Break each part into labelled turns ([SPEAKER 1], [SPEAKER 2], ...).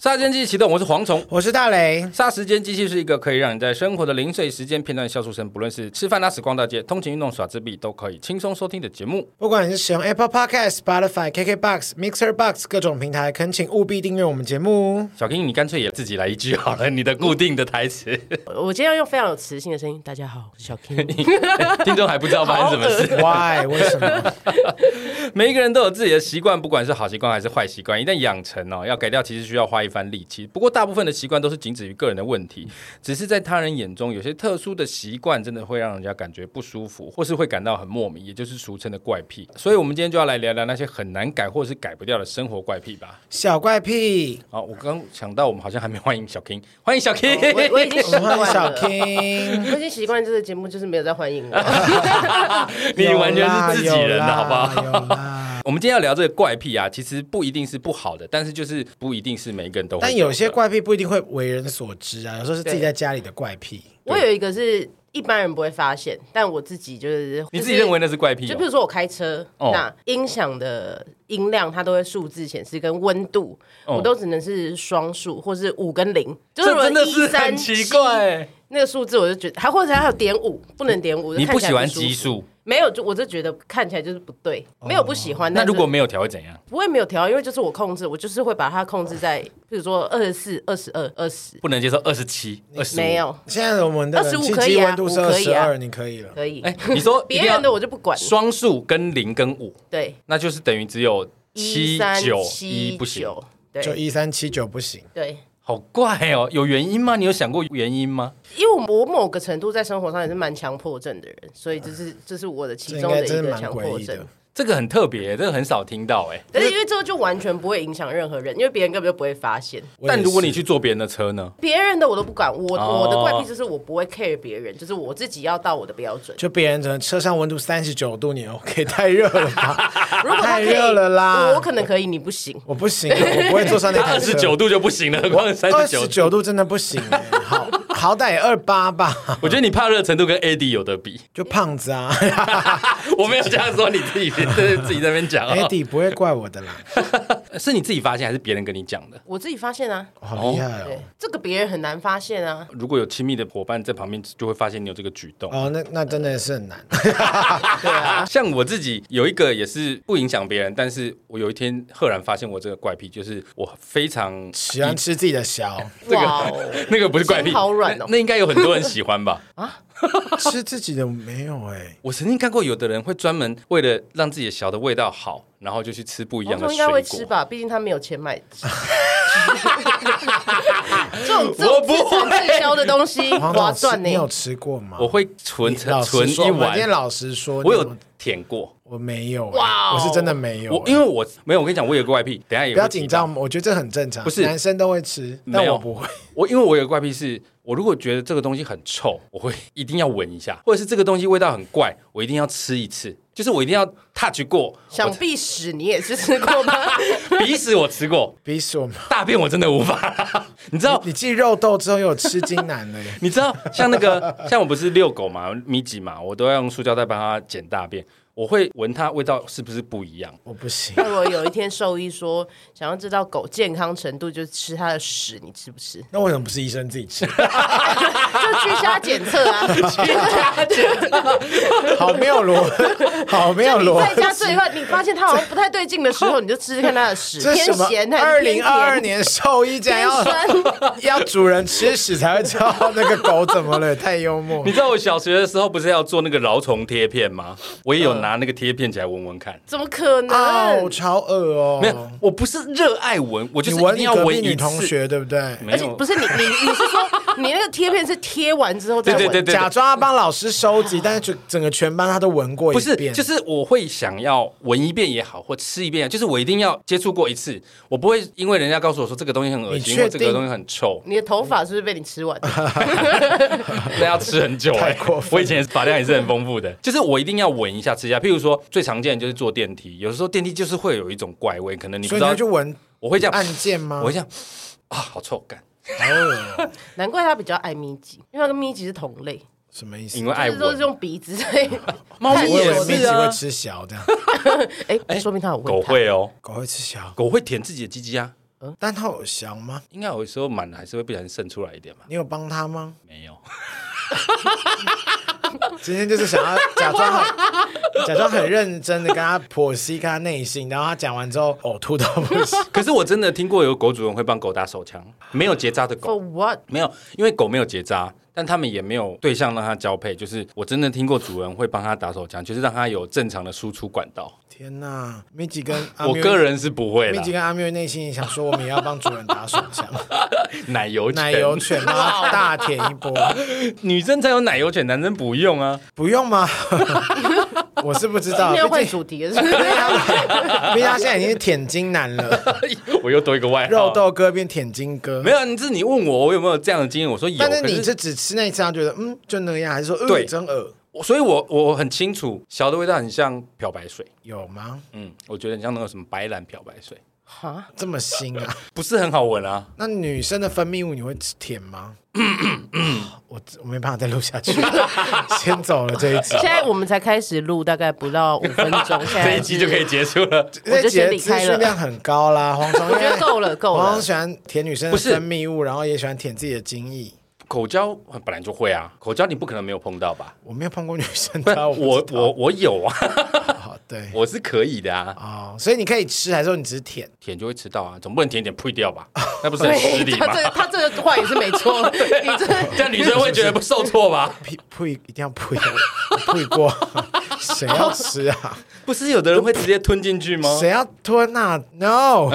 [SPEAKER 1] 杀时间机器启动，我是蝗虫。
[SPEAKER 2] 我是大雷，
[SPEAKER 1] 杀时间机器是一个可以让你在生活的零碎时间片段笑出声，不论是吃饭、拉屎、逛大街、通勤、运动、耍自闭，都可以轻松收听的节目。
[SPEAKER 2] 不管你是使用 Apple Podcast、Spotify、KKBox、Mixer Box 各种平台，恳请务必订阅我们 节目。
[SPEAKER 1] 小 King，你干脆也自己来一句好了，你的固定的台词，
[SPEAKER 3] 我我今天要用非常有磁性的声音。大家好，我是小 King。
[SPEAKER 1] 听众还不知道发生什么事。
[SPEAKER 2] Why？为什么？
[SPEAKER 1] 每一个人都有自己的习惯，不管是好习惯还是坏习惯，一旦养成哦，要改掉其实需要花一番力气。不过大部分的习惯都是仅止于个人的问题，只是在他人眼中，有些特殊的习惯真的会让人家感觉不舒服，或是会感到很莫名，也就是俗称的怪癖。所以，我们今天就要来聊聊那些很难改或是改不掉的生活怪癖吧。
[SPEAKER 2] 小怪癖。
[SPEAKER 1] 好，我刚想到我们好像还没欢迎小 King，欢迎小 King。
[SPEAKER 3] 哦我我已经习
[SPEAKER 2] 我们
[SPEAKER 3] 惯
[SPEAKER 2] 欢迎小
[SPEAKER 3] 了，
[SPEAKER 2] King。
[SPEAKER 3] 我已经习惯这个节目就是没有在欢迎 了。
[SPEAKER 1] 你完全是自己人了，好不好？
[SPEAKER 2] 好？
[SPEAKER 1] 我们今天要聊这个怪癖啊，其实不一定是不好的，但是就是不一定是每一个人都会。
[SPEAKER 2] 但有些，怪癖不一定会为人所知啊，有时候是自己
[SPEAKER 3] 对
[SPEAKER 2] 在家里的怪癖。
[SPEAKER 3] 我有一个是一般人不会发现，但我自己就是
[SPEAKER 1] 你自己认为
[SPEAKER 3] 呢？
[SPEAKER 1] 那是怪癖、哦？
[SPEAKER 3] 就比如说我开车，
[SPEAKER 1] 哦
[SPEAKER 3] 那音响的音量它都会数字显示跟温度，
[SPEAKER 1] 哦
[SPEAKER 3] 我都只能是双数或是五跟零，就是
[SPEAKER 1] 这
[SPEAKER 3] 我
[SPEAKER 1] 真的是
[SPEAKER 3] 137
[SPEAKER 1] 很奇怪。欸
[SPEAKER 3] 那个数字我就觉得，还或者还有点五，不能点五。
[SPEAKER 1] 你
[SPEAKER 3] 就看
[SPEAKER 1] 不
[SPEAKER 3] 起来
[SPEAKER 1] 喜欢
[SPEAKER 3] 舒
[SPEAKER 1] 级
[SPEAKER 3] 服？
[SPEAKER 1] 数，哦
[SPEAKER 3] 没有，就我就觉得看起来就是不对，没有不喜欢。
[SPEAKER 1] 那
[SPEAKER 3] 但是
[SPEAKER 1] 如果没有调会怎样？
[SPEAKER 3] 不会没有调，因为就是我控制，我就是会把它控制在，比如说二十四、二十二、二十，
[SPEAKER 1] 不能接受二十七、二十
[SPEAKER 3] 没。有
[SPEAKER 2] 现在我们的冷
[SPEAKER 3] 25
[SPEAKER 2] 气
[SPEAKER 3] 可以
[SPEAKER 2] 机
[SPEAKER 3] 啊
[SPEAKER 2] 温度是
[SPEAKER 3] 我
[SPEAKER 2] 二
[SPEAKER 3] 可以
[SPEAKER 2] 十
[SPEAKER 3] 啊
[SPEAKER 2] 二，你可以了。
[SPEAKER 3] 可以。
[SPEAKER 1] 哎，你说
[SPEAKER 3] 别人的我就不管。
[SPEAKER 1] 双数跟零跟五，
[SPEAKER 3] 对，
[SPEAKER 1] 那就是等于只有七
[SPEAKER 3] 一三
[SPEAKER 1] 九一
[SPEAKER 3] 七
[SPEAKER 1] 不行，
[SPEAKER 3] 九，
[SPEAKER 2] 就
[SPEAKER 3] 对
[SPEAKER 2] 一三七九不行，
[SPEAKER 3] 对。
[SPEAKER 1] 好怪哦。有原因吗？你有想过原因吗？
[SPEAKER 3] 因为我某个程度在生活上也是蛮强迫症的人，所以这是这是我的
[SPEAKER 2] 这
[SPEAKER 3] 其
[SPEAKER 2] 应
[SPEAKER 3] 中的
[SPEAKER 2] 该
[SPEAKER 3] 一
[SPEAKER 2] 真是
[SPEAKER 3] 个
[SPEAKER 2] 蛮
[SPEAKER 3] 强
[SPEAKER 2] 诡
[SPEAKER 3] 迫
[SPEAKER 2] 异
[SPEAKER 3] 症
[SPEAKER 2] 的。。
[SPEAKER 1] 这个很特别，这个很少听到哎。
[SPEAKER 3] 但是因为这个就完全不会影响任何人，因为别人根本就不会发现。
[SPEAKER 2] 我也
[SPEAKER 1] 但如果你
[SPEAKER 2] 是
[SPEAKER 1] 去坐别人的车呢？
[SPEAKER 3] 别人的我都不管，我、
[SPEAKER 1] 哦
[SPEAKER 3] 我的怪癖就是我不会 care 别人，就是我自己要到我的标准。
[SPEAKER 2] 就别人可能车上温度三十九度，你 OK 太热了 吧？
[SPEAKER 3] 如果他
[SPEAKER 2] 太
[SPEAKER 3] 可以
[SPEAKER 2] 热了啦，
[SPEAKER 3] 我我可能可以，你不行。
[SPEAKER 2] 我不行，我不会坐上那
[SPEAKER 1] 他
[SPEAKER 2] 台
[SPEAKER 1] 二
[SPEAKER 2] 车
[SPEAKER 1] 十。九度就不行了，何况三
[SPEAKER 2] 二
[SPEAKER 1] 十
[SPEAKER 2] 十
[SPEAKER 1] 九。
[SPEAKER 2] 九度真的不行欸、好好歹也二八吧，
[SPEAKER 1] 我觉得你怕热程度跟 AD 有得比。
[SPEAKER 2] 就胖子啊
[SPEAKER 1] 我没有这样说，你自己自己在那边 讲哦。
[SPEAKER 2] ，Andy 不会怪我的啦，
[SPEAKER 1] 是你自己发现还是别人跟你讲的？
[SPEAKER 3] 我自己发现啊，
[SPEAKER 2] 好厉害
[SPEAKER 3] 对
[SPEAKER 2] 哦。，
[SPEAKER 3] 这个别人很难发现啊。
[SPEAKER 1] 如果有亲密的伙伴在旁边，就会发现你有这个举动。啊
[SPEAKER 2] 哦，那那真的是很难。
[SPEAKER 1] 像我自己有一个也是不影响别人，但是我有一天赫然发现我这个怪癖，就是我非常
[SPEAKER 2] 喜欢吃自己的小，
[SPEAKER 1] 这个
[SPEAKER 3] 哇哦，
[SPEAKER 1] 那个不是怪癖，
[SPEAKER 3] 心好软
[SPEAKER 1] 那
[SPEAKER 3] 哦
[SPEAKER 1] 那应该有很多人喜欢吧？
[SPEAKER 2] 吃自己的没有哎、
[SPEAKER 1] 我曾经看过有的人会专门为了让自己的小的味道好，然后就去吃 不一样的
[SPEAKER 2] 哦
[SPEAKER 3] 王
[SPEAKER 1] 水
[SPEAKER 3] 应该会吃
[SPEAKER 1] 果。
[SPEAKER 3] 吧，毕竟他没有钱买。 这种这
[SPEAKER 1] 我
[SPEAKER 3] 种
[SPEAKER 1] 不
[SPEAKER 3] 自
[SPEAKER 1] 会
[SPEAKER 3] 产自销的东西
[SPEAKER 2] 黄
[SPEAKER 3] 划
[SPEAKER 2] 总吃，
[SPEAKER 3] 算呢欸
[SPEAKER 2] 你。有吃过吗？
[SPEAKER 1] 我会存
[SPEAKER 2] 你老实
[SPEAKER 1] 存
[SPEAKER 2] 说
[SPEAKER 1] 一
[SPEAKER 2] 我今天
[SPEAKER 1] 碗，
[SPEAKER 2] 老实说，
[SPEAKER 1] 我
[SPEAKER 2] 你
[SPEAKER 1] 有舔过。
[SPEAKER 2] 我没有欸、
[SPEAKER 3] 哇哦
[SPEAKER 2] 我是真的没有欸、
[SPEAKER 1] 我因为我没有，我跟你讲，我有个怪癖，等一下也
[SPEAKER 2] 不要
[SPEAKER 1] 会提
[SPEAKER 2] 紧
[SPEAKER 1] 到
[SPEAKER 2] 张，我觉得这很正常，
[SPEAKER 1] 不是
[SPEAKER 2] 男生都会吃，
[SPEAKER 1] 没
[SPEAKER 2] 但
[SPEAKER 1] 有
[SPEAKER 2] 我不会。
[SPEAKER 1] 我因为我有个怪癖是，我如果觉得这个东西很臭，我会 一定要闻一下，或者是这个东西味道很怪，我一定要吃一次，就是我一定要 touch 过，
[SPEAKER 3] 想必屎你也是吃过 吗？
[SPEAKER 1] 鼻屎我吃过，
[SPEAKER 2] 鼻屎我们，
[SPEAKER 1] 大便我真的无法， 你知道。
[SPEAKER 2] 你继肉豆之后又有吃精男了耶
[SPEAKER 1] 你知道像那个像我不是遛狗嘛，米几嘛，我都要用塑胶袋帮它捡大便，我会闻它味道是不是不一样？
[SPEAKER 2] 我不行。
[SPEAKER 3] 那我有一天兽医说，想要知道狗健康程度，就吃它的屎，你吃不吃？
[SPEAKER 2] 那为什么不是医生自己吃？
[SPEAKER 3] 就居家检 测啊，
[SPEAKER 2] 好没有 逻，好没有
[SPEAKER 3] 你
[SPEAKER 2] 逻
[SPEAKER 3] 在家
[SPEAKER 2] 辑。
[SPEAKER 3] 最后，你发现它好像不太对劲的时候，你就吃吃看它的屎，
[SPEAKER 2] 这
[SPEAKER 3] 偏
[SPEAKER 2] 是什么？
[SPEAKER 3] 咸
[SPEAKER 2] 二
[SPEAKER 3] 还是偏
[SPEAKER 2] 零二二
[SPEAKER 3] 甜？
[SPEAKER 2] 年兽医竟然
[SPEAKER 3] 偏
[SPEAKER 2] 要
[SPEAKER 3] 酸。
[SPEAKER 2] 要主人吃屎才会知道那个狗怎么 了，太幽默
[SPEAKER 1] 你。知道我小学的时候不是要做那个蛲虫贴片吗？我也有
[SPEAKER 2] 嗯
[SPEAKER 1] 拿那个贴片起来闻闻看。
[SPEAKER 2] 哦
[SPEAKER 3] 怎么可能？
[SPEAKER 2] 啊，我超恶 哦！
[SPEAKER 1] 没有，我不是热爱闻，我就
[SPEAKER 2] 你
[SPEAKER 1] 是一
[SPEAKER 2] 闻
[SPEAKER 1] 定
[SPEAKER 2] 你
[SPEAKER 1] 要
[SPEAKER 2] 隔
[SPEAKER 1] 闻
[SPEAKER 2] 壁
[SPEAKER 1] 一次。
[SPEAKER 2] 女同学对不对？
[SPEAKER 1] 没
[SPEAKER 3] 而且
[SPEAKER 1] 有，
[SPEAKER 3] 不是你，你你是说 你那个贴片是贴完之后再闻？，
[SPEAKER 1] 对对对
[SPEAKER 2] 假装要帮老师收集，但是就整个全班他都闻过一
[SPEAKER 1] 不是，
[SPEAKER 2] 遍，
[SPEAKER 1] 就是我会想要闻一遍也好，或吃一遍也好，就是我一定要接触过一次，我不会因为人家告诉我说这个东西很恶
[SPEAKER 2] 你
[SPEAKER 1] 心，
[SPEAKER 2] 确
[SPEAKER 1] 或这个
[SPEAKER 2] 定
[SPEAKER 1] 东西很臭
[SPEAKER 3] 你的头发是不是被你吃完的？
[SPEAKER 1] 那要吃很久、欸。
[SPEAKER 2] 太过分
[SPEAKER 1] 我以前发量也是很丰富的，就是我一定要闻一下吃一下。譬如说，最常见的就是坐电梯，有时候电梯就是会有一种怪味，可能你不
[SPEAKER 2] 所以
[SPEAKER 1] 知
[SPEAKER 2] 你
[SPEAKER 1] 道
[SPEAKER 2] 要，去闻
[SPEAKER 1] 我会这样，
[SPEAKER 2] 按键吗？
[SPEAKER 1] 我会这样啊，好臭干，
[SPEAKER 2] 好恶哦，
[SPEAKER 3] 难怪他比较爱咪吉，因为他跟咪吉是同类，
[SPEAKER 2] 什么意思
[SPEAKER 1] 因？为爱
[SPEAKER 3] 就是都是
[SPEAKER 1] 闻。
[SPEAKER 3] 用鼻子。所以
[SPEAKER 1] 猫咪
[SPEAKER 2] 我以
[SPEAKER 1] 也
[SPEAKER 2] 为
[SPEAKER 3] 我
[SPEAKER 2] 妹
[SPEAKER 1] 是
[SPEAKER 2] 子
[SPEAKER 1] 啊
[SPEAKER 2] 会，吃小，这样
[SPEAKER 3] 哎，说明他有
[SPEAKER 1] 狗
[SPEAKER 3] 问他。
[SPEAKER 1] 会哦，
[SPEAKER 2] 狗会吃小，
[SPEAKER 1] 狗会舔自己的鸡鸡啊，
[SPEAKER 2] 但它有香吗？
[SPEAKER 1] 应该有时候满了还是会不小心渗出来一点吧？
[SPEAKER 2] 你有帮它吗？
[SPEAKER 1] 没有，
[SPEAKER 2] 今天就是想要假装很 假装很认真的跟他剖析看他内心，然后他讲完之后呕吐到不 行。
[SPEAKER 1] 可是我真的听过有狗主人会帮狗打手枪，没有结扎的
[SPEAKER 3] ？For
[SPEAKER 1] 狗，
[SPEAKER 3] what？
[SPEAKER 1] 没有，因为狗没有结扎。但他们也没有对象让它交配，就是我真的听过主人会帮它打手枪，就是让它有正常的输出管道。
[SPEAKER 2] 天哪，米吉跟阿
[SPEAKER 1] 我
[SPEAKER 2] 缪
[SPEAKER 1] 个人是不会
[SPEAKER 2] 米
[SPEAKER 1] 啦
[SPEAKER 2] 吉，跟阿缪内心也想说，我们也要帮主人打手枪，
[SPEAKER 1] 奶油
[SPEAKER 2] 奶
[SPEAKER 1] 犬
[SPEAKER 2] 油犬吗？大舔一波，
[SPEAKER 1] 女生才有奶油犬，男生不用啊。
[SPEAKER 2] 不用吗？ 我是不知道，
[SPEAKER 3] 今天要换
[SPEAKER 2] 毕竟
[SPEAKER 3] 主题了，是不
[SPEAKER 2] 因
[SPEAKER 3] 是？
[SPEAKER 2] 为他毕竟他现在已经是舔精 男了，
[SPEAKER 1] 我又多一个外号，
[SPEAKER 2] 肉豆哥变舔精哥
[SPEAKER 1] 哦没。有，你是你问我我有没有这样的经验，我说有，
[SPEAKER 2] 但是
[SPEAKER 1] 可
[SPEAKER 2] 你是只吃那一次，他觉得嗯就那样，还是说
[SPEAKER 1] 对
[SPEAKER 2] 嗯真恶
[SPEAKER 1] 我所以我我很清楚，小的味道很像漂白水，
[SPEAKER 2] 有吗？
[SPEAKER 1] 嗯，我觉得很像那个什么白兰漂白水，
[SPEAKER 3] 哈，
[SPEAKER 2] 这么腥啊？
[SPEAKER 1] 不是很好闻啊。
[SPEAKER 2] 那女生的分泌物你会舔吗？
[SPEAKER 1] 嗯
[SPEAKER 2] 我我没办法再录下去， 先走了这一集
[SPEAKER 3] 现。在我们才开始录，大概不到五分 钟，现
[SPEAKER 1] 这
[SPEAKER 2] 哎
[SPEAKER 3] 在
[SPEAKER 1] 一集就可以结束了。
[SPEAKER 3] 我
[SPEAKER 2] 这
[SPEAKER 3] 就
[SPEAKER 2] 集的
[SPEAKER 3] 先离
[SPEAKER 2] 资
[SPEAKER 3] 开了
[SPEAKER 2] 讯量很高啦，黄总，
[SPEAKER 3] 我觉得够了，够
[SPEAKER 2] 黄
[SPEAKER 3] 了
[SPEAKER 1] 哦
[SPEAKER 2] 总。喜欢舔女生的
[SPEAKER 1] 不是
[SPEAKER 2] 分泌物，然后也喜欢舔自己的精液。
[SPEAKER 1] 口交本来就会啊，口交你不可能没有碰到吧？
[SPEAKER 2] 我没有碰过女生
[SPEAKER 1] 不然
[SPEAKER 2] 的，
[SPEAKER 1] 我
[SPEAKER 2] 不知道
[SPEAKER 1] 我我有啊，
[SPEAKER 2] 好对
[SPEAKER 1] 我是可以的啊，
[SPEAKER 2] 哦，所以你可以吃，还是说你只是舔？
[SPEAKER 1] 舔就会吃到啊，总不能舔一舔呸掉 吧？那不是很失
[SPEAKER 3] 对
[SPEAKER 1] 礼
[SPEAKER 3] 他
[SPEAKER 1] 吗？
[SPEAKER 3] 这他这个话也是没 错，你这
[SPEAKER 1] 这样女生会觉得不受挫吧？
[SPEAKER 2] 呸呸，一定要呸，我呸过， 谁要吃啊？
[SPEAKER 1] 不是有的人会直接吞进 去吗？
[SPEAKER 2] 谁要吞啊？No，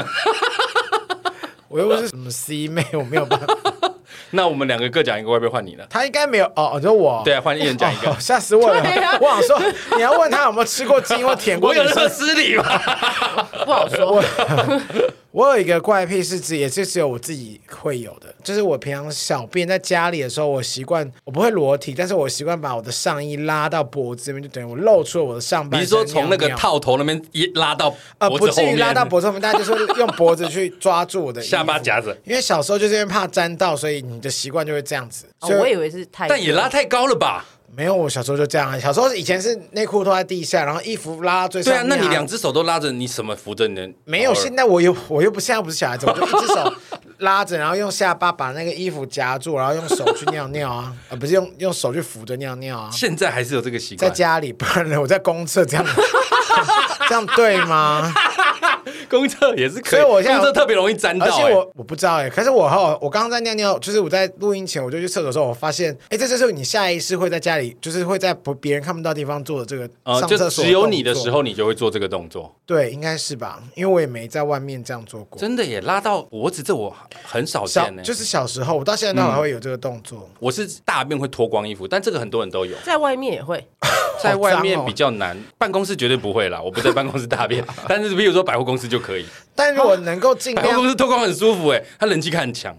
[SPEAKER 2] 我又不是什么 C 妹，我没有办法。
[SPEAKER 1] 那我们两个各讲一个，会不会换你了？
[SPEAKER 2] 他应该没有哦，哦，就我
[SPEAKER 1] 对啊，换一人讲一个
[SPEAKER 2] 哦。吓死我了！
[SPEAKER 3] 对啊
[SPEAKER 2] 我想说，你要问他有没有吃过鸡或舔 过
[SPEAKER 1] 我
[SPEAKER 2] 女
[SPEAKER 1] 有那么
[SPEAKER 2] 生。
[SPEAKER 1] 失礼 吗？
[SPEAKER 3] 不好说。
[SPEAKER 2] 我有一个怪癖是只，也是只有我自己会有的，就是我平常小便在家里的时候，我习惯我不会裸体，但是我习惯把我的上衣拉到脖子这边，就等于我露出了我的上
[SPEAKER 1] 你
[SPEAKER 2] 半身。
[SPEAKER 1] 是说从那个
[SPEAKER 2] 尿尿
[SPEAKER 1] 套头那边一拉到
[SPEAKER 2] 呃，
[SPEAKER 1] 脖
[SPEAKER 2] 不
[SPEAKER 1] 子
[SPEAKER 2] 至
[SPEAKER 1] 后
[SPEAKER 2] 于
[SPEAKER 1] 面，
[SPEAKER 2] 拉到脖子后面，大家就是用脖子去抓住我的衣服
[SPEAKER 1] 下巴夹着，
[SPEAKER 2] 因为小时候就是因为怕沾到，所以你的习惯就会这样子。
[SPEAKER 3] 哦
[SPEAKER 2] 所以
[SPEAKER 3] 我以为是太，
[SPEAKER 1] 但也拉太高了吧？
[SPEAKER 2] 没有，我小时候就这样啊。小时候以前是内裤拖在地下，然后衣服拉到最上
[SPEAKER 1] 对
[SPEAKER 2] 面、
[SPEAKER 1] 啊，那你两只手都拉着，你什么扶着你的？
[SPEAKER 2] 没有，
[SPEAKER 1] 偶尔
[SPEAKER 2] 现在我又我又不现在不是小孩子，我 就一只手拉着，然后用下巴把那个衣服夹住，然后用手去尿 尿啊，呃，不是用用手去扶着尿尿啊，
[SPEAKER 1] 现在还是有这个习
[SPEAKER 2] 在
[SPEAKER 1] 惯。
[SPEAKER 2] 家里，不然呢我在公厕这样， 这样对吗？
[SPEAKER 1] 公厕也是可
[SPEAKER 2] 所以我现在
[SPEAKER 1] 公厕特别容易沾到、
[SPEAKER 2] 而且
[SPEAKER 1] 欸
[SPEAKER 2] 我我不知道哎、可是我后我刚刚在尿尿，就是我在录音前我就去厕所的时候，我发现哎、这就是你下意识会在家里，就是会在不别人看不到地方做的这个
[SPEAKER 1] 呃，
[SPEAKER 2] 上
[SPEAKER 1] 就
[SPEAKER 2] 厕所、
[SPEAKER 1] 只有你的时，候，你就会做这个动作。
[SPEAKER 2] 对，应该是吧？因为我也没在外面这样做过。
[SPEAKER 1] 真的也拉到脖子，这我很少
[SPEAKER 2] 小
[SPEAKER 1] 见呢、
[SPEAKER 2] 就是小时候，我到现在都还会有这个动作。
[SPEAKER 1] 我是大便会脱光衣服，但这个很多人都有，
[SPEAKER 3] 在外面也会，
[SPEAKER 1] 在外面
[SPEAKER 2] 好脏哦
[SPEAKER 1] 比较难。办公室绝对不会啦，我 不在办公室大便，但是譬如说百货公司就可以，
[SPEAKER 2] 但如果能够尽
[SPEAKER 1] 百货
[SPEAKER 2] 量
[SPEAKER 1] 公司脱光很舒服哎、欸，它人气看很强。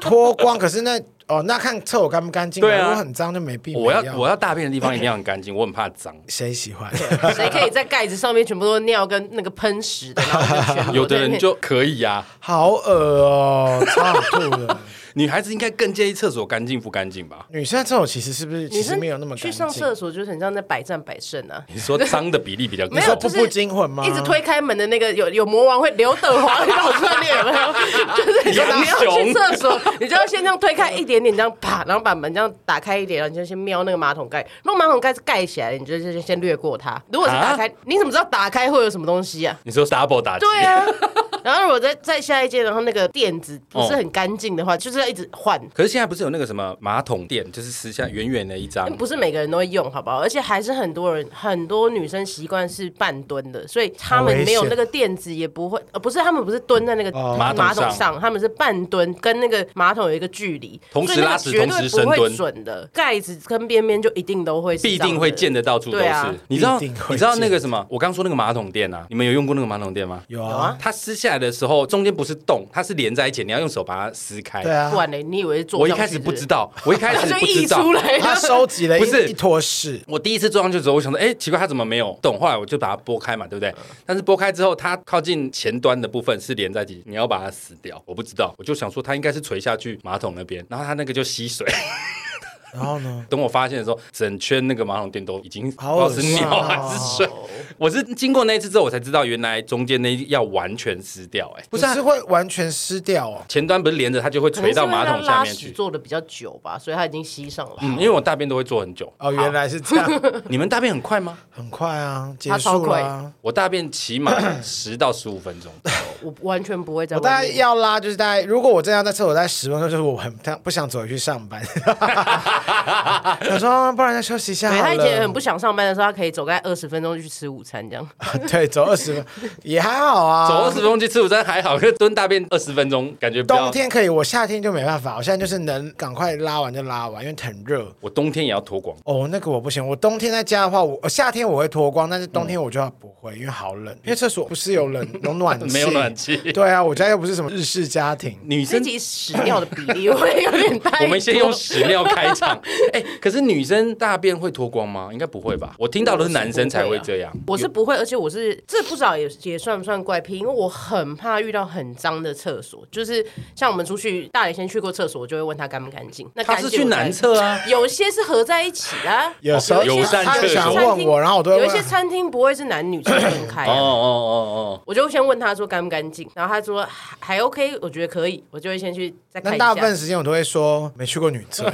[SPEAKER 2] 脱光，可是那哦，那看厕所干不干净啊。
[SPEAKER 1] 对啊
[SPEAKER 2] 如果很脏就没必要。
[SPEAKER 1] 我要我要大便的地方一定要很干净，我很怕脏。
[SPEAKER 2] 谁喜欢？
[SPEAKER 3] 谁可以在盖子上面全部都尿跟那个喷屎的？然后就全部
[SPEAKER 1] 有的
[SPEAKER 3] 在那
[SPEAKER 1] 人
[SPEAKER 3] 边
[SPEAKER 1] 就可以啊呀、
[SPEAKER 2] 好恶哦，超想吐的。
[SPEAKER 1] 女孩子应该更介意厕所干净不干净吧？
[SPEAKER 2] 女生的厕所其实是不是
[SPEAKER 3] 女
[SPEAKER 2] 其实
[SPEAKER 3] 生
[SPEAKER 2] 没有那么干
[SPEAKER 3] 去
[SPEAKER 2] 净
[SPEAKER 3] 上？厕所就是很像在百战百胜啊。
[SPEAKER 1] 你 说脏的比例比较高，
[SPEAKER 2] 你
[SPEAKER 3] 没
[SPEAKER 2] 说
[SPEAKER 3] 有
[SPEAKER 2] 步
[SPEAKER 3] 就是
[SPEAKER 2] 步惊魂吗？
[SPEAKER 3] 一直推开门的那个有有魔王会刘德华会跑出来，你有 没有？就是你说
[SPEAKER 1] 杨
[SPEAKER 3] 你要
[SPEAKER 1] 雄
[SPEAKER 3] 去厕所，你就要先这样推开一点点，这样啪，然后把门这样打开一点，然后你就先瞄那个马桶盖。如果马桶盖是盖起来的，你就先先略过它。如果是打开，
[SPEAKER 1] 啊
[SPEAKER 3] 你怎么知道打开会有什么东西啊？
[SPEAKER 1] 你说 double 打击，
[SPEAKER 3] 对啊。 然后如果再再下一间，然后那个垫子不
[SPEAKER 1] 哦
[SPEAKER 3] 是很干净的话，就是要一直换。
[SPEAKER 1] 可是现在不是有那个什么马桶垫，就是撕下远远的一张，
[SPEAKER 3] 哎不是每个人都会用，好不好？而且还是很多人，很多女生习惯是半蹲的，所以她们没有那个垫子，也不会，呃，不是，她们不是蹲在那个
[SPEAKER 2] 哦
[SPEAKER 1] 马桶上
[SPEAKER 3] 上，她们是半蹲，跟那个马桶有一个距离，
[SPEAKER 1] 同时
[SPEAKER 3] 所以那
[SPEAKER 1] 拉
[SPEAKER 3] 个
[SPEAKER 1] 屎
[SPEAKER 3] 绝
[SPEAKER 1] 同时
[SPEAKER 3] 对
[SPEAKER 1] 深
[SPEAKER 3] 不
[SPEAKER 1] 蹲
[SPEAKER 3] 会准的，盖子跟边边就一定都会是
[SPEAKER 1] 必定会
[SPEAKER 3] 这样
[SPEAKER 1] 溅
[SPEAKER 3] 的。
[SPEAKER 1] 得到处都是。
[SPEAKER 3] 对啊
[SPEAKER 1] 你知道
[SPEAKER 2] 必定会
[SPEAKER 1] 你知道那个什么？我刚说那个马桶垫啊，你们有用过那个马桶垫吗？
[SPEAKER 2] 有
[SPEAKER 3] 有
[SPEAKER 2] 啊
[SPEAKER 3] 啊，
[SPEAKER 1] 它撕下来的时候，中间不是洞，它是连在一起，你要用手把它撕开。
[SPEAKER 2] 对啊
[SPEAKER 3] 不，然嘞，你以为是坐
[SPEAKER 1] 我一
[SPEAKER 3] 上去
[SPEAKER 1] 开始不知
[SPEAKER 3] 是
[SPEAKER 1] 道，我一开
[SPEAKER 3] 不
[SPEAKER 1] 始
[SPEAKER 3] 是，
[SPEAKER 1] 不
[SPEAKER 3] 就溢
[SPEAKER 1] 知道
[SPEAKER 3] 出。来
[SPEAKER 2] 他
[SPEAKER 3] 了。
[SPEAKER 2] 收集了
[SPEAKER 1] 不是
[SPEAKER 2] 一一坨屎，
[SPEAKER 1] 我第一次坐上去的时候，我想说，哎、奇怪，它怎么没有动？后来我就把它拨开嘛，对不对？但是拨开之后，它靠近前端的部分是连在一起，你要把它撕掉。我不知道，我就想说它应该是垂下去马桶那边，然后它那个就吸水。
[SPEAKER 2] 然后 呢？
[SPEAKER 1] 等我发现的时候，整圈那个马桶垫都已经不知
[SPEAKER 2] 好恶
[SPEAKER 1] 道
[SPEAKER 2] 心
[SPEAKER 1] 是
[SPEAKER 2] 哦
[SPEAKER 1] 尿还是水，我是经过那一次之后，我才知道原来中间那一要完全撕掉、哎，不
[SPEAKER 2] 不
[SPEAKER 1] 是、啊、
[SPEAKER 2] 是会完全湿掉哦。
[SPEAKER 1] 前端不是连着，它就会
[SPEAKER 3] 可
[SPEAKER 1] 垂
[SPEAKER 3] 能是
[SPEAKER 1] 到
[SPEAKER 3] 因为
[SPEAKER 1] 马
[SPEAKER 3] 它
[SPEAKER 1] 桶下
[SPEAKER 3] 拉
[SPEAKER 1] 面
[SPEAKER 3] 屎
[SPEAKER 1] 去。
[SPEAKER 3] 做的比较久吧，所以它已经吸上了。
[SPEAKER 1] 嗯，因为我大便都会坐很久。
[SPEAKER 2] 哦，原来是这 样，
[SPEAKER 1] 你们大便很快吗？
[SPEAKER 2] 很快啊，结
[SPEAKER 3] 他超
[SPEAKER 2] 束了啊。
[SPEAKER 1] 我大便起 码十到十五分钟。
[SPEAKER 3] 我完全不会在
[SPEAKER 2] 我大
[SPEAKER 3] 外
[SPEAKER 2] 概
[SPEAKER 3] 面。
[SPEAKER 2] 要拉，就是大概，如果我真的要在厕所待十分钟，就是我很不想走回去 上班。我说，不然再休息一下
[SPEAKER 3] 对
[SPEAKER 2] 好
[SPEAKER 3] 他以前很
[SPEAKER 2] 了。
[SPEAKER 3] 不想上班的时候，他可以走开二十分钟就去吃午餐，这样
[SPEAKER 2] 对，走二十分也还好啊。
[SPEAKER 1] 走二十分钟去吃午餐还好，可是蹲大便二十分钟感觉比
[SPEAKER 2] 冬
[SPEAKER 1] 较。
[SPEAKER 2] 天可以，我夏天就没办法。我现在就是能赶快拉完就拉完，因为很热。
[SPEAKER 1] 我冬天也要脱光。
[SPEAKER 2] 哦，那个我不行。我冬天在家的话，我呃夏天我会脱光，但是冬天我就不会，因为好冷。因为厕所不是有冷有暖气，
[SPEAKER 1] 没有暖气
[SPEAKER 2] 对啊，我家又嗯不是什么日式家庭。
[SPEAKER 1] 女
[SPEAKER 3] 自
[SPEAKER 1] 生，
[SPEAKER 3] 己屎尿的比例会有点太 多。
[SPEAKER 1] 我们先用屎尿开 场。哎、可是女生大便会脱光吗？应该不会吧？我听到的是男生才会这样。
[SPEAKER 3] 我是不会，而且我是这不知道也也算不算怪癖，因为我很怕遇到很脏的厕所，就是像我们出去大磊先去过厕所，我就会问他干不干净。那
[SPEAKER 1] 他
[SPEAKER 3] 干
[SPEAKER 1] 是
[SPEAKER 3] 净
[SPEAKER 1] 去
[SPEAKER 3] 我才
[SPEAKER 1] 男，厕啊，
[SPEAKER 3] 有些是合在一起啊。
[SPEAKER 2] 有时候
[SPEAKER 1] 友
[SPEAKER 2] 他
[SPEAKER 1] 善
[SPEAKER 2] 他
[SPEAKER 1] 厕所
[SPEAKER 2] 想
[SPEAKER 3] 餐
[SPEAKER 2] 问
[SPEAKER 3] 厅
[SPEAKER 2] 我，然后我都会啊
[SPEAKER 3] 有一
[SPEAKER 2] 问
[SPEAKER 3] 些餐厅不会是男女厕分开、
[SPEAKER 1] 哦
[SPEAKER 3] 啊。
[SPEAKER 1] 哦哦
[SPEAKER 3] 我就先问他说干不干净，然后他说还还 OK，我觉得可以，我就会先去再看
[SPEAKER 2] 那
[SPEAKER 3] 一
[SPEAKER 2] 大部分
[SPEAKER 3] 下。
[SPEAKER 2] 时间我都会说没去过女厕，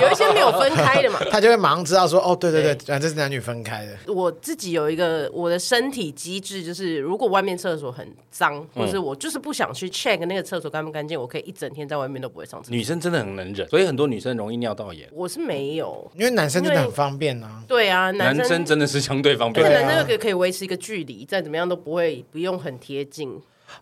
[SPEAKER 3] 有一些没有分开的嘛，
[SPEAKER 2] 他就会马上知道说哦，对对对，反正是男女分开的。
[SPEAKER 3] 我自己有一个我的身体机制，就是如果外面厕所很脏，或是我就是不想去
[SPEAKER 2] 嗯
[SPEAKER 3] check 那个厕所干不干净，我可以一整天在外面都不会上
[SPEAKER 1] 哦，
[SPEAKER 3] 厕所。
[SPEAKER 1] 女生真的很能忍，所以很多女生容易尿道炎。
[SPEAKER 3] 我是没有，
[SPEAKER 2] 因为男生真的很方便啊。
[SPEAKER 3] 对啊，男
[SPEAKER 1] 男
[SPEAKER 3] 生。
[SPEAKER 1] 生真的是相对方
[SPEAKER 3] 而
[SPEAKER 1] 便
[SPEAKER 3] 且
[SPEAKER 2] 对啊。
[SPEAKER 3] 男生又可以可以维持一个距离，再怎么样都不会不用很贴近，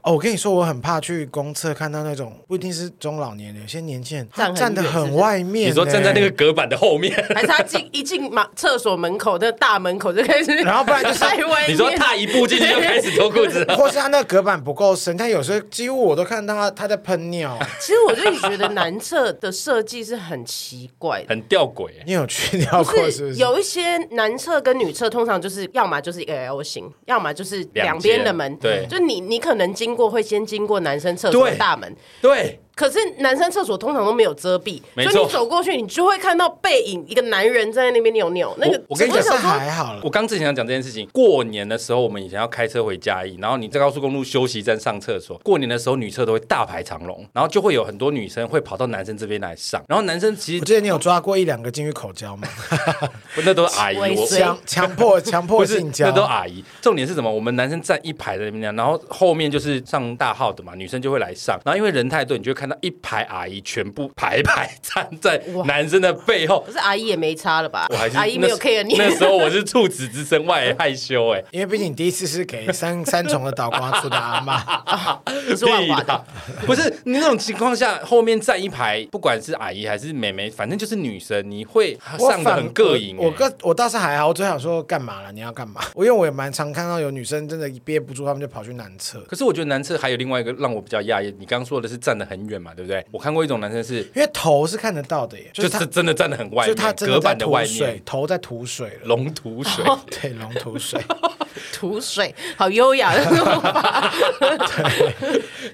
[SPEAKER 2] 哦，我跟你说，我很怕去公厕看到那种不一定是中老年的，有些年轻人他
[SPEAKER 3] 站很
[SPEAKER 2] 站的
[SPEAKER 3] 远是不
[SPEAKER 2] 很
[SPEAKER 3] 是
[SPEAKER 2] 外面、
[SPEAKER 1] 你说站在那个。隔板的后面，
[SPEAKER 3] 还是他进一进马厕所门口那大门口就开始，
[SPEAKER 2] 然后不然就是
[SPEAKER 3] 在外 面
[SPEAKER 1] 你说踏一步进去就开始脱裤 子了。
[SPEAKER 2] 或是他那个隔板不够深，但有时候几乎我都看到他他在喷 尿。
[SPEAKER 3] 其实我就觉得男厕的设计是很奇怪的，
[SPEAKER 1] 很吊诡、
[SPEAKER 2] 你有去尿过是不是？
[SPEAKER 3] 有一些男厕跟女厕通常就是要么就是一个 L 型，要么就是两边的门。
[SPEAKER 1] 两间对
[SPEAKER 3] 就你你可能经过会先经过男生厕所的
[SPEAKER 1] 对
[SPEAKER 3] 大门，
[SPEAKER 1] 对，
[SPEAKER 3] 可是男生厕所通常都没有遮蔽，
[SPEAKER 1] 没
[SPEAKER 3] 所
[SPEAKER 1] 错
[SPEAKER 3] 以你走过去，你就会看到背影，一个男人在那边扭扭。那个
[SPEAKER 1] 我跟你
[SPEAKER 2] 这
[SPEAKER 1] 讲
[SPEAKER 2] 是
[SPEAKER 3] 想说
[SPEAKER 2] 还好了
[SPEAKER 1] 我。刚之前想讲这件事情，过年的时候我们以前要开车回嘉义，然后你在高速公路休息站上厕所，过年的时候女厕都会大排长龙，然后就会有很多女生会跑到男生这边来上，然后男生其
[SPEAKER 2] 我
[SPEAKER 1] 实
[SPEAKER 2] 记得你有抓过一两个进去口交吗？
[SPEAKER 1] 那都是阿姨，
[SPEAKER 3] 我也
[SPEAKER 1] 我
[SPEAKER 3] 是 对
[SPEAKER 2] 强强迫强迫
[SPEAKER 1] 不是
[SPEAKER 2] 性交
[SPEAKER 1] 那，都阿姨。重点是什么？我们男生站一排在那边，然后后面就是上大号的嘛，女生就会来上，然后因为人太多，你就会看到一排阿姨全部排排站在男生的背后
[SPEAKER 3] 可。是阿姨也没差了吧
[SPEAKER 1] 我还？是
[SPEAKER 3] 阿姨没有
[SPEAKER 1] 那时
[SPEAKER 3] care 你，
[SPEAKER 1] 那时候我是处子之身外害羞哎、
[SPEAKER 2] 因为毕竟你第一次是给三三重的倒瓜出的阿妈，
[SPEAKER 3] 是万华的
[SPEAKER 1] 啦，不是你那种情况下，后面站一排，不管是阿姨还是妹妹，反正就是女生，你会
[SPEAKER 2] 我
[SPEAKER 1] 上的
[SPEAKER 2] 反
[SPEAKER 1] 很膈应、
[SPEAKER 2] 我我
[SPEAKER 1] 欸。
[SPEAKER 2] 个我倒是还好，我只想说干嘛了？你要干嘛？ 我因为我也蛮常看到有女生真的憋不住，她们就跑去男厕。
[SPEAKER 1] 可是我觉得男厕还有另外一个让我比较讶异，你刚刚说的是站得很远嘛，对不对？我看过一种男生是，
[SPEAKER 2] 因为头是看得到的耶，就
[SPEAKER 1] 就是
[SPEAKER 2] 他
[SPEAKER 1] 是真的站得很外
[SPEAKER 2] 就
[SPEAKER 1] 面，
[SPEAKER 2] 是他真
[SPEAKER 1] 隔
[SPEAKER 2] 的在
[SPEAKER 1] 板的
[SPEAKER 2] 吐
[SPEAKER 1] 外面
[SPEAKER 2] 水，，哦头在吐水 了，
[SPEAKER 1] 龙吐水。
[SPEAKER 2] 对，龙吐水，
[SPEAKER 3] 吐水，好优雅的说 法。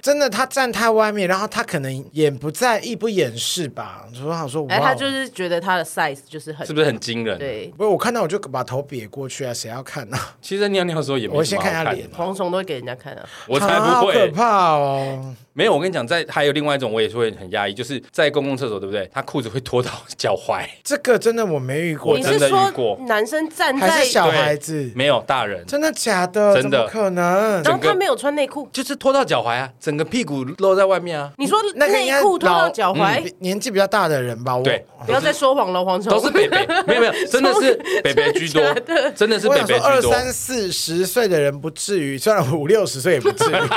[SPEAKER 2] 真的他站太外面，然后他可能也不在意不掩饰吧，就说好说，
[SPEAKER 3] 哎，
[SPEAKER 2] 哇哦
[SPEAKER 3] 他就是觉得他的 size 就是很
[SPEAKER 1] 哦是不是很惊人？，
[SPEAKER 3] 对，
[SPEAKER 2] 不是我看到我就把头瘪过去啊，谁要看啊？
[SPEAKER 1] 其实在尿尿的时候也没
[SPEAKER 2] 我
[SPEAKER 1] 什
[SPEAKER 2] 先
[SPEAKER 1] 么好
[SPEAKER 2] 看一下
[SPEAKER 1] 看
[SPEAKER 2] 脸
[SPEAKER 1] 的，
[SPEAKER 3] 蝗虫都会给人家看啊。
[SPEAKER 1] 我才不
[SPEAKER 2] 好可
[SPEAKER 1] 会。
[SPEAKER 2] 怕哦！
[SPEAKER 1] 没有，我跟你讲，在还有另外一种，我也是会很压抑，就是在公共厕所，对不对？他裤子会脱到脚踝，
[SPEAKER 2] 这个真的我没遇过
[SPEAKER 1] 我
[SPEAKER 3] 你，
[SPEAKER 1] 真
[SPEAKER 3] 是
[SPEAKER 1] 的
[SPEAKER 3] 说
[SPEAKER 1] 遇过
[SPEAKER 3] 男生站
[SPEAKER 2] 还
[SPEAKER 3] 在
[SPEAKER 2] 是，小孩子，
[SPEAKER 1] 没有大人，
[SPEAKER 2] 真的假的？
[SPEAKER 1] 真的
[SPEAKER 2] 怎么可能？
[SPEAKER 3] 然后
[SPEAKER 1] 整
[SPEAKER 3] 他
[SPEAKER 1] 个
[SPEAKER 3] 没有穿内裤，
[SPEAKER 1] 就是脱到脚踝啊，整个屁股露在外面啊。
[SPEAKER 3] 你说
[SPEAKER 2] 嗯那个应该
[SPEAKER 3] 内裤脱
[SPEAKER 2] 老嗯
[SPEAKER 3] 到脚踝，
[SPEAKER 2] 比年纪比较大的人吧，我
[SPEAKER 1] 对
[SPEAKER 3] 不要再说谎了，蝗虫
[SPEAKER 1] 都是北北，没有没有，真的是北北居多
[SPEAKER 3] 真的假，的
[SPEAKER 1] 真的是
[SPEAKER 2] 我
[SPEAKER 1] 北
[SPEAKER 2] 想说
[SPEAKER 1] 北
[SPEAKER 2] 二
[SPEAKER 1] 居多。
[SPEAKER 2] 三四十岁的人不至于，虽然我五六十岁也不至于。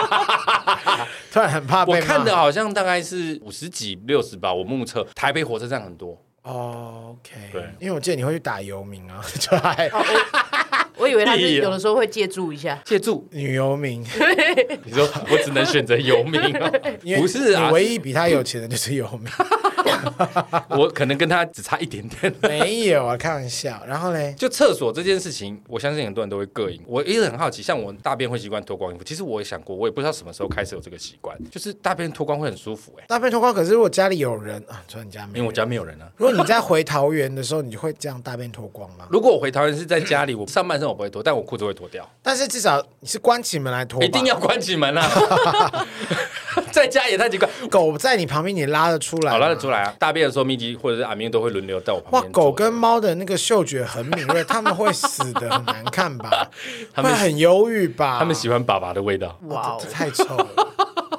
[SPEAKER 2] 突然很怕被
[SPEAKER 1] 我
[SPEAKER 2] 骂
[SPEAKER 1] 看的好像大概是五十几、六十吧，我目测台北火车站很多。
[SPEAKER 2] 哦，OK，
[SPEAKER 1] 对
[SPEAKER 2] 因为我记得你会去打游民啊， 就还
[SPEAKER 3] 我以为他
[SPEAKER 1] 屁
[SPEAKER 3] 是
[SPEAKER 1] 呀
[SPEAKER 3] 有的时候会借助一下，
[SPEAKER 1] 借助
[SPEAKER 2] 女游民，
[SPEAKER 1] 你说，我只能选择游民哦、
[SPEAKER 2] 因为
[SPEAKER 1] 不是啊
[SPEAKER 2] 你，唯一比他有钱的就是游民，
[SPEAKER 1] 我可能跟他只差一点点。
[SPEAKER 2] 没有啊，开玩笑。然后嘞，
[SPEAKER 1] 就厕所这件事情，我相信很多人都会膈应。我一直很好奇，像我大便会习惯脱光衣服，其实我也想过，我也不知道什么时候开始有这个习惯，就是大便脱光会很舒服、欸。哎，
[SPEAKER 2] 大便脱光，可是如果家里有人啊，除了你家没
[SPEAKER 1] 因为我
[SPEAKER 2] 有。
[SPEAKER 1] 家没有人啊。
[SPEAKER 2] 如果你在回桃园的时候，你会这样大便脱光吗？
[SPEAKER 1] 如果我回桃园是在家里，我上半身我不会脱，但我裤子会脱掉，
[SPEAKER 2] 但是至少你是关起门来脱吧，
[SPEAKER 1] 一定要关起门啊。 在家也太奇怪。
[SPEAKER 2] 狗在你旁边，你拉得出来吗，
[SPEAKER 1] 好拉得出来啊！大便的时候，咪吉或者是阿明都会轮流到我旁
[SPEAKER 2] 哇
[SPEAKER 1] 边，坐。
[SPEAKER 2] 狗跟猫的那个嗅觉很敏锐，它们会死的很难看吧？
[SPEAKER 1] 它们
[SPEAKER 2] 会很忧郁吧？
[SPEAKER 1] 他们喜欢粑粑的味 道。
[SPEAKER 3] 哇 哦
[SPEAKER 2] 这，太臭了，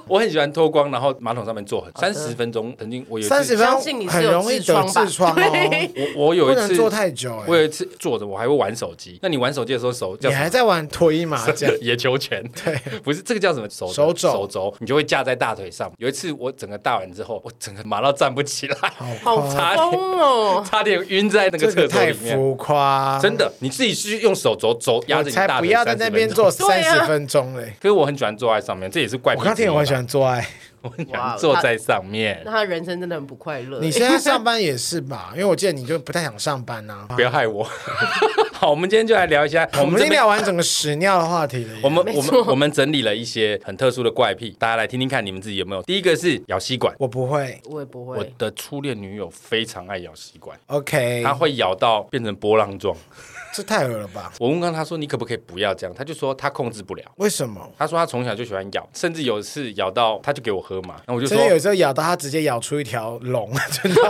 [SPEAKER 1] 我很喜欢脱光，然后马桶上面坐很三十分钟。曾经我有一
[SPEAKER 2] 三
[SPEAKER 1] 次，
[SPEAKER 2] 十分
[SPEAKER 3] 相信你
[SPEAKER 2] 钟
[SPEAKER 3] 是
[SPEAKER 2] 很
[SPEAKER 3] 有
[SPEAKER 2] 容易
[SPEAKER 3] 痔
[SPEAKER 2] 得
[SPEAKER 3] 疮吧
[SPEAKER 2] 痔疮哦
[SPEAKER 3] 对，
[SPEAKER 1] 我我有
[SPEAKER 2] 不
[SPEAKER 1] 一次
[SPEAKER 2] 能坐太久
[SPEAKER 1] 我
[SPEAKER 2] 哎。
[SPEAKER 1] 有一次坐着，我还会玩手机。那你玩手机的时候手叫
[SPEAKER 2] 你
[SPEAKER 1] 什么
[SPEAKER 2] 还在玩脱衣麻将
[SPEAKER 1] 这， 野球 拳，对，不是这个叫什么手
[SPEAKER 2] 手肘
[SPEAKER 1] 手肘，你就会架在大腿上。有一次我整个大完之后，我整个麻到站不起来，
[SPEAKER 3] 好
[SPEAKER 1] 差点
[SPEAKER 3] 疯哦！
[SPEAKER 1] 差点晕在那个
[SPEAKER 2] 这
[SPEAKER 1] 厕
[SPEAKER 2] 个
[SPEAKER 1] 所
[SPEAKER 2] 太
[SPEAKER 1] 里面。
[SPEAKER 2] 浮夸，
[SPEAKER 1] 真的，你自己去用手肘肘压
[SPEAKER 2] 我
[SPEAKER 1] 着你
[SPEAKER 2] 才
[SPEAKER 1] 大
[SPEAKER 2] 不
[SPEAKER 1] 腿，
[SPEAKER 2] 要在那边坐。三
[SPEAKER 3] 对啊
[SPEAKER 2] 十分钟嘞。
[SPEAKER 1] 可是我很喜欢坐在上面，这也是怪癖
[SPEAKER 2] 我
[SPEAKER 1] 之一吧。
[SPEAKER 2] 刚听我很喜欢做爱，
[SPEAKER 1] 我很喜欢坐在上面
[SPEAKER 3] 那。他人生真的很不快乐。欸
[SPEAKER 2] 你现在上班也是吧？因为我记得你就不太想上班呐。
[SPEAKER 1] 不要害我。 好，我们今天就来聊一下，
[SPEAKER 2] 我们已
[SPEAKER 1] 这
[SPEAKER 2] 经
[SPEAKER 1] 边。
[SPEAKER 2] 聊完整个屎尿的话题了耶。
[SPEAKER 1] 我们
[SPEAKER 3] 没
[SPEAKER 1] 我
[SPEAKER 3] 错
[SPEAKER 1] 们我们整理了一些很特殊的怪癖，大家来听听看你们自己有没有。第一个是咬吸管，
[SPEAKER 2] 我不会
[SPEAKER 3] 我也不
[SPEAKER 1] 我
[SPEAKER 3] 会，
[SPEAKER 1] 的初恋女友非常爱咬吸管，
[SPEAKER 2] ，OK，
[SPEAKER 1] 她会咬到变成波浪状。
[SPEAKER 2] 这太恶了吧？
[SPEAKER 1] 我问刚她说你可不可以不要这样，她就说她控制不了。
[SPEAKER 2] 为什么？
[SPEAKER 1] 她说她从小就喜欢咬，甚至有一次咬到她就给我喝嘛，然后我就
[SPEAKER 2] 真
[SPEAKER 1] 说
[SPEAKER 2] 的有时候咬到它，直接咬出一条龙， 真的。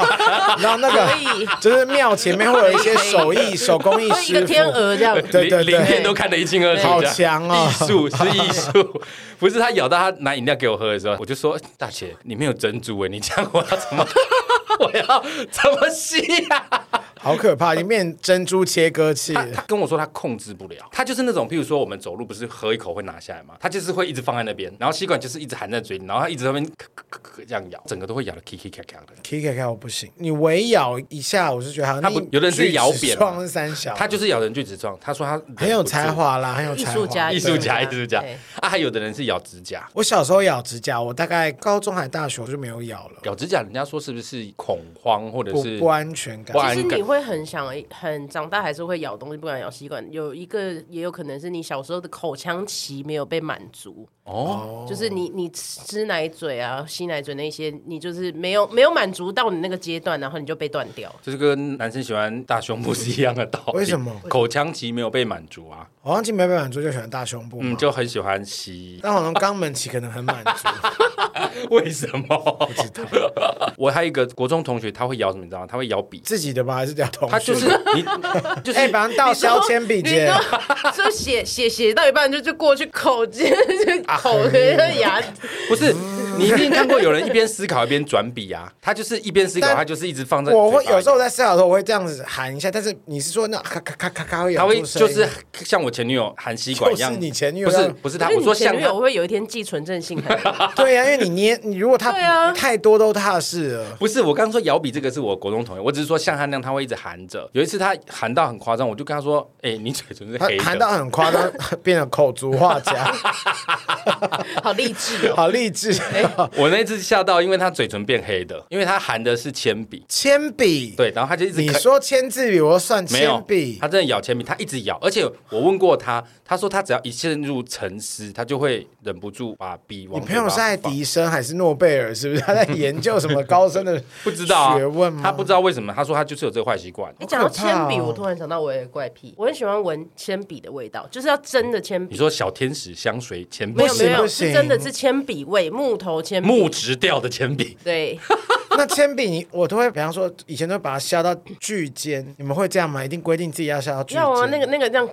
[SPEAKER 2] 然后那
[SPEAKER 3] 可以
[SPEAKER 2] 个就是庙前面会有一些手艺、手工艺
[SPEAKER 3] 就一
[SPEAKER 2] 师
[SPEAKER 3] 个 天
[SPEAKER 2] 傅，
[SPEAKER 3] 鹅这样。
[SPEAKER 2] 对对
[SPEAKER 1] 零零
[SPEAKER 2] 对
[SPEAKER 1] 天都看得一清二楚，
[SPEAKER 2] 好
[SPEAKER 1] 这样
[SPEAKER 2] 强哦
[SPEAKER 1] 艺术是艺术，不是她咬到她拿饮料给我喝的时候，我就说大姐里面有珍珠哎，你这样我要怎么 我要怎么吸呀、
[SPEAKER 2] 好可怕，里面珍珠切割器。
[SPEAKER 1] 他他跟我说他控制不了，他就是那种，譬如说我们走路不是喝一口会拿下来吗？他就是会一直放在那边，然后吸管就是一直含在嘴里，然后他一直在那边咳咳咳咳这样咬，整个都会咬的 K K 咔咔的。
[SPEAKER 2] K K K，我不行，你围咬一下，我是觉得好像
[SPEAKER 1] 他不有的人是咬扁了
[SPEAKER 2] 创是三小，
[SPEAKER 1] 他就是咬人锯齿状，他说他忍不住
[SPEAKER 2] 很有才，华啦，很有
[SPEAKER 3] 艺
[SPEAKER 2] 才华。
[SPEAKER 3] 术家
[SPEAKER 1] 艺术家，艺术家
[SPEAKER 3] 啊对
[SPEAKER 1] 啊，还有的人是咬指甲。
[SPEAKER 2] 我小时候咬指甲，我大概高中还大学我就没有咬了，
[SPEAKER 1] 咬指甲，人家说是不是恐慌或者
[SPEAKER 2] 不
[SPEAKER 1] 是
[SPEAKER 2] 不安全感
[SPEAKER 1] 不。安
[SPEAKER 3] 其实你会很想，很长大还是会咬东西，不敢咬吸管。有一个也有可能是你小时候的口腔期没有被满足，
[SPEAKER 1] 哦？
[SPEAKER 3] 就是你你吃奶嘴啊、吸奶嘴那些，你就是没有没有满足到你那个阶段，然后你就被断掉。
[SPEAKER 1] 就是跟男生喜欢大胸部是一样的道理。
[SPEAKER 2] 为什么？
[SPEAKER 1] 口腔期没有被满足啊，
[SPEAKER 2] 我忘记没被满足就喜欢大胸部嘛，
[SPEAKER 1] 嗯，就很喜欢吸
[SPEAKER 2] 但好像肛门期可能很满足。
[SPEAKER 1] 为什么？ 不知道。我还有一个国中同学，他会咬什么？你知道吗？他会咬笔。
[SPEAKER 2] 自己的吗？还是叫同学？
[SPEAKER 1] 他就是你，就是、
[SPEAKER 2] 哎，把它倒削铅笔
[SPEAKER 3] 你
[SPEAKER 2] 尖。
[SPEAKER 3] 说就写写写到一半就就过去口尖，就
[SPEAKER 2] 啊
[SPEAKER 3] 口的牙，
[SPEAKER 1] 不是你一定看过有人一边思考一边转笔啊？他就是一边思考，
[SPEAKER 2] 但
[SPEAKER 1] 他就是一直放在嘴巴
[SPEAKER 2] 我
[SPEAKER 1] 里。啊
[SPEAKER 2] 会有时候在思考的时候，我会这样子喊一下，但是你是说那咔咔咔咔咔会
[SPEAKER 1] 他
[SPEAKER 2] 咬
[SPEAKER 1] 会
[SPEAKER 2] 出声
[SPEAKER 1] 就
[SPEAKER 2] 音
[SPEAKER 1] 是像我前女友含吸管一样，
[SPEAKER 2] 就是你前女友
[SPEAKER 1] 不是
[SPEAKER 2] 让
[SPEAKER 1] 不是他，
[SPEAKER 3] 可是
[SPEAKER 1] 我
[SPEAKER 3] 你
[SPEAKER 1] 说
[SPEAKER 3] 前
[SPEAKER 1] 像
[SPEAKER 3] 女
[SPEAKER 1] 他
[SPEAKER 3] 友会有一天寄存症性海绵，
[SPEAKER 2] 对啊呀、因为你捏，你如果他
[SPEAKER 3] 对啊
[SPEAKER 2] 太多都踏事了，
[SPEAKER 1] 不是，我刚刚说摇笔这个是我国中同学，我只是说像他那样，他会一直含着。有一次他含到很夸张，我就跟他说：“哎、你嘴唇是
[SPEAKER 2] 他
[SPEAKER 1] 黑的。”
[SPEAKER 2] 喊到很夸张，变成口足画家，
[SPEAKER 3] 好励志
[SPEAKER 1] 啊
[SPEAKER 3] 哦！
[SPEAKER 2] 好励志。
[SPEAKER 1] 我那次吓到，因为他嘴唇变黑的，因为他含的是铅笔，
[SPEAKER 2] 铅笔，
[SPEAKER 1] 对，然后他就一直
[SPEAKER 2] 你
[SPEAKER 1] 啃
[SPEAKER 2] 说铅字笔，我算
[SPEAKER 1] 没有
[SPEAKER 2] 铅笔
[SPEAKER 1] 他。真的咬铅笔，他一直咬，而且我问过他，他说他只要一陷入沉思，他就会忍不住把笔往
[SPEAKER 2] 你朋
[SPEAKER 1] 嘴巴
[SPEAKER 2] 友是爱
[SPEAKER 1] 放
[SPEAKER 2] 迪生还是诺贝尔？是不是他在研究什么高深的
[SPEAKER 1] 不知道、啊、
[SPEAKER 2] 学问吗？
[SPEAKER 1] 他不知道为什么，他说他就是有这个坏习惯。
[SPEAKER 3] 你讲到铅笔，
[SPEAKER 2] 好可怕哦
[SPEAKER 3] 我突然想到我有一个怪癖，我很喜欢闻铅笔的味道，就是要真的铅
[SPEAKER 1] 你
[SPEAKER 3] 笔，
[SPEAKER 1] 说小天使香水铅笔
[SPEAKER 3] 没有没
[SPEAKER 2] 不
[SPEAKER 3] 有，
[SPEAKER 2] 行
[SPEAKER 3] 是真的是铅笔味，木头铅笔，
[SPEAKER 1] 木质调的铅笔，
[SPEAKER 3] 对，
[SPEAKER 2] 那铅笔你我都会，比方说以前都会把它削到巨尖，你们会这样吗？一定规定自己要削到巨尖。
[SPEAKER 3] 要啊，那个那个这样，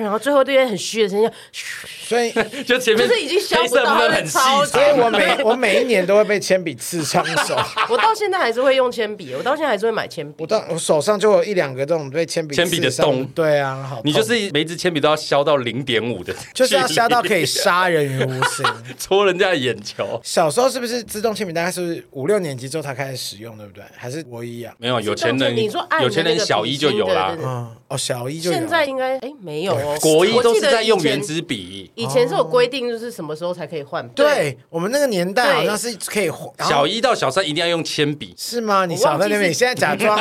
[SPEAKER 3] 然后最后这边很虚的声音，
[SPEAKER 2] 所 以，所
[SPEAKER 1] 就前面
[SPEAKER 3] 就是已经削
[SPEAKER 1] 黑
[SPEAKER 3] 不
[SPEAKER 1] 色
[SPEAKER 3] 到
[SPEAKER 1] 分
[SPEAKER 3] 它的
[SPEAKER 1] 很细
[SPEAKER 3] 超
[SPEAKER 1] 长
[SPEAKER 2] 以我每我每一年都会被铅笔刺伤手，
[SPEAKER 3] 我到现在还是会用铅笔，我到现在还是会买铅笔
[SPEAKER 2] 我。到我手上就有一两个这种被铅笔
[SPEAKER 1] 铅笔的
[SPEAKER 2] 刺伤
[SPEAKER 1] 洞
[SPEAKER 2] 对啊，好痛，
[SPEAKER 1] 你就是每一支铅笔都要削到零点五的距离，
[SPEAKER 2] 就是要 削到可以杀人于无形。
[SPEAKER 1] 戳人家的眼球。
[SPEAKER 2] 小时候是不是自动铅笔大概是不是五六年级之后才开始使用，对不对？还是我一样？啊
[SPEAKER 1] 没有有钱
[SPEAKER 3] 这
[SPEAKER 1] 人，
[SPEAKER 3] 种你说按的
[SPEAKER 1] 有钱人
[SPEAKER 3] 那个
[SPEAKER 1] 小
[SPEAKER 3] 笔
[SPEAKER 1] 一就
[SPEAKER 3] 芯
[SPEAKER 1] 有
[SPEAKER 3] 的
[SPEAKER 1] 啦
[SPEAKER 3] 那，个
[SPEAKER 2] 嗯，哦，小一就有
[SPEAKER 3] 现在应该哎没有哦，
[SPEAKER 1] 国一
[SPEAKER 3] 我
[SPEAKER 1] 都
[SPEAKER 3] 记
[SPEAKER 1] 是
[SPEAKER 3] 得
[SPEAKER 1] 在用
[SPEAKER 3] 以前
[SPEAKER 1] 原。子笔。
[SPEAKER 3] 以前是有规定，就是什么时候才可以换。
[SPEAKER 2] 对我们那个年代
[SPEAKER 3] 对
[SPEAKER 2] 好像是可以换
[SPEAKER 1] 小一到小三一定要用铅笔，
[SPEAKER 2] 是吗？你
[SPEAKER 3] 我忘
[SPEAKER 2] 少
[SPEAKER 3] 记
[SPEAKER 2] 在那边，
[SPEAKER 3] 是
[SPEAKER 2] 你现在 假装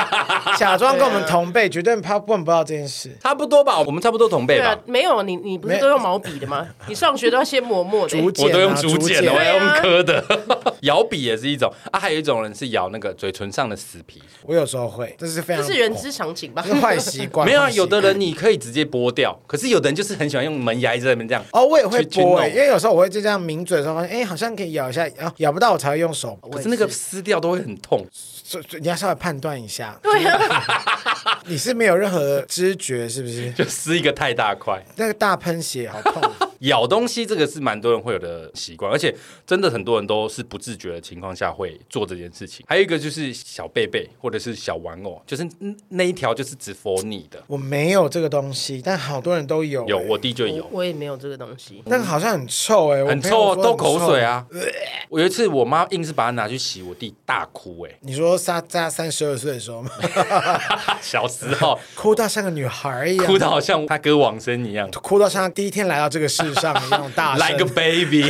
[SPEAKER 2] 假装跟我们同辈，绝对怕根本不知道这件事。
[SPEAKER 1] 差不多吧，我们差不多同辈
[SPEAKER 3] 对啊
[SPEAKER 1] 吧，。
[SPEAKER 3] 没有你，你不是
[SPEAKER 2] 没
[SPEAKER 3] 都用毛笔的吗？你上学都要先磨墨的、
[SPEAKER 2] 竹
[SPEAKER 1] 我
[SPEAKER 2] 简
[SPEAKER 1] 都用
[SPEAKER 2] 啊，
[SPEAKER 1] 竹
[SPEAKER 2] 简
[SPEAKER 1] 简的，我
[SPEAKER 3] 对
[SPEAKER 1] 要用
[SPEAKER 3] 啊
[SPEAKER 1] 科的。咬笔也是一种啊，还有一种人是咬那个嘴唇上的死皮。
[SPEAKER 2] 我有时候会，这是非
[SPEAKER 3] 这
[SPEAKER 2] 常
[SPEAKER 3] 是人之常情吧
[SPEAKER 2] 这？是坏习惯。
[SPEAKER 1] 没有啊，
[SPEAKER 2] 坏习惯
[SPEAKER 1] 有的人你可以直接剥掉，可是有的人就是很喜欢用门牙一直在那边这样。
[SPEAKER 2] 哦，我也会
[SPEAKER 1] 去去
[SPEAKER 2] 剥、欸，
[SPEAKER 1] 弄
[SPEAKER 2] 因为有时候我会就这样抿嘴的时候，发现哎、好像可以咬一下，然后咬不到我才会用手，
[SPEAKER 1] 可是那个撕掉都会很痛，
[SPEAKER 2] 所以所以你要稍微判断一下，
[SPEAKER 3] 对啊，
[SPEAKER 2] 你是没有任何知觉是不是？
[SPEAKER 1] 就撕一个太大块。
[SPEAKER 2] 那个大喷血好痛，
[SPEAKER 1] 咬东西这个是蛮多人会有的习惯，而且真的很多人都是不自觉的情况下会做这件事情。还有一个就是小贝贝或者是小玩偶，就是那一条就是只 for 你的。
[SPEAKER 2] 我没有这个东西，但好多人都有、
[SPEAKER 1] 有
[SPEAKER 2] 欸
[SPEAKER 1] 我弟就有，
[SPEAKER 3] 我也没有这个东西。
[SPEAKER 2] 那个好像很臭哎、我
[SPEAKER 1] 很
[SPEAKER 2] 朋友
[SPEAKER 1] 臭，
[SPEAKER 2] 说
[SPEAKER 1] 都口水
[SPEAKER 2] 很臭！
[SPEAKER 1] 啊！我有一次，我妈硬是把它拿去洗，我弟大哭哎、
[SPEAKER 2] 你说莎莎三十二岁的时候吗？
[SPEAKER 1] 小时 候
[SPEAKER 2] 哭到像个女孩一样，
[SPEAKER 1] 哦哭到好像他哥往生一样，
[SPEAKER 2] 哭到像她第一天来到这个世上一样大
[SPEAKER 1] 来
[SPEAKER 2] 声
[SPEAKER 1] 个 baby。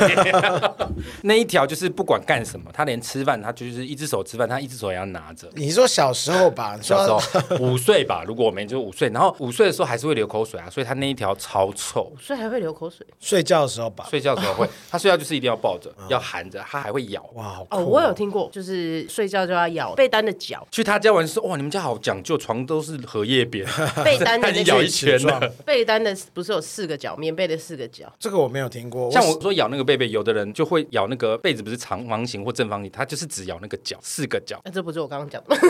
[SPEAKER 1] 那 一条就是不管干什么，他连吃饭，他就是一只手吃饭，他一只手也要拿着。
[SPEAKER 2] 你说小时候吧，你说
[SPEAKER 1] 小时候 五岁吧，如果我没就五岁，然后五岁的时候还是会流口水啊，所以他那一条超臭。
[SPEAKER 3] 所以还会流口水
[SPEAKER 2] 睡觉的时候吧，
[SPEAKER 1] 睡觉的时候 会，他睡觉就是一定要抱着，要含着，他还会咬。
[SPEAKER 2] 哇，好酷
[SPEAKER 3] 哦，我有听过，就是睡觉就要咬被单的脚，
[SPEAKER 1] 去他家玩说，哇，你们家好讲究，床都是荷叶边，
[SPEAKER 3] 被单的
[SPEAKER 1] 他已
[SPEAKER 3] 那
[SPEAKER 1] 经咬一
[SPEAKER 3] 个
[SPEAKER 1] 圈了。
[SPEAKER 3] 被单的不是有四个角，棉被的四个角，。
[SPEAKER 2] 这个我没有听过，
[SPEAKER 1] 像 我说咬那个贝贝，有的人就会咬那个被子，不是长方形或正方形，他就是只咬那个角，四个角
[SPEAKER 3] 那这不是我刚刚讲的吗？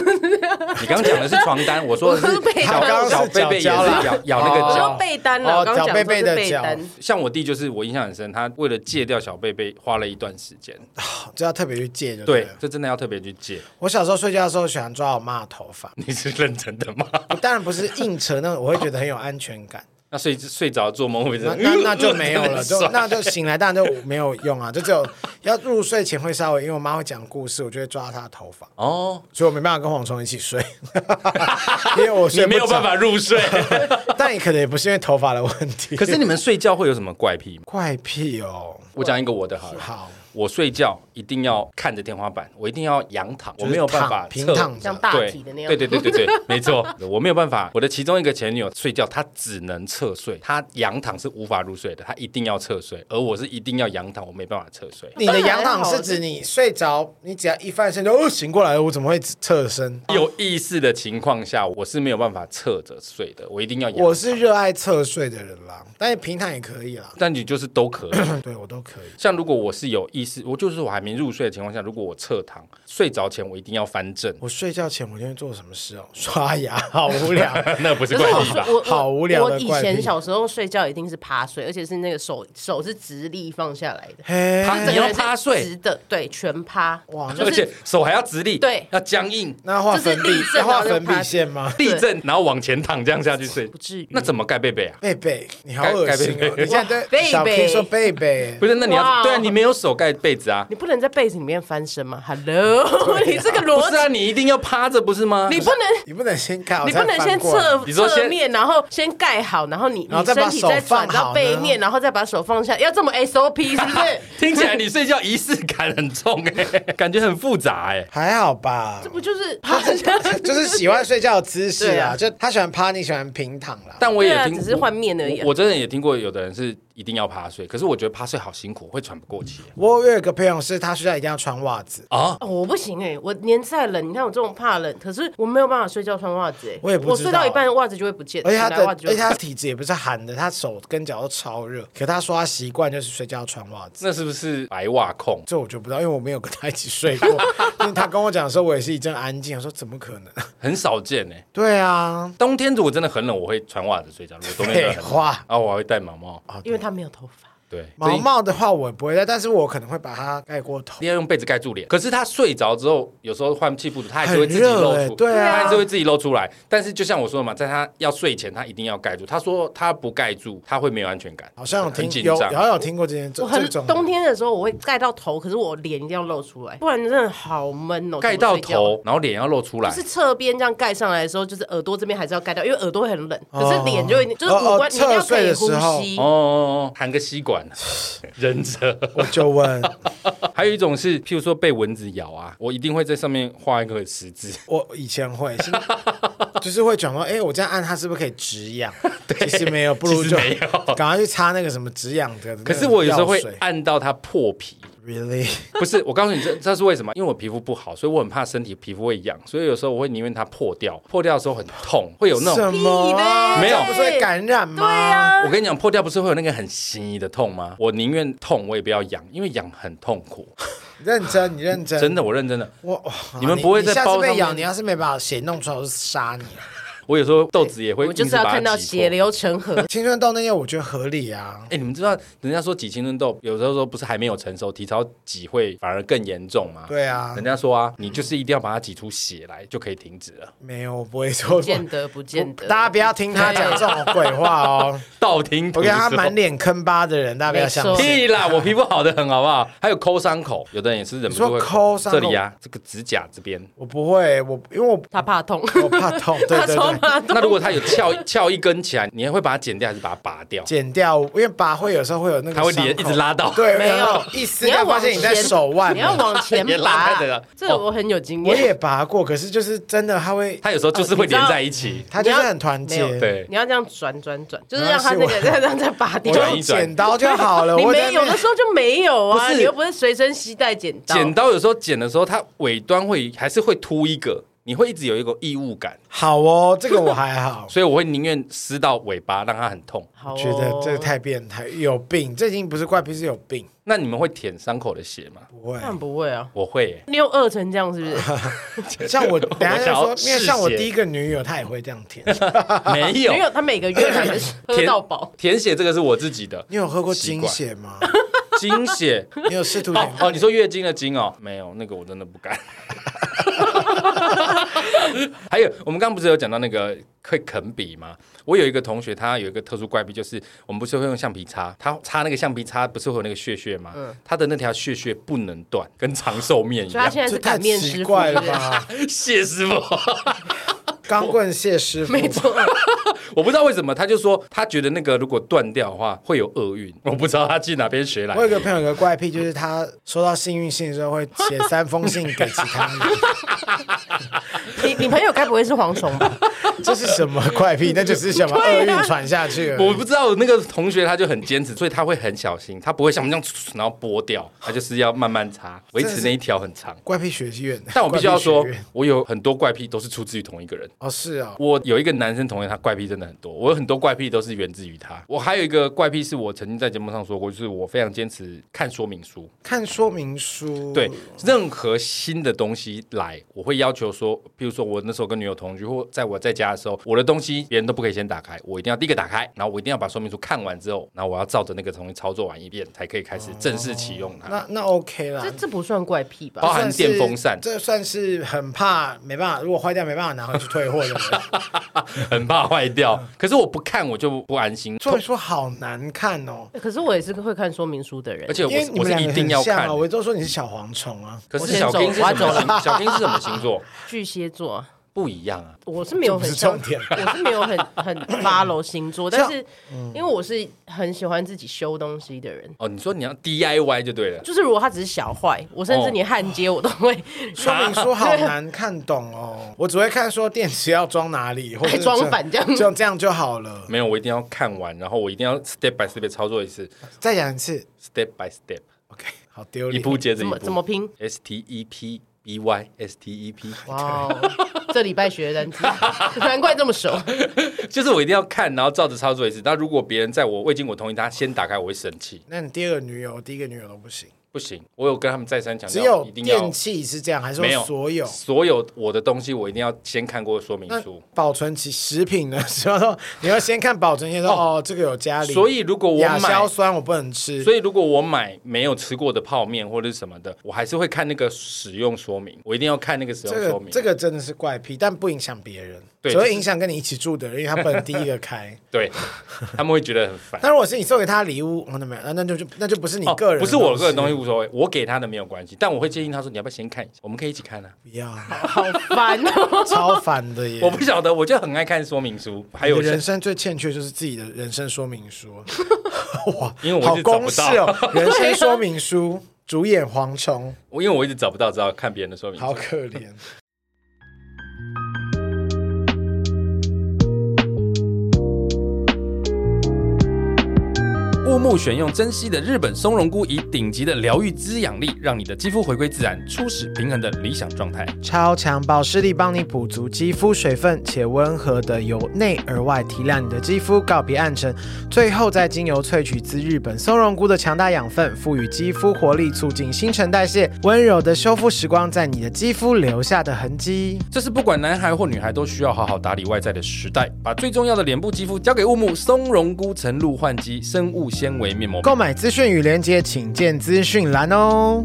[SPEAKER 1] 你刚刚讲的是床单，我说的
[SPEAKER 3] 我说被
[SPEAKER 1] 是
[SPEAKER 3] 单
[SPEAKER 1] 小
[SPEAKER 3] 我
[SPEAKER 2] 说
[SPEAKER 1] 小贝贝也是
[SPEAKER 2] 脚胶啦
[SPEAKER 1] 咬咬那
[SPEAKER 2] 哦
[SPEAKER 1] 个
[SPEAKER 3] 我
[SPEAKER 1] 角
[SPEAKER 3] 说。被单了，
[SPEAKER 2] 哦
[SPEAKER 3] 我刚刚
[SPEAKER 2] 脚
[SPEAKER 3] 讲
[SPEAKER 2] 贝
[SPEAKER 3] 的
[SPEAKER 2] 贝
[SPEAKER 3] 是
[SPEAKER 2] 的
[SPEAKER 3] 被
[SPEAKER 2] 脚
[SPEAKER 3] 单。
[SPEAKER 1] 像我弟就是我印象很深，他为了戒掉小贝贝花了一段时间，
[SPEAKER 2] 我就要特别去戒就
[SPEAKER 1] 对
[SPEAKER 2] 了，
[SPEAKER 1] 这真的要特别去戒。
[SPEAKER 2] 我小时候睡觉的时候喜欢抓我妈的头 发，
[SPEAKER 1] 你是认真的吗？
[SPEAKER 2] 我当然不是硬扯那种，我会觉得很有安全感。
[SPEAKER 1] 那睡睡着做梦会不嗯
[SPEAKER 2] 那
[SPEAKER 1] 会
[SPEAKER 2] 那那就没有 了，就
[SPEAKER 1] 爽
[SPEAKER 2] 那就醒来当然就没有用啊，就只有要入睡前会稍微，因为我妈会讲故事，我就会抓她的头发，
[SPEAKER 1] 哦，
[SPEAKER 2] 所以我没办法跟蝗虫一起睡， 因为我
[SPEAKER 1] 你
[SPEAKER 2] 睡不
[SPEAKER 1] 没有
[SPEAKER 2] 着
[SPEAKER 1] 办法入 睡。
[SPEAKER 2] 但也可能也不是因为头发的问题。
[SPEAKER 1] 可是你们睡觉会有什么怪 癖吗？
[SPEAKER 2] 怪癖哦，
[SPEAKER 1] 我讲一个我的好了，
[SPEAKER 2] 好，
[SPEAKER 1] 我睡觉一定要看着天花板，我一定要仰躺，我
[SPEAKER 2] 就是
[SPEAKER 1] 没有办法
[SPEAKER 2] 躺平
[SPEAKER 1] 侧
[SPEAKER 2] 躺
[SPEAKER 3] 像
[SPEAKER 2] 着。
[SPEAKER 3] 大
[SPEAKER 1] 对
[SPEAKER 3] 体的那样，
[SPEAKER 1] 对对对对 对，没错，我没有办法。我的其中一个前女友睡觉，她只能侧睡，她仰躺是无法入睡的，她一定要侧睡，而我是一定要仰躺，我没办法侧睡。
[SPEAKER 2] 你的仰躺是指你睡着，你只要一翻身就哦醒过来了，我怎么会侧身？
[SPEAKER 1] 有意识的情况下，我是没有办法侧着睡的，我一定要仰。
[SPEAKER 2] 我是热爱侧睡的人啦，但是平躺也可以啦，
[SPEAKER 1] 但你就是都可以。
[SPEAKER 2] 对我都可以。
[SPEAKER 1] 像如果我是有意识，我就是我还没入睡的情况下，如果我侧躺，睡着前我一定要翻正，
[SPEAKER 2] 我睡觉前我今天做什么事哦？刷牙，好 无聊。
[SPEAKER 1] 那不是
[SPEAKER 3] 可
[SPEAKER 1] 怪
[SPEAKER 3] 是我
[SPEAKER 1] 癖吧？
[SPEAKER 3] 我我
[SPEAKER 2] 好无聊的
[SPEAKER 3] 我以
[SPEAKER 2] 怪癖
[SPEAKER 3] 前小时候睡觉一定是趴睡，而且是那个手手是直立放下来的，
[SPEAKER 2] 嘿，
[SPEAKER 1] 趴哎着你要趴睡
[SPEAKER 3] 整个人是直的，对，全趴。
[SPEAKER 2] 哇
[SPEAKER 3] 就
[SPEAKER 1] 而且
[SPEAKER 3] 是
[SPEAKER 1] 手还要直立，
[SPEAKER 3] 对
[SPEAKER 1] 要僵硬，
[SPEAKER 2] 那画粉
[SPEAKER 3] 就是
[SPEAKER 2] 笔
[SPEAKER 3] 立正
[SPEAKER 2] 要画
[SPEAKER 3] 然后就
[SPEAKER 2] 粉笔
[SPEAKER 3] 趴
[SPEAKER 2] 线吗？
[SPEAKER 1] 地震，然后往前躺，这样下去睡，不
[SPEAKER 3] 至于
[SPEAKER 1] 那怎么盖被被啊？
[SPEAKER 2] 贝贝，你好
[SPEAKER 1] 盖
[SPEAKER 2] 恶
[SPEAKER 1] 盖
[SPEAKER 2] 心
[SPEAKER 1] 贝
[SPEAKER 2] 哦！
[SPEAKER 1] 贝
[SPEAKER 2] 你现在
[SPEAKER 3] 贝
[SPEAKER 2] 对小 K
[SPEAKER 3] 贝
[SPEAKER 2] 说贝贝
[SPEAKER 1] 不，是，那你
[SPEAKER 3] 哇
[SPEAKER 1] 要
[SPEAKER 3] 哦
[SPEAKER 1] 对啊，你没有手盖被子啊？
[SPEAKER 3] 你不能在被子里面翻身吗？Hello，你 这个
[SPEAKER 1] 不
[SPEAKER 3] 逻
[SPEAKER 1] 是
[SPEAKER 3] 辑，
[SPEAKER 1] 啊，你一定要趴着，不是吗？
[SPEAKER 3] 你不能。
[SPEAKER 2] 你不能先看，
[SPEAKER 3] 你
[SPEAKER 2] 我才
[SPEAKER 3] 不能先
[SPEAKER 2] 翻过来
[SPEAKER 3] 侧
[SPEAKER 1] 你说先
[SPEAKER 3] 侧面，然后先盖好，然后你
[SPEAKER 2] 然后
[SPEAKER 3] 你
[SPEAKER 2] 再把
[SPEAKER 3] 身体再
[SPEAKER 2] 手放
[SPEAKER 3] 转
[SPEAKER 2] 好
[SPEAKER 3] 到背面，
[SPEAKER 2] 呢
[SPEAKER 3] 然后再把手放下，要这么 SOP 是不 是？
[SPEAKER 1] 听起来你睡觉仪式感很 重哎、感觉很复杂哎、
[SPEAKER 2] 还好吧？
[SPEAKER 3] 这不就是趴下？
[SPEAKER 2] 就是喜欢睡觉的姿势
[SPEAKER 3] 对
[SPEAKER 2] 啊，
[SPEAKER 3] 啊
[SPEAKER 2] 就他喜欢趴，你喜欢平躺啦。
[SPEAKER 1] 但我也
[SPEAKER 3] 对啊，
[SPEAKER 1] 听，
[SPEAKER 3] 只是换面而已啊
[SPEAKER 1] 我。我真的也听过有的人是一定要趴睡，可是我觉得趴睡好辛苦，会喘不过气
[SPEAKER 2] 我有一个朋友是，他睡觉一定要穿袜子，
[SPEAKER 1] 啊。
[SPEAKER 3] 哦，我不行哎、我年再冷，你看我这种怕冷，可是我没有办法睡觉穿袜子哎、
[SPEAKER 2] 我也不知道
[SPEAKER 3] 睡到一半袜子就会不见，
[SPEAKER 2] 而且他
[SPEAKER 3] 醒来袜
[SPEAKER 2] 的
[SPEAKER 3] 子就
[SPEAKER 2] 而
[SPEAKER 3] 会
[SPEAKER 2] 且他体质也不是寒的，他手跟脚都超热。可他说他习惯就是睡觉要穿袜子，
[SPEAKER 1] 那是不是白袜控？
[SPEAKER 2] 这我就不知道，因为我没有跟他一起睡 过。因为他跟我讲的时候，我也是一阵安静，我说怎么可 能？
[SPEAKER 1] 很少见哎、
[SPEAKER 2] 对啊，
[SPEAKER 1] 冬天如果真的很冷，我会穿袜子睡觉。 如果冬天真的
[SPEAKER 2] 废
[SPEAKER 1] 很冷
[SPEAKER 2] 话。
[SPEAKER 1] 啊，我还会戴毛毛。
[SPEAKER 3] 因为他没有头发。
[SPEAKER 1] 对，
[SPEAKER 2] 毛帽的话我不会戴，但是我可能会把它盖过头。
[SPEAKER 1] 要用被子盖住脸。可是他睡着之后，有时候换气不足，他还是会自己
[SPEAKER 2] 很热
[SPEAKER 1] 露
[SPEAKER 2] 欸
[SPEAKER 1] 出，
[SPEAKER 2] 对啊
[SPEAKER 1] 他还是会自己露出来。但是就像我说的嘛，在他要睡前，他一定要盖住。他说他不盖住，他会没有安全感，
[SPEAKER 2] 好像有
[SPEAKER 1] 很
[SPEAKER 2] 听
[SPEAKER 1] 紧
[SPEAKER 2] 有，好
[SPEAKER 1] 张。
[SPEAKER 2] 像有听过这件这
[SPEAKER 3] 我很
[SPEAKER 2] 这种
[SPEAKER 3] 冬天的时候我会盖到头，可是我脸一定要露出来，不然真的好闷哦、
[SPEAKER 1] 盖到
[SPEAKER 3] 怎么睡觉。
[SPEAKER 1] 头，然后脸要露出来
[SPEAKER 3] 就，是侧边这样盖上来的时候，就是耳朵这边还是要盖掉，因为耳朵会很冷，可是脸就已经就是
[SPEAKER 2] 哦哦
[SPEAKER 3] 五官，你一定
[SPEAKER 2] 侧
[SPEAKER 3] 要可
[SPEAKER 2] 睡
[SPEAKER 3] 以
[SPEAKER 2] 的
[SPEAKER 3] 呼
[SPEAKER 2] 时候
[SPEAKER 3] 吸
[SPEAKER 1] 哦。哦哦，含个吸算了，忍着。
[SPEAKER 2] 我就 问
[SPEAKER 1] 还有一种是，譬如说被蚊子咬啊，我一定会在上面画一个十字。
[SPEAKER 2] 我以前会， 现在就是会讲说，哎、我这样按它是不是可以止 痒？其实 没有，不如
[SPEAKER 1] 其实
[SPEAKER 2] 就
[SPEAKER 1] 没有
[SPEAKER 2] 赶快去擦那个什么止痒的那个药
[SPEAKER 1] 可
[SPEAKER 2] 水。
[SPEAKER 1] 是我有时候会按到它破皮。
[SPEAKER 2] really
[SPEAKER 1] 不是，我告诉你这这是为什么？因为我皮肤不好，所以我很怕身体皮肤会痒，所以有时候我会宁愿它破掉，破掉的时候很痛，会有那
[SPEAKER 2] 什
[SPEAKER 1] 种。
[SPEAKER 2] 么啊？
[SPEAKER 3] 屁嘞
[SPEAKER 1] 没有
[SPEAKER 2] 这样不是会感染吗？
[SPEAKER 3] 对啊呀、
[SPEAKER 1] 我跟你讲，破掉不是会有那个很稀的痛吗？我宁愿痛，我也不要痒，因为痒很痛苦。
[SPEAKER 2] 认真，你认真，
[SPEAKER 1] 真的，我认真的，
[SPEAKER 2] 我哇
[SPEAKER 1] 你们不会
[SPEAKER 2] 你
[SPEAKER 1] 在
[SPEAKER 2] 下
[SPEAKER 1] 包
[SPEAKER 2] 次被
[SPEAKER 1] 上
[SPEAKER 2] 咬，
[SPEAKER 1] 面
[SPEAKER 2] 你要是没把血弄出来，我就杀你。啊
[SPEAKER 1] 我有时候豆子也会
[SPEAKER 3] 我就
[SPEAKER 1] 硬是
[SPEAKER 3] 是要
[SPEAKER 1] 把它
[SPEAKER 3] 看到
[SPEAKER 1] 挤
[SPEAKER 3] 血
[SPEAKER 1] 破
[SPEAKER 3] 流成河。
[SPEAKER 2] 青春痘那些我觉得合理啊。
[SPEAKER 1] 哎、你们知道人家说挤青春痘，有时候说不是还没有成熟，提早挤会反而更严重吗？、
[SPEAKER 2] 对啊
[SPEAKER 1] 人，家说啊，你就是一定要把它挤出血来就可以停止了，
[SPEAKER 2] 没有，我不会说
[SPEAKER 3] 不。见得，不见 得。
[SPEAKER 2] 大家不要听他讲这种鬼话 哦。
[SPEAKER 1] 道听
[SPEAKER 2] 我
[SPEAKER 1] 途
[SPEAKER 2] 跟他
[SPEAKER 1] 说。
[SPEAKER 2] 满脸坑疤的人，大家不要相
[SPEAKER 3] 没错
[SPEAKER 2] 信。
[SPEAKER 1] 屁啦，我皮肤好的很，好不好？还有抠伤口，有的人也是忍不住
[SPEAKER 2] 你
[SPEAKER 1] 会
[SPEAKER 2] 说抠伤口
[SPEAKER 1] 这里啊，这个指甲这边。
[SPEAKER 2] 我不会，我因为我
[SPEAKER 3] 他怕痛，
[SPEAKER 2] 我哦怕痛，对
[SPEAKER 3] 他
[SPEAKER 2] 对
[SPEAKER 3] 说
[SPEAKER 2] 对，
[SPEAKER 3] 怕痛。
[SPEAKER 1] 那如果它有翘翘一根起来，你还会把它剪掉还是把它拔掉？
[SPEAKER 2] 剪掉，因为拔会有时候会有那个，
[SPEAKER 1] 它会连一直，拉到，
[SPEAKER 2] 对，
[SPEAKER 3] 没有
[SPEAKER 2] 然后一撕
[SPEAKER 3] 你要
[SPEAKER 2] 掉发
[SPEAKER 3] 往
[SPEAKER 2] 现
[SPEAKER 3] 前，
[SPEAKER 2] 你在手腕
[SPEAKER 3] 你，要往 前
[SPEAKER 1] 也拉
[SPEAKER 3] 拔
[SPEAKER 1] 开的。
[SPEAKER 3] 这个我很有经
[SPEAKER 2] 啊哦我
[SPEAKER 3] 验。
[SPEAKER 2] 也拔过，可是就是真的，它会，
[SPEAKER 1] 它有时候就是会
[SPEAKER 2] 哦
[SPEAKER 1] 连在一起。
[SPEAKER 2] 它就是
[SPEAKER 3] 你要
[SPEAKER 2] 很团结
[SPEAKER 3] 没，有
[SPEAKER 1] 对，
[SPEAKER 3] 你要这样转转转，就是
[SPEAKER 2] 没关
[SPEAKER 3] 让
[SPEAKER 2] 系
[SPEAKER 3] 他那
[SPEAKER 2] 我
[SPEAKER 3] 个再 让再拔掉
[SPEAKER 2] 我。
[SPEAKER 1] 转
[SPEAKER 2] 用
[SPEAKER 1] 一转
[SPEAKER 2] 剪刀就好了。
[SPEAKER 3] 你
[SPEAKER 2] 我
[SPEAKER 3] 没
[SPEAKER 2] 在
[SPEAKER 3] 有
[SPEAKER 2] 那
[SPEAKER 3] 的
[SPEAKER 2] 边
[SPEAKER 3] 时候就没有啊，
[SPEAKER 1] 不是
[SPEAKER 3] 你又不是随身携带剪刀。
[SPEAKER 1] 剪刀有时候剪的时候，它尾端会还是会凸一个，你会一直有一个异物感，。
[SPEAKER 2] 好哦，这个我还好
[SPEAKER 1] 所以我会宁愿撕到尾巴，让它很痛。
[SPEAKER 3] 好
[SPEAKER 2] 我
[SPEAKER 3] 哦，
[SPEAKER 2] 觉得这个太变态，有病！这已经不是怪癖，是有病。
[SPEAKER 1] 那你们会舔伤口的血吗？
[SPEAKER 2] 不会
[SPEAKER 3] 当，然不会啊。
[SPEAKER 1] 我会耶、
[SPEAKER 3] 你有饿成这 样是不是？
[SPEAKER 2] 像我，等一下
[SPEAKER 1] 我
[SPEAKER 2] 就
[SPEAKER 1] 想要
[SPEAKER 2] 说，因为像我
[SPEAKER 1] 嗜血
[SPEAKER 2] 第一个女友，她也会这样舔。
[SPEAKER 1] 没
[SPEAKER 3] 没
[SPEAKER 1] 有
[SPEAKER 3] 有，他每个月还 是喝
[SPEAKER 1] 舔
[SPEAKER 3] 到饱。
[SPEAKER 1] 舔血，这个是我自己的
[SPEAKER 2] 你有喝过
[SPEAKER 1] 习
[SPEAKER 2] 精
[SPEAKER 1] 惯
[SPEAKER 2] 血 吗？
[SPEAKER 1] 经血。
[SPEAKER 2] 你有试图舔
[SPEAKER 1] 哦
[SPEAKER 2] 过？
[SPEAKER 1] 哦，你说月经的经哦，没有那个我真的不敢。 还有，我们刚刚不是有讲到那个会啃笔吗？我有一个同学，他有一个特殊怪癖，就是我们不是会用橡皮擦，他擦那个橡皮擦不是会有那个屑屑吗？他的那条屑屑不能断，跟长寿面一
[SPEAKER 3] 所以他
[SPEAKER 1] 样。
[SPEAKER 3] 现在
[SPEAKER 2] 这
[SPEAKER 3] 是
[SPEAKER 2] 太
[SPEAKER 3] 擀面
[SPEAKER 2] 奇
[SPEAKER 3] 师傅，
[SPEAKER 2] 怪了
[SPEAKER 3] 是不是
[SPEAKER 2] 吧？
[SPEAKER 1] 谢师傅，
[SPEAKER 2] 钢棍谢师傅，
[SPEAKER 3] 没错，
[SPEAKER 1] 我不知道为什么，他就说他觉得那个如果断掉的话会有厄运，我不知道他去哪边学来
[SPEAKER 2] 我。有个朋友有个怪癖，就是他收到幸运信之后会写三封信给其 他人，
[SPEAKER 3] 你你朋友该不会是蝗虫吧？
[SPEAKER 2] 这是什么怪癖？那就是什么
[SPEAKER 1] 啊
[SPEAKER 2] 厄运传下去而已
[SPEAKER 1] 我不知道那个同学他就很坚持，所以他会很小心，他不会像我们这样然后剥掉，他就是要慢慢擦，维持那一条很长。
[SPEAKER 2] 怪癖学院，
[SPEAKER 1] 但我必须要说
[SPEAKER 2] 怪癖学院，
[SPEAKER 1] 我有很多怪癖都是出自于同一个人。
[SPEAKER 2] 哦是哦，
[SPEAKER 1] 我有一个男生同学，他怪癖真的很多。我有很多怪癖都是源自于他。我还有一个怪癖是我曾经在节目上说过，就是我非常坚持看说明书。
[SPEAKER 2] 看说明书，
[SPEAKER 1] 对，任何新的东西来，我会要求说，比如说我那时候跟女友同居，或在我在家的时候，我的东西别人都不可以先打开，我一定要第一个打开，然后我一定要把说明书看完之后，然后我要照着那个东西操作完一遍，才可以开始正式启用它。
[SPEAKER 2] 那那 OK 啦
[SPEAKER 3] 这。这不算怪癖吧
[SPEAKER 1] 包？含
[SPEAKER 2] 算是
[SPEAKER 1] 电风扇
[SPEAKER 2] 这算是很怕没办法，如果坏掉没办法拿回去退货 的人。
[SPEAKER 1] 很怕坏掉，可是我不看我就不安心，
[SPEAKER 2] 说明书好难看哦，
[SPEAKER 3] 可是我也是个会看说明书的人
[SPEAKER 1] 而，且我
[SPEAKER 2] 因为你
[SPEAKER 1] 我
[SPEAKER 2] 们
[SPEAKER 1] 是
[SPEAKER 2] 两
[SPEAKER 1] 一
[SPEAKER 2] 个
[SPEAKER 1] 定
[SPEAKER 2] 很
[SPEAKER 1] 要
[SPEAKER 2] 像
[SPEAKER 1] 看
[SPEAKER 2] 啊。。我都说你是小蝗虫啊，
[SPEAKER 1] 可
[SPEAKER 3] 我
[SPEAKER 1] 是
[SPEAKER 3] 先
[SPEAKER 1] 小
[SPEAKER 3] 走
[SPEAKER 1] 丁是
[SPEAKER 3] 我
[SPEAKER 1] 什
[SPEAKER 3] 要走
[SPEAKER 1] 么
[SPEAKER 3] 了
[SPEAKER 1] 星？ 小丁是什么星座？
[SPEAKER 3] 巨蟹座啊。
[SPEAKER 1] 不一样啊。
[SPEAKER 3] 我是没有很
[SPEAKER 2] 这不
[SPEAKER 3] 像，
[SPEAKER 2] 是重点
[SPEAKER 3] 我是没有很很 follow 星座，但是
[SPEAKER 2] 嗯
[SPEAKER 3] 因为我是很喜欢自己修东西的人，
[SPEAKER 1] 哦，你说你要 DIY 就对了。
[SPEAKER 3] 就是如果它只是小坏，我甚
[SPEAKER 1] 哦
[SPEAKER 3] 至连焊接我都 会
[SPEAKER 2] 说明书好难看懂哦。 我只会看说电池要装哪里，或者是
[SPEAKER 3] 还装反这样
[SPEAKER 2] 就这样就好了。
[SPEAKER 1] 没有，我一定要看完，然后我一定要 step by step 操作一次
[SPEAKER 2] 再讲一次
[SPEAKER 1] ，step by step，
[SPEAKER 2] ，OK，好丢
[SPEAKER 1] 一
[SPEAKER 2] 脸。
[SPEAKER 1] 步接着
[SPEAKER 3] 怎
[SPEAKER 1] 一
[SPEAKER 3] 么
[SPEAKER 1] 步。
[SPEAKER 3] 怎么拼。
[SPEAKER 1] S T E P B Y S T E P，
[SPEAKER 3] 哇哦，这礼拜学的单词，难怪这么熟。
[SPEAKER 1] 就是我一定要看，然后照着操作一次。那如果别人在我未经我同意，他先打开，我会生气。
[SPEAKER 2] 那你第二个女友、第一个女友都不行，
[SPEAKER 1] 不行，我有跟他们再三强
[SPEAKER 2] 只
[SPEAKER 1] 调，
[SPEAKER 2] 有
[SPEAKER 1] 一定要
[SPEAKER 2] 电器哦是这样，还是
[SPEAKER 1] 没
[SPEAKER 2] 说
[SPEAKER 1] 有
[SPEAKER 2] 所有？
[SPEAKER 1] 所有我的东西，我一定要先看过说明
[SPEAKER 2] 那
[SPEAKER 1] 书。
[SPEAKER 2] 保存期食品呢？ 什么说你要先看保存期，说哦这个有加里，
[SPEAKER 1] 所以如果我
[SPEAKER 2] 亚
[SPEAKER 1] 买
[SPEAKER 2] 硝，酸我不能吃，
[SPEAKER 1] 所以如果我买没有吃过的泡面或者是什么的，我还是会看那个使用说明，我一定要看那个使
[SPEAKER 2] 这
[SPEAKER 1] 用说
[SPEAKER 2] 个
[SPEAKER 1] 明。
[SPEAKER 2] 这个真的是怪癖，但不影响别人。
[SPEAKER 1] 对
[SPEAKER 2] 只
[SPEAKER 1] 就
[SPEAKER 2] 会
[SPEAKER 1] 是
[SPEAKER 2] 影响跟你一起住的人，因为他本第一个开。
[SPEAKER 1] 对，他们会觉得很烦。
[SPEAKER 2] 但如果是你送给他的礼物，哦那没有，那那就就那就不是你个人、
[SPEAKER 1] 哦，不是我个人东西
[SPEAKER 2] 西，
[SPEAKER 1] 无所谓，我给他的没有关系，但我会建议他说你要不要先看一下，我们可以一起看啊。
[SPEAKER 2] 不要，
[SPEAKER 3] 好烦 哦。
[SPEAKER 2] 超烦的耶！
[SPEAKER 1] 我不晓得，我就很爱看说明 书，还有
[SPEAKER 2] 你的人生最欠缺就是自己的人生说明书。哇，
[SPEAKER 1] 因为我
[SPEAKER 2] 好
[SPEAKER 1] 一直找
[SPEAKER 2] 公
[SPEAKER 1] 不
[SPEAKER 2] 式
[SPEAKER 1] 到
[SPEAKER 2] 哦， 人生说明书，主演蝗虫，
[SPEAKER 1] 我因为我一直找不到，只好看别人的说明
[SPEAKER 2] 好
[SPEAKER 1] 书。
[SPEAKER 2] 可怜。
[SPEAKER 1] 乌木选用珍稀的日本松茸菇，以顶级的疗愈滋养力，让你的肌肤回归自然、初始平衡的理想状态。
[SPEAKER 2] 超强保湿力帮你补足肌肤水分，且温和的由内而外提亮你的肌肤，告别暗沉。最后再精油萃取自日本松茸菇的强大养分，赋予肌肤活力，促进新陈代谢，温柔的修复时光在你的肌肤留下的痕迹。
[SPEAKER 1] 这是不管男孩或女孩都需要好好打理外在的时代，把最重要的脸部肌肤交给雾木松茸菇晨露焕肌生物纤维面膜。
[SPEAKER 2] 购买资讯与链接，请见资讯栏哦。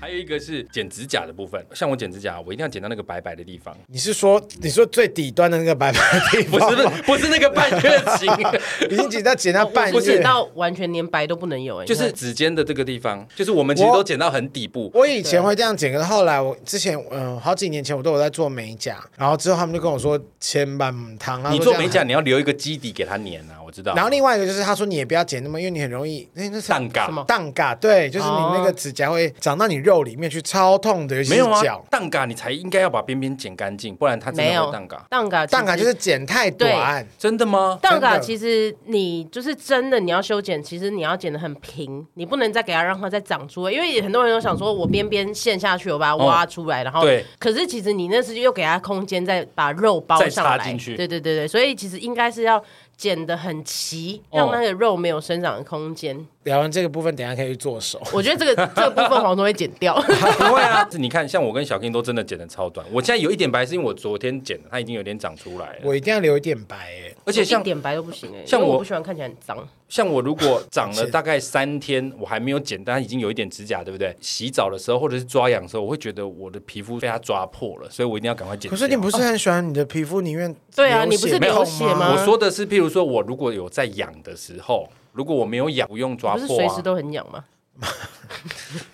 [SPEAKER 1] 还有一个是剪指甲的部分，像我剪指甲，我一定要剪到那个白白的地方，
[SPEAKER 2] 你是说，你说最底端的那个白白的地
[SPEAKER 1] 不是不是不是那个半月形，
[SPEAKER 2] 已经剪到剪到半
[SPEAKER 3] 我剪
[SPEAKER 2] 月。
[SPEAKER 3] 到完全连白都不能有，哎，
[SPEAKER 1] 就是指尖的这个地方，就是我们其实都剪到很底部。
[SPEAKER 2] 我以前会这样剪，可是后来我之前，嗯、好几年前我都有在做美甲，然后之后他们就跟我说嗯千万不烫。他
[SPEAKER 1] 你
[SPEAKER 2] 说
[SPEAKER 1] 做
[SPEAKER 2] 啊这样
[SPEAKER 1] 美甲，你要留一个基底给它粘啊，我知道。
[SPEAKER 2] 然后另外一个就是他说你也不要剪那么，因为你很容易那那是
[SPEAKER 1] 蛋
[SPEAKER 3] 什
[SPEAKER 1] 嘎
[SPEAKER 3] 么
[SPEAKER 2] 蛋嘎，对，就是你
[SPEAKER 3] 哦
[SPEAKER 2] 那个指甲会长到你肉里面去，超痛的，尤其
[SPEAKER 1] 没
[SPEAKER 2] 是
[SPEAKER 1] 有啊
[SPEAKER 2] 脚。，
[SPEAKER 1] 蛋嘎你才应该要把边边剪干净，不然它真
[SPEAKER 3] 没
[SPEAKER 1] 的
[SPEAKER 3] 有
[SPEAKER 1] 会蛋嘎。
[SPEAKER 3] 蛋嘎，
[SPEAKER 2] 蛋嘎
[SPEAKER 3] 其
[SPEAKER 2] 就
[SPEAKER 3] 实
[SPEAKER 2] 是剪太短，
[SPEAKER 1] 真的吗？
[SPEAKER 3] 蛋
[SPEAKER 2] 真
[SPEAKER 3] 嘎
[SPEAKER 2] 的
[SPEAKER 3] 其实你就是真的，你要修剪，其实你要剪得很平，你不能再给它让它再长出来，因为很多人都想说我边边陷下去，我把它挖出来，然后
[SPEAKER 1] 哦对，
[SPEAKER 3] 可是其实你那是又给它空间，再把肉包
[SPEAKER 1] 再
[SPEAKER 3] 上
[SPEAKER 1] 插
[SPEAKER 3] 来，
[SPEAKER 1] 进去
[SPEAKER 3] 对对对对，所以其实应该是要剪得很齐，
[SPEAKER 1] 哦
[SPEAKER 3] 让那个肉没有生长的空间。
[SPEAKER 2] 聊完这个部分，等一下可以去做手。
[SPEAKER 3] 我觉得这个这个部分黄总会剪 掉，
[SPEAKER 1] 不会啊，你看，像我跟小 King 都真的剪的超短，我现在有一点白是因为我昨天剪的，它已经有点长出来了。
[SPEAKER 2] 我一定要留一点白、欸，
[SPEAKER 1] 而且像
[SPEAKER 3] 一点白都不行哎、
[SPEAKER 1] 像
[SPEAKER 3] 因为
[SPEAKER 1] 我
[SPEAKER 3] 我不喜欢看起来很脏，
[SPEAKER 1] 像我如果长了大概三天，我还没有剪，但它已经有一点指甲，对不对？洗澡的时候或者是抓痒的时候，我会觉得我的皮肤被它抓破了，所以我一定要赶快剪掉。
[SPEAKER 2] 可是你不是很喜欢你的皮肤，宁愿
[SPEAKER 3] 对啊你不是
[SPEAKER 2] 没有
[SPEAKER 3] 流血吗
[SPEAKER 1] 我说的是，譬如说我如果有在痒的时候，如果我没有痒，不用抓
[SPEAKER 3] 不是
[SPEAKER 1] 破
[SPEAKER 3] 随时
[SPEAKER 1] 啊，
[SPEAKER 3] 都很痒吗？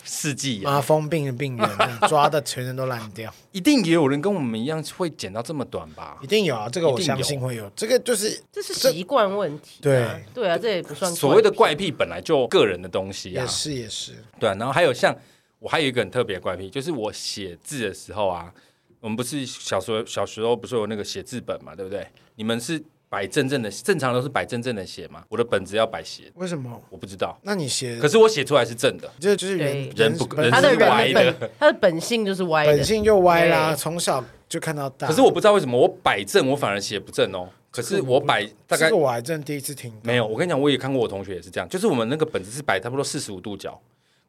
[SPEAKER 1] 四季痒。
[SPEAKER 2] 麻风病的病人抓的全身都烂掉，
[SPEAKER 1] 一定也有人跟我们一样会剪到这么短吧
[SPEAKER 2] 一？定有啊，这个我
[SPEAKER 1] 一定有
[SPEAKER 2] 相信会有，这个就是
[SPEAKER 3] 这是习惯问题、
[SPEAKER 2] 对，
[SPEAKER 3] 对啊，这也不算
[SPEAKER 1] 所谓的
[SPEAKER 3] 怪
[SPEAKER 1] 怪癖本来就个人的东西啊
[SPEAKER 2] 也，是也是，
[SPEAKER 1] 对啊。然后还有像我还有一个很特别的怪癖，就是我写字的时候啊，我们不是小时候小时候不是有那个写字本嘛，对不对？你们是摆正正的，正常都是摆正正的写嘛。我的本子要摆斜的，
[SPEAKER 2] 为什么？
[SPEAKER 1] 我不知道，
[SPEAKER 2] 那你写
[SPEAKER 1] 可，是我写出来是正的。
[SPEAKER 2] 这就是人
[SPEAKER 1] 对人不
[SPEAKER 2] 本
[SPEAKER 1] 人
[SPEAKER 3] 他的人
[SPEAKER 1] 是歪
[SPEAKER 3] 的
[SPEAKER 1] 的
[SPEAKER 3] 本，他的本性就是歪的
[SPEAKER 2] 本。性就歪啦，
[SPEAKER 3] 对
[SPEAKER 2] 从小就看到大。
[SPEAKER 1] 可是我不知道为什么我摆正，我反而写不正哦。可是我摆大概
[SPEAKER 2] 这个我还真第一次听到。
[SPEAKER 1] 没有，我跟你讲，我也看过我同学也是这样，就是我们那个本子是摆差不多四十五度角，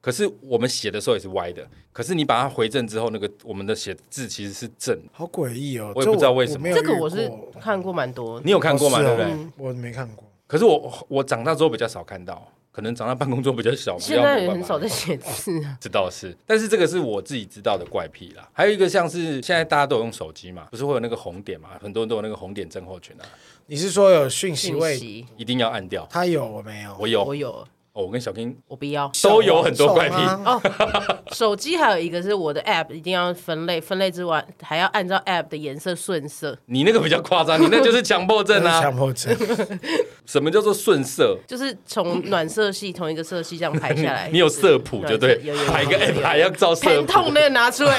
[SPEAKER 1] 可是我们写的时候也是歪的，可是你把它回正之后，那个我们的写字其实是正的。
[SPEAKER 2] 好诡异哦！
[SPEAKER 1] 我也不知道为什么
[SPEAKER 2] 没有
[SPEAKER 3] 这个
[SPEAKER 2] 遇
[SPEAKER 3] 我是
[SPEAKER 2] 过
[SPEAKER 3] 看过蛮多，
[SPEAKER 1] 你有看过吗？
[SPEAKER 2] 哦是
[SPEAKER 1] 对
[SPEAKER 2] 哦
[SPEAKER 1] 不对？
[SPEAKER 2] 我没看过。
[SPEAKER 1] 可是我我长大之后比较少看到，可能长大办公桌比较小，
[SPEAKER 3] 现在也
[SPEAKER 1] 也
[SPEAKER 3] 很少在写字啊。
[SPEAKER 1] 这倒是，但是这个是我自己知道的怪癖啦。还有一个像是现在大家都有用手机嘛，不是会有那个红点嘛？很多人都有那个红点症候群啊，
[SPEAKER 2] 你是说有讯息
[SPEAKER 3] 信
[SPEAKER 2] 位？
[SPEAKER 3] 息
[SPEAKER 1] 一定要按掉。
[SPEAKER 2] 他有我没有？
[SPEAKER 1] 我有，
[SPEAKER 3] 我
[SPEAKER 1] 哦，
[SPEAKER 3] 有，
[SPEAKER 1] 我跟小 King
[SPEAKER 3] 我不要。
[SPEAKER 1] 都有很多怪癖
[SPEAKER 2] 手。吗
[SPEAKER 3] 哦，手机还有一个是我的 App 一定要分类，分类之外还要按照 App 的颜色顺色，
[SPEAKER 1] 你那个比较夸张，你那就是强迫症
[SPEAKER 2] 那是
[SPEAKER 1] 啊！
[SPEAKER 2] 强迫症。
[SPEAKER 1] 什么叫做顺色？
[SPEAKER 3] 就是从暖色系同一个色系这样排下 来。
[SPEAKER 1] 你有色谱就对
[SPEAKER 3] 有有有，有
[SPEAKER 1] 排个
[SPEAKER 3] 有有
[SPEAKER 1] app 还要照色
[SPEAKER 3] 疼
[SPEAKER 1] 谱，
[SPEAKER 3] 痛那个拿出 来，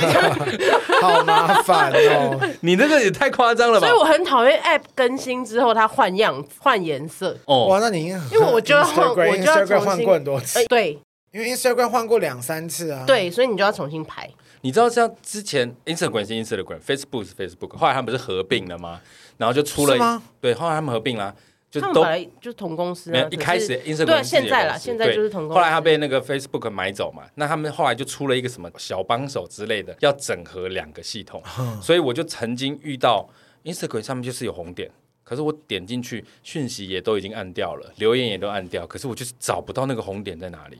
[SPEAKER 2] 好麻烦哦。
[SPEAKER 1] 你那个也太夸张了吧
[SPEAKER 3] 所以？我很讨厌 App 更新之后它换样子换颜色，
[SPEAKER 2] 哇，
[SPEAKER 1] 哦，
[SPEAKER 2] 那你应该很
[SPEAKER 3] 因为我就要换
[SPEAKER 2] Instagram
[SPEAKER 3] 我就要
[SPEAKER 2] Instagram
[SPEAKER 3] 重新
[SPEAKER 2] 换过很多次
[SPEAKER 3] 哎，对
[SPEAKER 2] 因为 Instagram 换过两三次啊。，
[SPEAKER 3] 对，所以你就要重新排。
[SPEAKER 1] 你知道像之前 Instagram 是 Instagram，Facebook 是 Facebook，后来他们不是合并了吗？然后就出
[SPEAKER 2] 是
[SPEAKER 1] 了
[SPEAKER 2] 吗，
[SPEAKER 1] 对，后来他们合并了，就
[SPEAKER 3] 他们
[SPEAKER 1] 都
[SPEAKER 3] 本来就是同公司
[SPEAKER 1] 没
[SPEAKER 3] 啊
[SPEAKER 1] 有，一
[SPEAKER 3] 可是
[SPEAKER 1] 开始 Instagram
[SPEAKER 3] 对
[SPEAKER 1] 是自己的
[SPEAKER 3] 啊，现在啦，
[SPEAKER 1] 公司
[SPEAKER 3] 现在
[SPEAKER 1] 对
[SPEAKER 3] 就是同公司。
[SPEAKER 1] 后来他被那个 Facebook 买走嘛，那他们后来就出了一个什么小帮手之类的，要整合两个系统，
[SPEAKER 2] 啊
[SPEAKER 1] 所以我就曾经遇到 Instagram 上面就是有红点。可是我点进去，讯息也都已经按掉了，留言也都按掉，可是我就是找不到那个红点在哪里。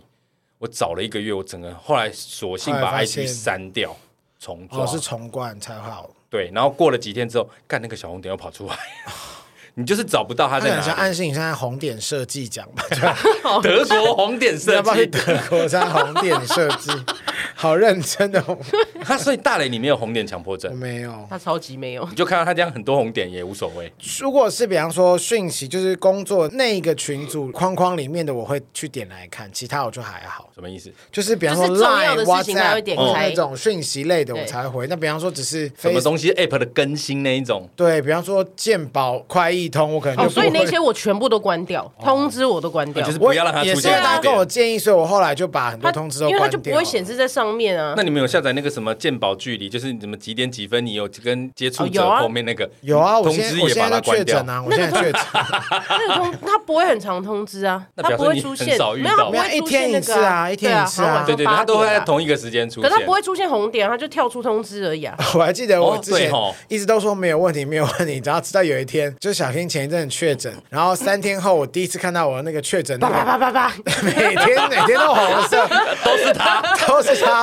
[SPEAKER 1] 我找了一个月，我整个后来索性
[SPEAKER 2] 后来
[SPEAKER 1] 把
[SPEAKER 2] 发现
[SPEAKER 1] IG 删掉，重抓。
[SPEAKER 2] 哦，是重灌才好。
[SPEAKER 1] 对，然后过了几天之后，干那个小红点又跑出来， 你就是找不到他
[SPEAKER 2] 啊他
[SPEAKER 1] 在
[SPEAKER 2] 可能想
[SPEAKER 1] 哪里。
[SPEAKER 2] 暗示你现在红点设计奖 吧，
[SPEAKER 1] 德国红点
[SPEAKER 2] 你
[SPEAKER 1] 设
[SPEAKER 2] 要不要去
[SPEAKER 1] 计
[SPEAKER 2] 德，国参加红点设 计？好认真的红，
[SPEAKER 1] 他所以大雷里面有红点强迫
[SPEAKER 2] 我
[SPEAKER 1] 症，
[SPEAKER 2] 没有。
[SPEAKER 3] 他超级没有
[SPEAKER 1] 你就看到他这样很多红点也无所谓。
[SPEAKER 2] 如果是比方说讯息，就是工作那一个群组框框里面的，我会去点来看，其他我就还好。
[SPEAKER 1] 什么意思？
[SPEAKER 2] 就是比方说
[SPEAKER 3] 就是重
[SPEAKER 2] Line、
[SPEAKER 3] 要的事情他会
[SPEAKER 2] WhatsApp 哦
[SPEAKER 3] 点开嗯
[SPEAKER 2] 那种讯息类的，我
[SPEAKER 3] 对
[SPEAKER 2] 才会回。那比方说只是
[SPEAKER 1] 什么
[SPEAKER 2] Face
[SPEAKER 1] 东西 App 的更新那一种？
[SPEAKER 2] 对，比方说健保、快易通，我可能
[SPEAKER 3] 哦，
[SPEAKER 2] 就不
[SPEAKER 3] 所
[SPEAKER 2] 会。
[SPEAKER 3] 以那些我全部都关掉，通知我都关掉，
[SPEAKER 1] 哦就是
[SPEAKER 2] 我
[SPEAKER 1] 不要让它
[SPEAKER 2] 也
[SPEAKER 1] 出
[SPEAKER 2] 是
[SPEAKER 1] 现
[SPEAKER 2] 因为大
[SPEAKER 1] 在
[SPEAKER 2] 家
[SPEAKER 1] 这边
[SPEAKER 2] 跟我建议，所以我后来就把很多通知都
[SPEAKER 3] 因为它
[SPEAKER 2] 关
[SPEAKER 3] 就
[SPEAKER 2] 掉。
[SPEAKER 3] 不会显示在上面啊
[SPEAKER 1] 那。你们有下载那个什么鉴宝距离，就是你怎么几点几分，你有跟接触
[SPEAKER 3] 哦
[SPEAKER 1] 者
[SPEAKER 3] 有啊
[SPEAKER 1] 后面那个
[SPEAKER 2] 有啊，我
[SPEAKER 1] 通
[SPEAKER 2] 现
[SPEAKER 1] 知
[SPEAKER 2] 在我
[SPEAKER 1] 也
[SPEAKER 2] 现
[SPEAKER 1] 把
[SPEAKER 2] 在
[SPEAKER 1] 它
[SPEAKER 2] 都确
[SPEAKER 1] 关掉
[SPEAKER 2] 诊。啊，我现在 确诊，
[SPEAKER 3] 那个通它不会很常通知啊，
[SPEAKER 1] 那
[SPEAKER 3] 它
[SPEAKER 1] 表示
[SPEAKER 3] 不会
[SPEAKER 1] 你
[SPEAKER 3] 出
[SPEAKER 1] 很
[SPEAKER 3] 现，
[SPEAKER 1] 少遇
[SPEAKER 3] 没有它
[SPEAKER 1] 到
[SPEAKER 3] 不会出
[SPEAKER 2] 我们要一天
[SPEAKER 3] 现那个
[SPEAKER 2] 一次啊一天一次啊
[SPEAKER 1] 对对对，它
[SPEAKER 3] 它
[SPEAKER 1] 都会在，同一个时间出
[SPEAKER 3] 可
[SPEAKER 1] 现。
[SPEAKER 3] 是它不会出现红点，它啊就跳出通知而已啊。
[SPEAKER 2] 我还记得我之
[SPEAKER 1] 哦对
[SPEAKER 2] 前
[SPEAKER 1] 吼
[SPEAKER 2] 一直都说没有问题，没有问题。然后直到有一天，就小新前一阵确诊，然后三天后我第一次看到我那个确诊那
[SPEAKER 3] 叭
[SPEAKER 2] 个，
[SPEAKER 3] 叭叭叭叭，
[SPEAKER 2] 每天每天都红 色，都是他，都是他，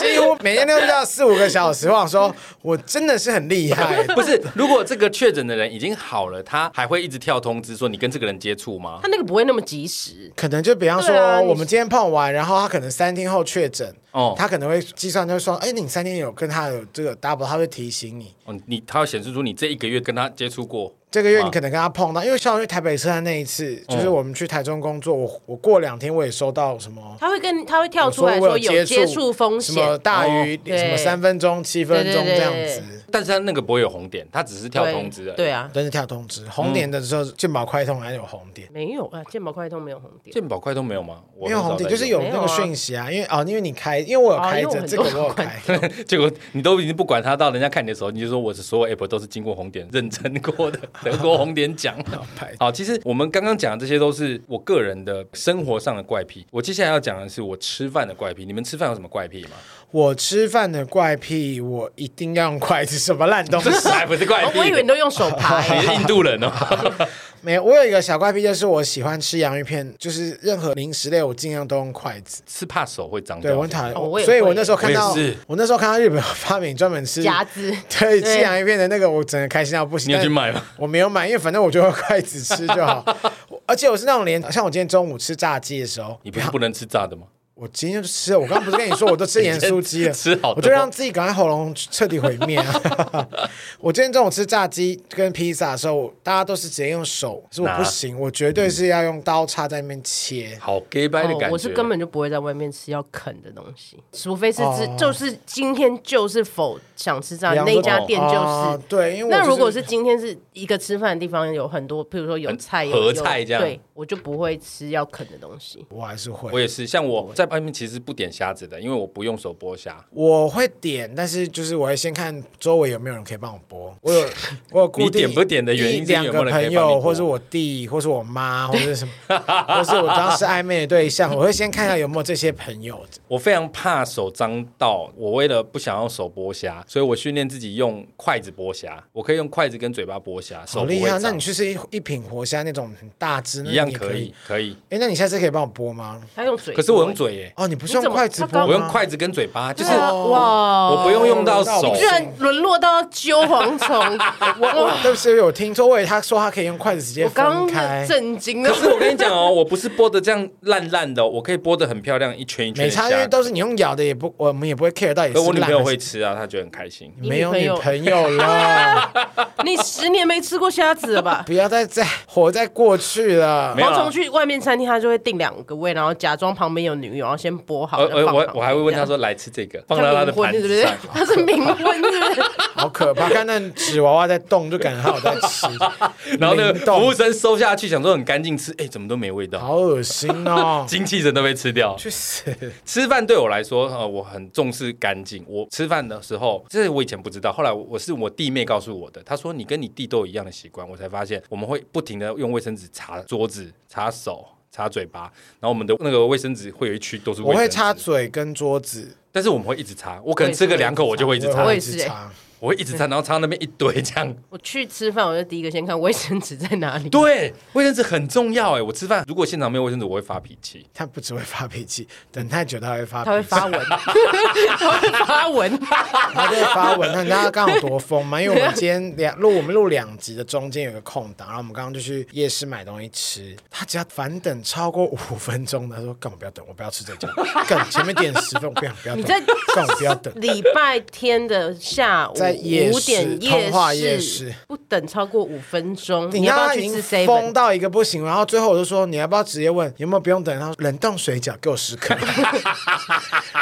[SPEAKER 2] 几乎每天都要四五个小时。我想说，我真的是很厉害。
[SPEAKER 1] 不 是，如果这个确诊的人已经好了，他还会一直跳通知说你跟这个人接触吗？
[SPEAKER 3] 它那个不会那么及时。
[SPEAKER 2] 可能就比方
[SPEAKER 3] 对啊
[SPEAKER 2] 说，
[SPEAKER 3] 你
[SPEAKER 2] 我们今天碰完，然后他可能三天后确诊，
[SPEAKER 1] 哦
[SPEAKER 2] 他可能会计算，就会说，哎，你三天有跟他有这个 double，他会提醒你。
[SPEAKER 1] 哦，你他会显示出你这一个月跟他接触过，
[SPEAKER 2] 这个月
[SPEAKER 1] 哇
[SPEAKER 2] 你可能跟他碰到，因为像我去台北车站那一次，
[SPEAKER 1] 哦
[SPEAKER 2] 就是我们去台中工作，我我过两天我也收到什么，
[SPEAKER 3] 它会跟它会跳出来
[SPEAKER 2] 我
[SPEAKER 3] 说
[SPEAKER 2] 有
[SPEAKER 3] 有接
[SPEAKER 2] 触
[SPEAKER 3] 触风
[SPEAKER 2] 什么
[SPEAKER 3] 险，
[SPEAKER 2] 大于
[SPEAKER 1] 哦
[SPEAKER 2] 什么
[SPEAKER 3] 对
[SPEAKER 2] 三分钟、七分钟
[SPEAKER 3] 对对
[SPEAKER 2] 这
[SPEAKER 3] 对
[SPEAKER 2] 样
[SPEAKER 3] 对
[SPEAKER 2] 子，
[SPEAKER 1] 但是他那个不会有红点，他只是跳
[SPEAKER 3] 对
[SPEAKER 1] 通知而已。
[SPEAKER 3] 对，啊，
[SPEAKER 2] 但是跳通知红点的时候，健保快通还有红点。
[SPEAKER 3] 没有啊，健保快通没有红点。
[SPEAKER 1] 鉴宝快都没有吗？嗯我
[SPEAKER 2] 没有
[SPEAKER 1] 很少
[SPEAKER 2] 红点，
[SPEAKER 1] 在
[SPEAKER 2] 就是有那个讯息啊，因为哦，因为你开，因为我有开
[SPEAKER 3] 哦因为我
[SPEAKER 2] 着，
[SPEAKER 3] 很
[SPEAKER 2] 这个
[SPEAKER 3] 多
[SPEAKER 2] 我有开，
[SPEAKER 1] 用， 结果你都已经不管他，到人家看你的时候，你就说我的所有 app 都是经过红点认证过的德国红点 奖。
[SPEAKER 2] 白
[SPEAKER 1] 好，其实我们刚刚讲的这些都是我个人的生活上的怪癖，我接下来要讲的是我吃饭的怪癖。你们吃饭有什么怪 癖吗？
[SPEAKER 2] 我吃饭的怪癖，我一定要用筷子，什么烂东西
[SPEAKER 1] 这？还不是怪
[SPEAKER 3] 哦
[SPEAKER 1] 癖？
[SPEAKER 3] 我以为你都 用手爬欸，
[SPEAKER 1] 你是印度人哦。
[SPEAKER 2] 没有，我有一个小怪癖，就是我喜欢吃洋芋片，就是任何零食类，我尽量都用筷子。
[SPEAKER 1] 是怕手会脏掉。
[SPEAKER 2] 对，我很讨厌，
[SPEAKER 3] 哦
[SPEAKER 2] 我
[SPEAKER 3] 我也
[SPEAKER 2] 所以我
[SPEAKER 3] 会
[SPEAKER 2] 那时候看到，
[SPEAKER 1] 我也是
[SPEAKER 2] 我那时候看到日本发明专门吃
[SPEAKER 3] 夹子。
[SPEAKER 2] 对
[SPEAKER 3] 对
[SPEAKER 2] 吃洋芋片的那个，我真的开心到不行。
[SPEAKER 1] 你有去
[SPEAKER 2] 但
[SPEAKER 1] 买吗？
[SPEAKER 2] 我没有买，因为反正我就用筷子吃就好。 我而且我是那种连像我今天中午吃炸鸡的时候，
[SPEAKER 1] 你不是不能吃炸的吗？
[SPEAKER 2] 我今天就吃了，我刚刚不是跟你说我都吃盐 酥鸡了，
[SPEAKER 1] 吃好多
[SPEAKER 2] 我就让自己赶快喉咙彻底毁灭、 啊。我今天中午吃炸鸡跟披萨的时候，我大家都是直接用手，可是我
[SPEAKER 1] 拿
[SPEAKER 2] 不行，我绝对是要用刀叉在那边切。
[SPEAKER 1] 好 gay 掰的感觉。
[SPEAKER 3] 哦我是根本就不会在外面吃要啃的东西，除非是
[SPEAKER 2] 哦
[SPEAKER 3] 吃，就是今天就是否想吃这
[SPEAKER 2] 比方
[SPEAKER 3] 样啊那
[SPEAKER 2] 说
[SPEAKER 3] 一家店就是。
[SPEAKER 2] 哦对，因为我
[SPEAKER 3] 那
[SPEAKER 2] 就是
[SPEAKER 3] 如果是今天是一个吃饭的地方，有很多，比如说有
[SPEAKER 1] 很
[SPEAKER 3] 菜、有
[SPEAKER 1] 合菜
[SPEAKER 3] 有
[SPEAKER 1] 这样
[SPEAKER 3] 对我就不会吃要啃的东西。
[SPEAKER 2] 我还是会
[SPEAKER 1] 我，也是，像我在外面其实不点虾子的，因为我不用手剥虾。
[SPEAKER 2] 我会点，但是就是我会先看周围有没有人可以帮我剥。我有，我有固 定
[SPEAKER 1] 你点不点的原因
[SPEAKER 2] 一
[SPEAKER 1] 是因为
[SPEAKER 2] 两
[SPEAKER 1] 有没有
[SPEAKER 2] 个
[SPEAKER 1] 人可以
[SPEAKER 2] 朋
[SPEAKER 1] 帮你剥
[SPEAKER 2] 友，或是我弟，或是我妈，或者什么， 或是我当时暧昧的对象，我会先看一下有没有这些朋友。
[SPEAKER 1] 我非常怕手脏到，我为了不想要手剥虾，所以我训练自己用筷子剥虾。我可以用筷子跟嘴巴剥虾，手
[SPEAKER 2] 好
[SPEAKER 1] 不
[SPEAKER 2] 厉
[SPEAKER 1] 会
[SPEAKER 2] 害！
[SPEAKER 1] 脏。
[SPEAKER 2] 那你去吃一一品活虾那种很大只，那
[SPEAKER 1] 一样
[SPEAKER 2] 你也
[SPEAKER 1] 可以
[SPEAKER 2] 以。，
[SPEAKER 1] 可以。
[SPEAKER 2] 哎，那你下次可以帮我剥吗？
[SPEAKER 3] 他用嘴，
[SPEAKER 1] 可是我用，嘴耶，
[SPEAKER 2] 哦，你不是
[SPEAKER 3] 你
[SPEAKER 2] 用
[SPEAKER 3] 怎么
[SPEAKER 2] 筷子
[SPEAKER 3] 他
[SPEAKER 2] 剥吗，
[SPEAKER 3] 刚
[SPEAKER 1] 我用筷子跟嘴巴，就是
[SPEAKER 3] 哇，
[SPEAKER 1] 我不用用到手
[SPEAKER 2] 哦
[SPEAKER 3] 居。然沦落到揪 蝗虫，
[SPEAKER 2] 我。
[SPEAKER 3] 我
[SPEAKER 2] 对不起，有听错，我以为他说他可以用筷子直接
[SPEAKER 3] 我刚
[SPEAKER 2] 分
[SPEAKER 3] 刚
[SPEAKER 2] 开。
[SPEAKER 3] 震惊了
[SPEAKER 1] 可。是我跟你讲哦，我不是剥的这样烂烂的哦，我可以剥的很漂亮，一圈一圈
[SPEAKER 2] 没
[SPEAKER 1] 的
[SPEAKER 2] 差，因为
[SPEAKER 1] 虾。
[SPEAKER 2] 都是你用咬的，也不我们也不会 care 到底是
[SPEAKER 1] 可我女
[SPEAKER 2] 烂
[SPEAKER 1] 朋友
[SPEAKER 2] 还
[SPEAKER 1] 会
[SPEAKER 2] 是
[SPEAKER 1] 吃啊，她觉得很开心。
[SPEAKER 2] 没有
[SPEAKER 3] 你女
[SPEAKER 2] 女
[SPEAKER 3] 朋友
[SPEAKER 2] 朋友了。
[SPEAKER 3] 你十年没吃过虾子了吧？
[SPEAKER 2] 不要再再活在过去了
[SPEAKER 1] 没。有啊
[SPEAKER 3] 蝗
[SPEAKER 1] 啦
[SPEAKER 3] 虫去外面餐厅，他就会订两个位，然后假装旁边有女友，然后先剥好。
[SPEAKER 1] 呃
[SPEAKER 3] 再
[SPEAKER 1] 呃，
[SPEAKER 3] 放
[SPEAKER 1] 我
[SPEAKER 3] 旁
[SPEAKER 1] 我还会问她
[SPEAKER 3] 边
[SPEAKER 1] 说来吃这个，
[SPEAKER 3] 这
[SPEAKER 1] 放
[SPEAKER 3] 样
[SPEAKER 1] 到她的
[SPEAKER 3] 冥婚
[SPEAKER 1] 盘
[SPEAKER 3] 是不
[SPEAKER 1] 子
[SPEAKER 3] 是
[SPEAKER 1] 上。？，
[SPEAKER 3] 他是冥婚是不是？
[SPEAKER 2] 好可怕！看那纸娃娃在动，就感觉它有在吃
[SPEAKER 1] 然后那个
[SPEAKER 2] 灵
[SPEAKER 1] 服务
[SPEAKER 2] 动，
[SPEAKER 1] 生收下去，想说很干净吃，哎，怎么都没味道，
[SPEAKER 2] 好恶心
[SPEAKER 1] ！
[SPEAKER 2] 哦
[SPEAKER 1] 精气神都被吃掉。
[SPEAKER 2] 去 死！
[SPEAKER 1] 吃饭对我来说，呃，我很重视干净。我吃饭的时候，这是我以前不知道，后来我我是我弟妹告诉我的，她说你跟你弟都有一样的习惯，我才发现我们会不停的用卫生纸擦桌子、擦手、擦嘴巴，然后我们的那个卫生纸会有一区都是卫
[SPEAKER 2] 我
[SPEAKER 1] 生
[SPEAKER 2] 会
[SPEAKER 1] 纸
[SPEAKER 2] 擦嘴跟桌子，
[SPEAKER 1] 但是我们会一直擦，我可能吃个两口我就会一直
[SPEAKER 2] 我
[SPEAKER 1] 擦
[SPEAKER 3] 我
[SPEAKER 2] 会
[SPEAKER 3] 也
[SPEAKER 2] 一
[SPEAKER 3] 是欸
[SPEAKER 2] 直擦。
[SPEAKER 1] 我会一直擦，然后擦到那边一堆这样。
[SPEAKER 3] 我去吃饭，我就第一个先看卫生纸在哪里。
[SPEAKER 1] 对，卫生纸很重要哎，我吃饭如果现场没有卫生纸，我会发脾气。
[SPEAKER 2] 他不只会发脾气， 等太久他会发
[SPEAKER 3] 他会
[SPEAKER 2] 脾气，
[SPEAKER 3] 发文，他会发文，
[SPEAKER 2] 他就会发文。那你知道他刚好多疯 吗？因为我们今天两录，我们录两集的中间有个空档，然后我们刚刚就去夜市买东西吃。他只要反等超过五分钟，他说干嘛不要等，我不要吃这家，干前面点十分，我不想不要等，
[SPEAKER 3] 你在
[SPEAKER 2] 干我不要等。
[SPEAKER 3] 礼拜天的下午
[SPEAKER 2] 在夜市
[SPEAKER 3] 五点
[SPEAKER 2] 通化
[SPEAKER 3] 市
[SPEAKER 2] 夜市
[SPEAKER 3] 不等超过五分钟，你
[SPEAKER 2] 你
[SPEAKER 3] 要不
[SPEAKER 2] 让
[SPEAKER 3] 要
[SPEAKER 2] 他
[SPEAKER 3] 去
[SPEAKER 2] 已
[SPEAKER 3] 吃
[SPEAKER 2] 经疯
[SPEAKER 3] seven？
[SPEAKER 2] 到一个不行，然后最后我就说你要不要直接问有没有不用等？他说冷冻水饺给我十颗，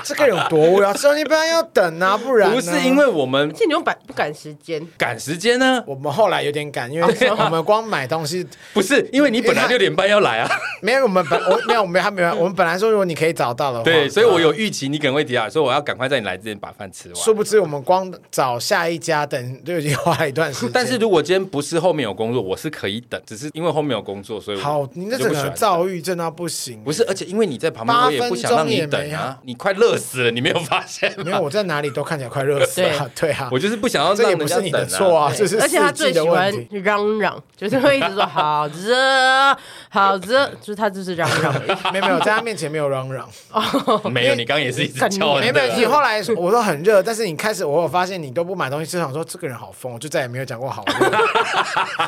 [SPEAKER 2] 这个有多无聊？吃东西不然要等啊，不然呢
[SPEAKER 1] 不是因为我们
[SPEAKER 3] 而且你又赶不赶时间，
[SPEAKER 1] 赶时间呢，
[SPEAKER 2] 我们后来有点赶，因
[SPEAKER 1] 哦
[SPEAKER 2] 为我们光买东西
[SPEAKER 1] 不是因为你本来
[SPEAKER 2] 因
[SPEAKER 1] 六
[SPEAKER 2] 为
[SPEAKER 1] 点半要来啊，
[SPEAKER 2] 没有，我们本我没有，我们还没有，我们本来说如果你可以找到的话，
[SPEAKER 1] 对，所以我有预期你可能会提啊，所以我要赶快在你来之前把饭吃完。
[SPEAKER 2] 呃殊嗯不知我们光找下一家等就已经花了一段时间。
[SPEAKER 1] 但是如果今天不是后面有工作，我是可以等，只是因为后面有工作，所以我
[SPEAKER 2] 好，你那
[SPEAKER 1] 就
[SPEAKER 2] 整
[SPEAKER 1] 不喜欢
[SPEAKER 2] 个躁郁症到不行，
[SPEAKER 1] 不是，而且因为你在旁边，
[SPEAKER 2] 八
[SPEAKER 1] 我也不想让
[SPEAKER 2] 分钟
[SPEAKER 1] 你
[SPEAKER 2] 也没
[SPEAKER 1] 等啊
[SPEAKER 2] 啊，
[SPEAKER 1] 你快热死了，你没有发 现
[SPEAKER 2] 没
[SPEAKER 1] 吗？
[SPEAKER 2] 有我在哪里都看起来快热死了， 对啊，
[SPEAKER 1] 我就是不想要
[SPEAKER 2] 这
[SPEAKER 1] 让
[SPEAKER 2] 也
[SPEAKER 1] 人
[SPEAKER 2] 不
[SPEAKER 1] 家
[SPEAKER 2] 是你的
[SPEAKER 1] 等
[SPEAKER 2] 错
[SPEAKER 1] 啊。
[SPEAKER 2] 啊，这是
[SPEAKER 3] 而且他
[SPEAKER 2] 四
[SPEAKER 3] 最
[SPEAKER 2] 季的
[SPEAKER 3] 喜
[SPEAKER 2] 问
[SPEAKER 3] 欢
[SPEAKER 2] 题
[SPEAKER 3] 嚷嚷，就是会一直 说好热好热，就是他就是嚷嚷而已。
[SPEAKER 2] 没有没有，在他面前没有 嚷嚷，
[SPEAKER 1] 没有，你刚刚也是一直叫
[SPEAKER 2] 没
[SPEAKER 1] 人
[SPEAKER 2] 有没
[SPEAKER 1] 的
[SPEAKER 2] 啊有。你后来我都很热，但是你开始我有发现你都不买东西，就想说这个人好疯，我就再也没有讲过好热，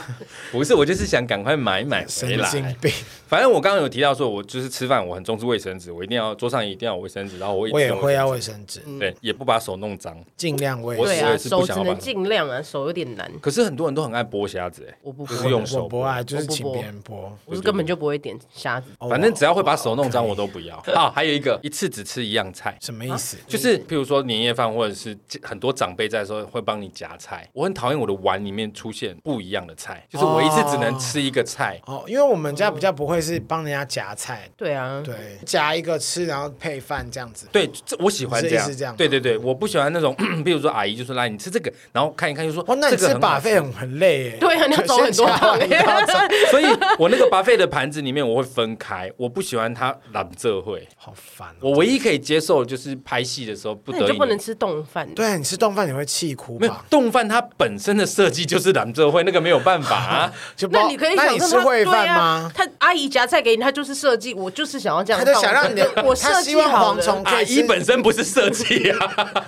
[SPEAKER 1] 不是，我就是想赶快买买回
[SPEAKER 2] 神经
[SPEAKER 1] 来。
[SPEAKER 2] 病。
[SPEAKER 1] 反正我刚刚有提到说，我就是吃饭，我很重视卫生纸，我一定要桌上一定要有卫生纸，然后我一
[SPEAKER 2] 我
[SPEAKER 1] 定
[SPEAKER 2] 也
[SPEAKER 1] 有
[SPEAKER 2] 会啊要卫生纸，
[SPEAKER 1] 对，也不把手弄脏。
[SPEAKER 2] 尽量 卫
[SPEAKER 1] 我
[SPEAKER 2] 生
[SPEAKER 3] 对
[SPEAKER 1] 也
[SPEAKER 3] 啊，
[SPEAKER 1] 是不
[SPEAKER 3] 手
[SPEAKER 1] 想
[SPEAKER 3] 只
[SPEAKER 1] 要把
[SPEAKER 3] 能尽量啊，手有点难。
[SPEAKER 1] 可是很多人都很爱剥虾子，哎，
[SPEAKER 3] 我不
[SPEAKER 1] 就是用手
[SPEAKER 2] 我不爱，
[SPEAKER 1] 剥。
[SPEAKER 2] 就是
[SPEAKER 3] 哦我不
[SPEAKER 2] 请
[SPEAKER 3] 播
[SPEAKER 2] 别人播。
[SPEAKER 3] 我是根本就不会点虾子。
[SPEAKER 2] 哦
[SPEAKER 1] 反正只要会把
[SPEAKER 2] 我
[SPEAKER 1] 手弄脏，我都不要啊。还有一个，一次只吃一样菜，
[SPEAKER 2] 什么意思？
[SPEAKER 1] 啊就是譬如说年夜饭，或者是很多长辈在的时候会帮你夹菜。我很讨厌我的碗里面出现不一样的菜，就是我一次只能吃一个菜。
[SPEAKER 2] 哦，因为我们家比较不会是帮人家夹菜，
[SPEAKER 3] 对啊，
[SPEAKER 2] 对，夹一个吃，然后配饭这样子。
[SPEAKER 1] 对，这我喜欢这
[SPEAKER 2] 你是意
[SPEAKER 1] 样，
[SPEAKER 2] 思这样
[SPEAKER 1] 对对对，我不喜欢那种， 譬如说阿姨就说来你吃这个，然后看一看就说
[SPEAKER 2] 哇，哦那你
[SPEAKER 1] 这个
[SPEAKER 2] 吃
[SPEAKER 1] 很好
[SPEAKER 2] 把
[SPEAKER 1] 吃
[SPEAKER 2] 费很很累耶。
[SPEAKER 3] 对啊你要走很多趟
[SPEAKER 2] 先夹完然后走
[SPEAKER 1] 所以我那个 buffet 的盘子里面我会分开，我不喜欢它揽这会。
[SPEAKER 2] 好烦
[SPEAKER 1] 我
[SPEAKER 2] 哦。
[SPEAKER 1] 唯一可以接受的就是拍戏的时候不
[SPEAKER 3] 那
[SPEAKER 1] 得
[SPEAKER 3] 你
[SPEAKER 1] 已
[SPEAKER 3] 就不能吃冻饭。
[SPEAKER 2] 对啊你吃冻饭你会气哭
[SPEAKER 1] 没有
[SPEAKER 2] 吧？
[SPEAKER 1] 冻饭，它本身的设计就是揽这会，那个没有办法、啊。
[SPEAKER 2] 就不
[SPEAKER 3] 那你可以
[SPEAKER 2] 那
[SPEAKER 3] 想
[SPEAKER 2] 你
[SPEAKER 3] 象
[SPEAKER 2] 吃
[SPEAKER 3] 他
[SPEAKER 2] 烩
[SPEAKER 3] 对
[SPEAKER 2] 饭
[SPEAKER 3] 啊
[SPEAKER 2] 吗，？
[SPEAKER 3] 他阿姨夹菜给你，他就是设计，我就是想要这样
[SPEAKER 2] 他
[SPEAKER 3] 放。
[SPEAKER 2] 就想让你的，
[SPEAKER 3] 我
[SPEAKER 2] 他
[SPEAKER 3] 设
[SPEAKER 2] 希
[SPEAKER 3] 计
[SPEAKER 2] 望
[SPEAKER 3] 好
[SPEAKER 2] 蝗
[SPEAKER 3] 了。
[SPEAKER 2] 虫可
[SPEAKER 1] 啊阿
[SPEAKER 2] 以
[SPEAKER 1] 姨
[SPEAKER 2] 吃
[SPEAKER 1] 本身不是设计啊。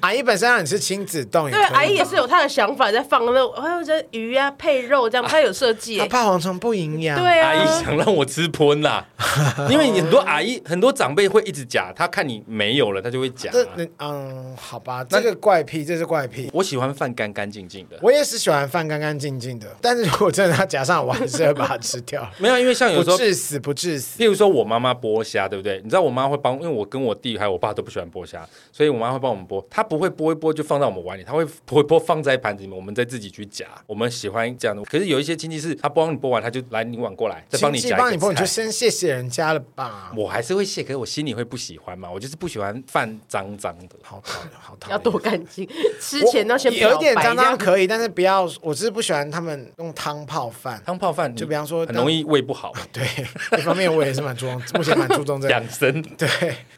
[SPEAKER 2] 阿姨本身让你吃亲子冻，
[SPEAKER 3] 对，阿姨也是。有她的想法在放那，还有这鱼啊配肉这样，她有设计
[SPEAKER 2] 她
[SPEAKER 3] 欸。
[SPEAKER 2] 啊怕蝗虫不营养，
[SPEAKER 3] 对
[SPEAKER 1] 阿姨
[SPEAKER 3] 啊，
[SPEAKER 1] 想让我吃喷 啦，因为你很多阿姨、很多长辈会一直夹，她看你没有了，她就会啊夹。
[SPEAKER 2] 这嗯嗯，好吧，这个怪癖，这是怪癖。
[SPEAKER 1] 我喜欢饭干干净净的，
[SPEAKER 2] 我也是喜欢饭干干净净的，但是如果真的要夹上，我还是会把它吃掉，
[SPEAKER 1] 没有，因为像有
[SPEAKER 2] 不
[SPEAKER 1] 时候，
[SPEAKER 2] 致死不致死。
[SPEAKER 1] 譬如说我妈妈剥虾，对不对？你知道我妈会帮，因为我跟我弟还有我爸都不喜欢剥虾，所以我妈会帮我们剥。她不会剥一剥就放到我们碗里，她会剥一剥放在盘子里面，我们再自己去夹。我们喜欢这样的。可是有一些亲戚是，他帮你剥完，他就来你碗过来，再帮你
[SPEAKER 2] 亲
[SPEAKER 1] 夹
[SPEAKER 2] 戚帮你
[SPEAKER 1] 一
[SPEAKER 2] 碰，
[SPEAKER 1] 个
[SPEAKER 2] 你
[SPEAKER 1] 菜。
[SPEAKER 2] 就先谢谢人家了吧。
[SPEAKER 1] 我还是会谢，可是我心里会不喜欢嘛，我就是不喜欢饭脏脏的。
[SPEAKER 2] 好讨厌，好讨厌。
[SPEAKER 3] 要多干净，吃
[SPEAKER 2] 我
[SPEAKER 3] 前要先
[SPEAKER 2] 有一
[SPEAKER 3] 漂
[SPEAKER 2] 点
[SPEAKER 3] 白
[SPEAKER 2] 脏
[SPEAKER 3] 这
[SPEAKER 2] 脏
[SPEAKER 3] 样。
[SPEAKER 2] 可以，但是不要。我只是不喜欢他们用汤泡饭。
[SPEAKER 1] 汤泡饭你
[SPEAKER 2] 就比方说
[SPEAKER 1] 很容易胃不好，
[SPEAKER 2] 对，一方面我也是蛮注重，目前蛮注 重这个。
[SPEAKER 1] 养生。
[SPEAKER 2] 对，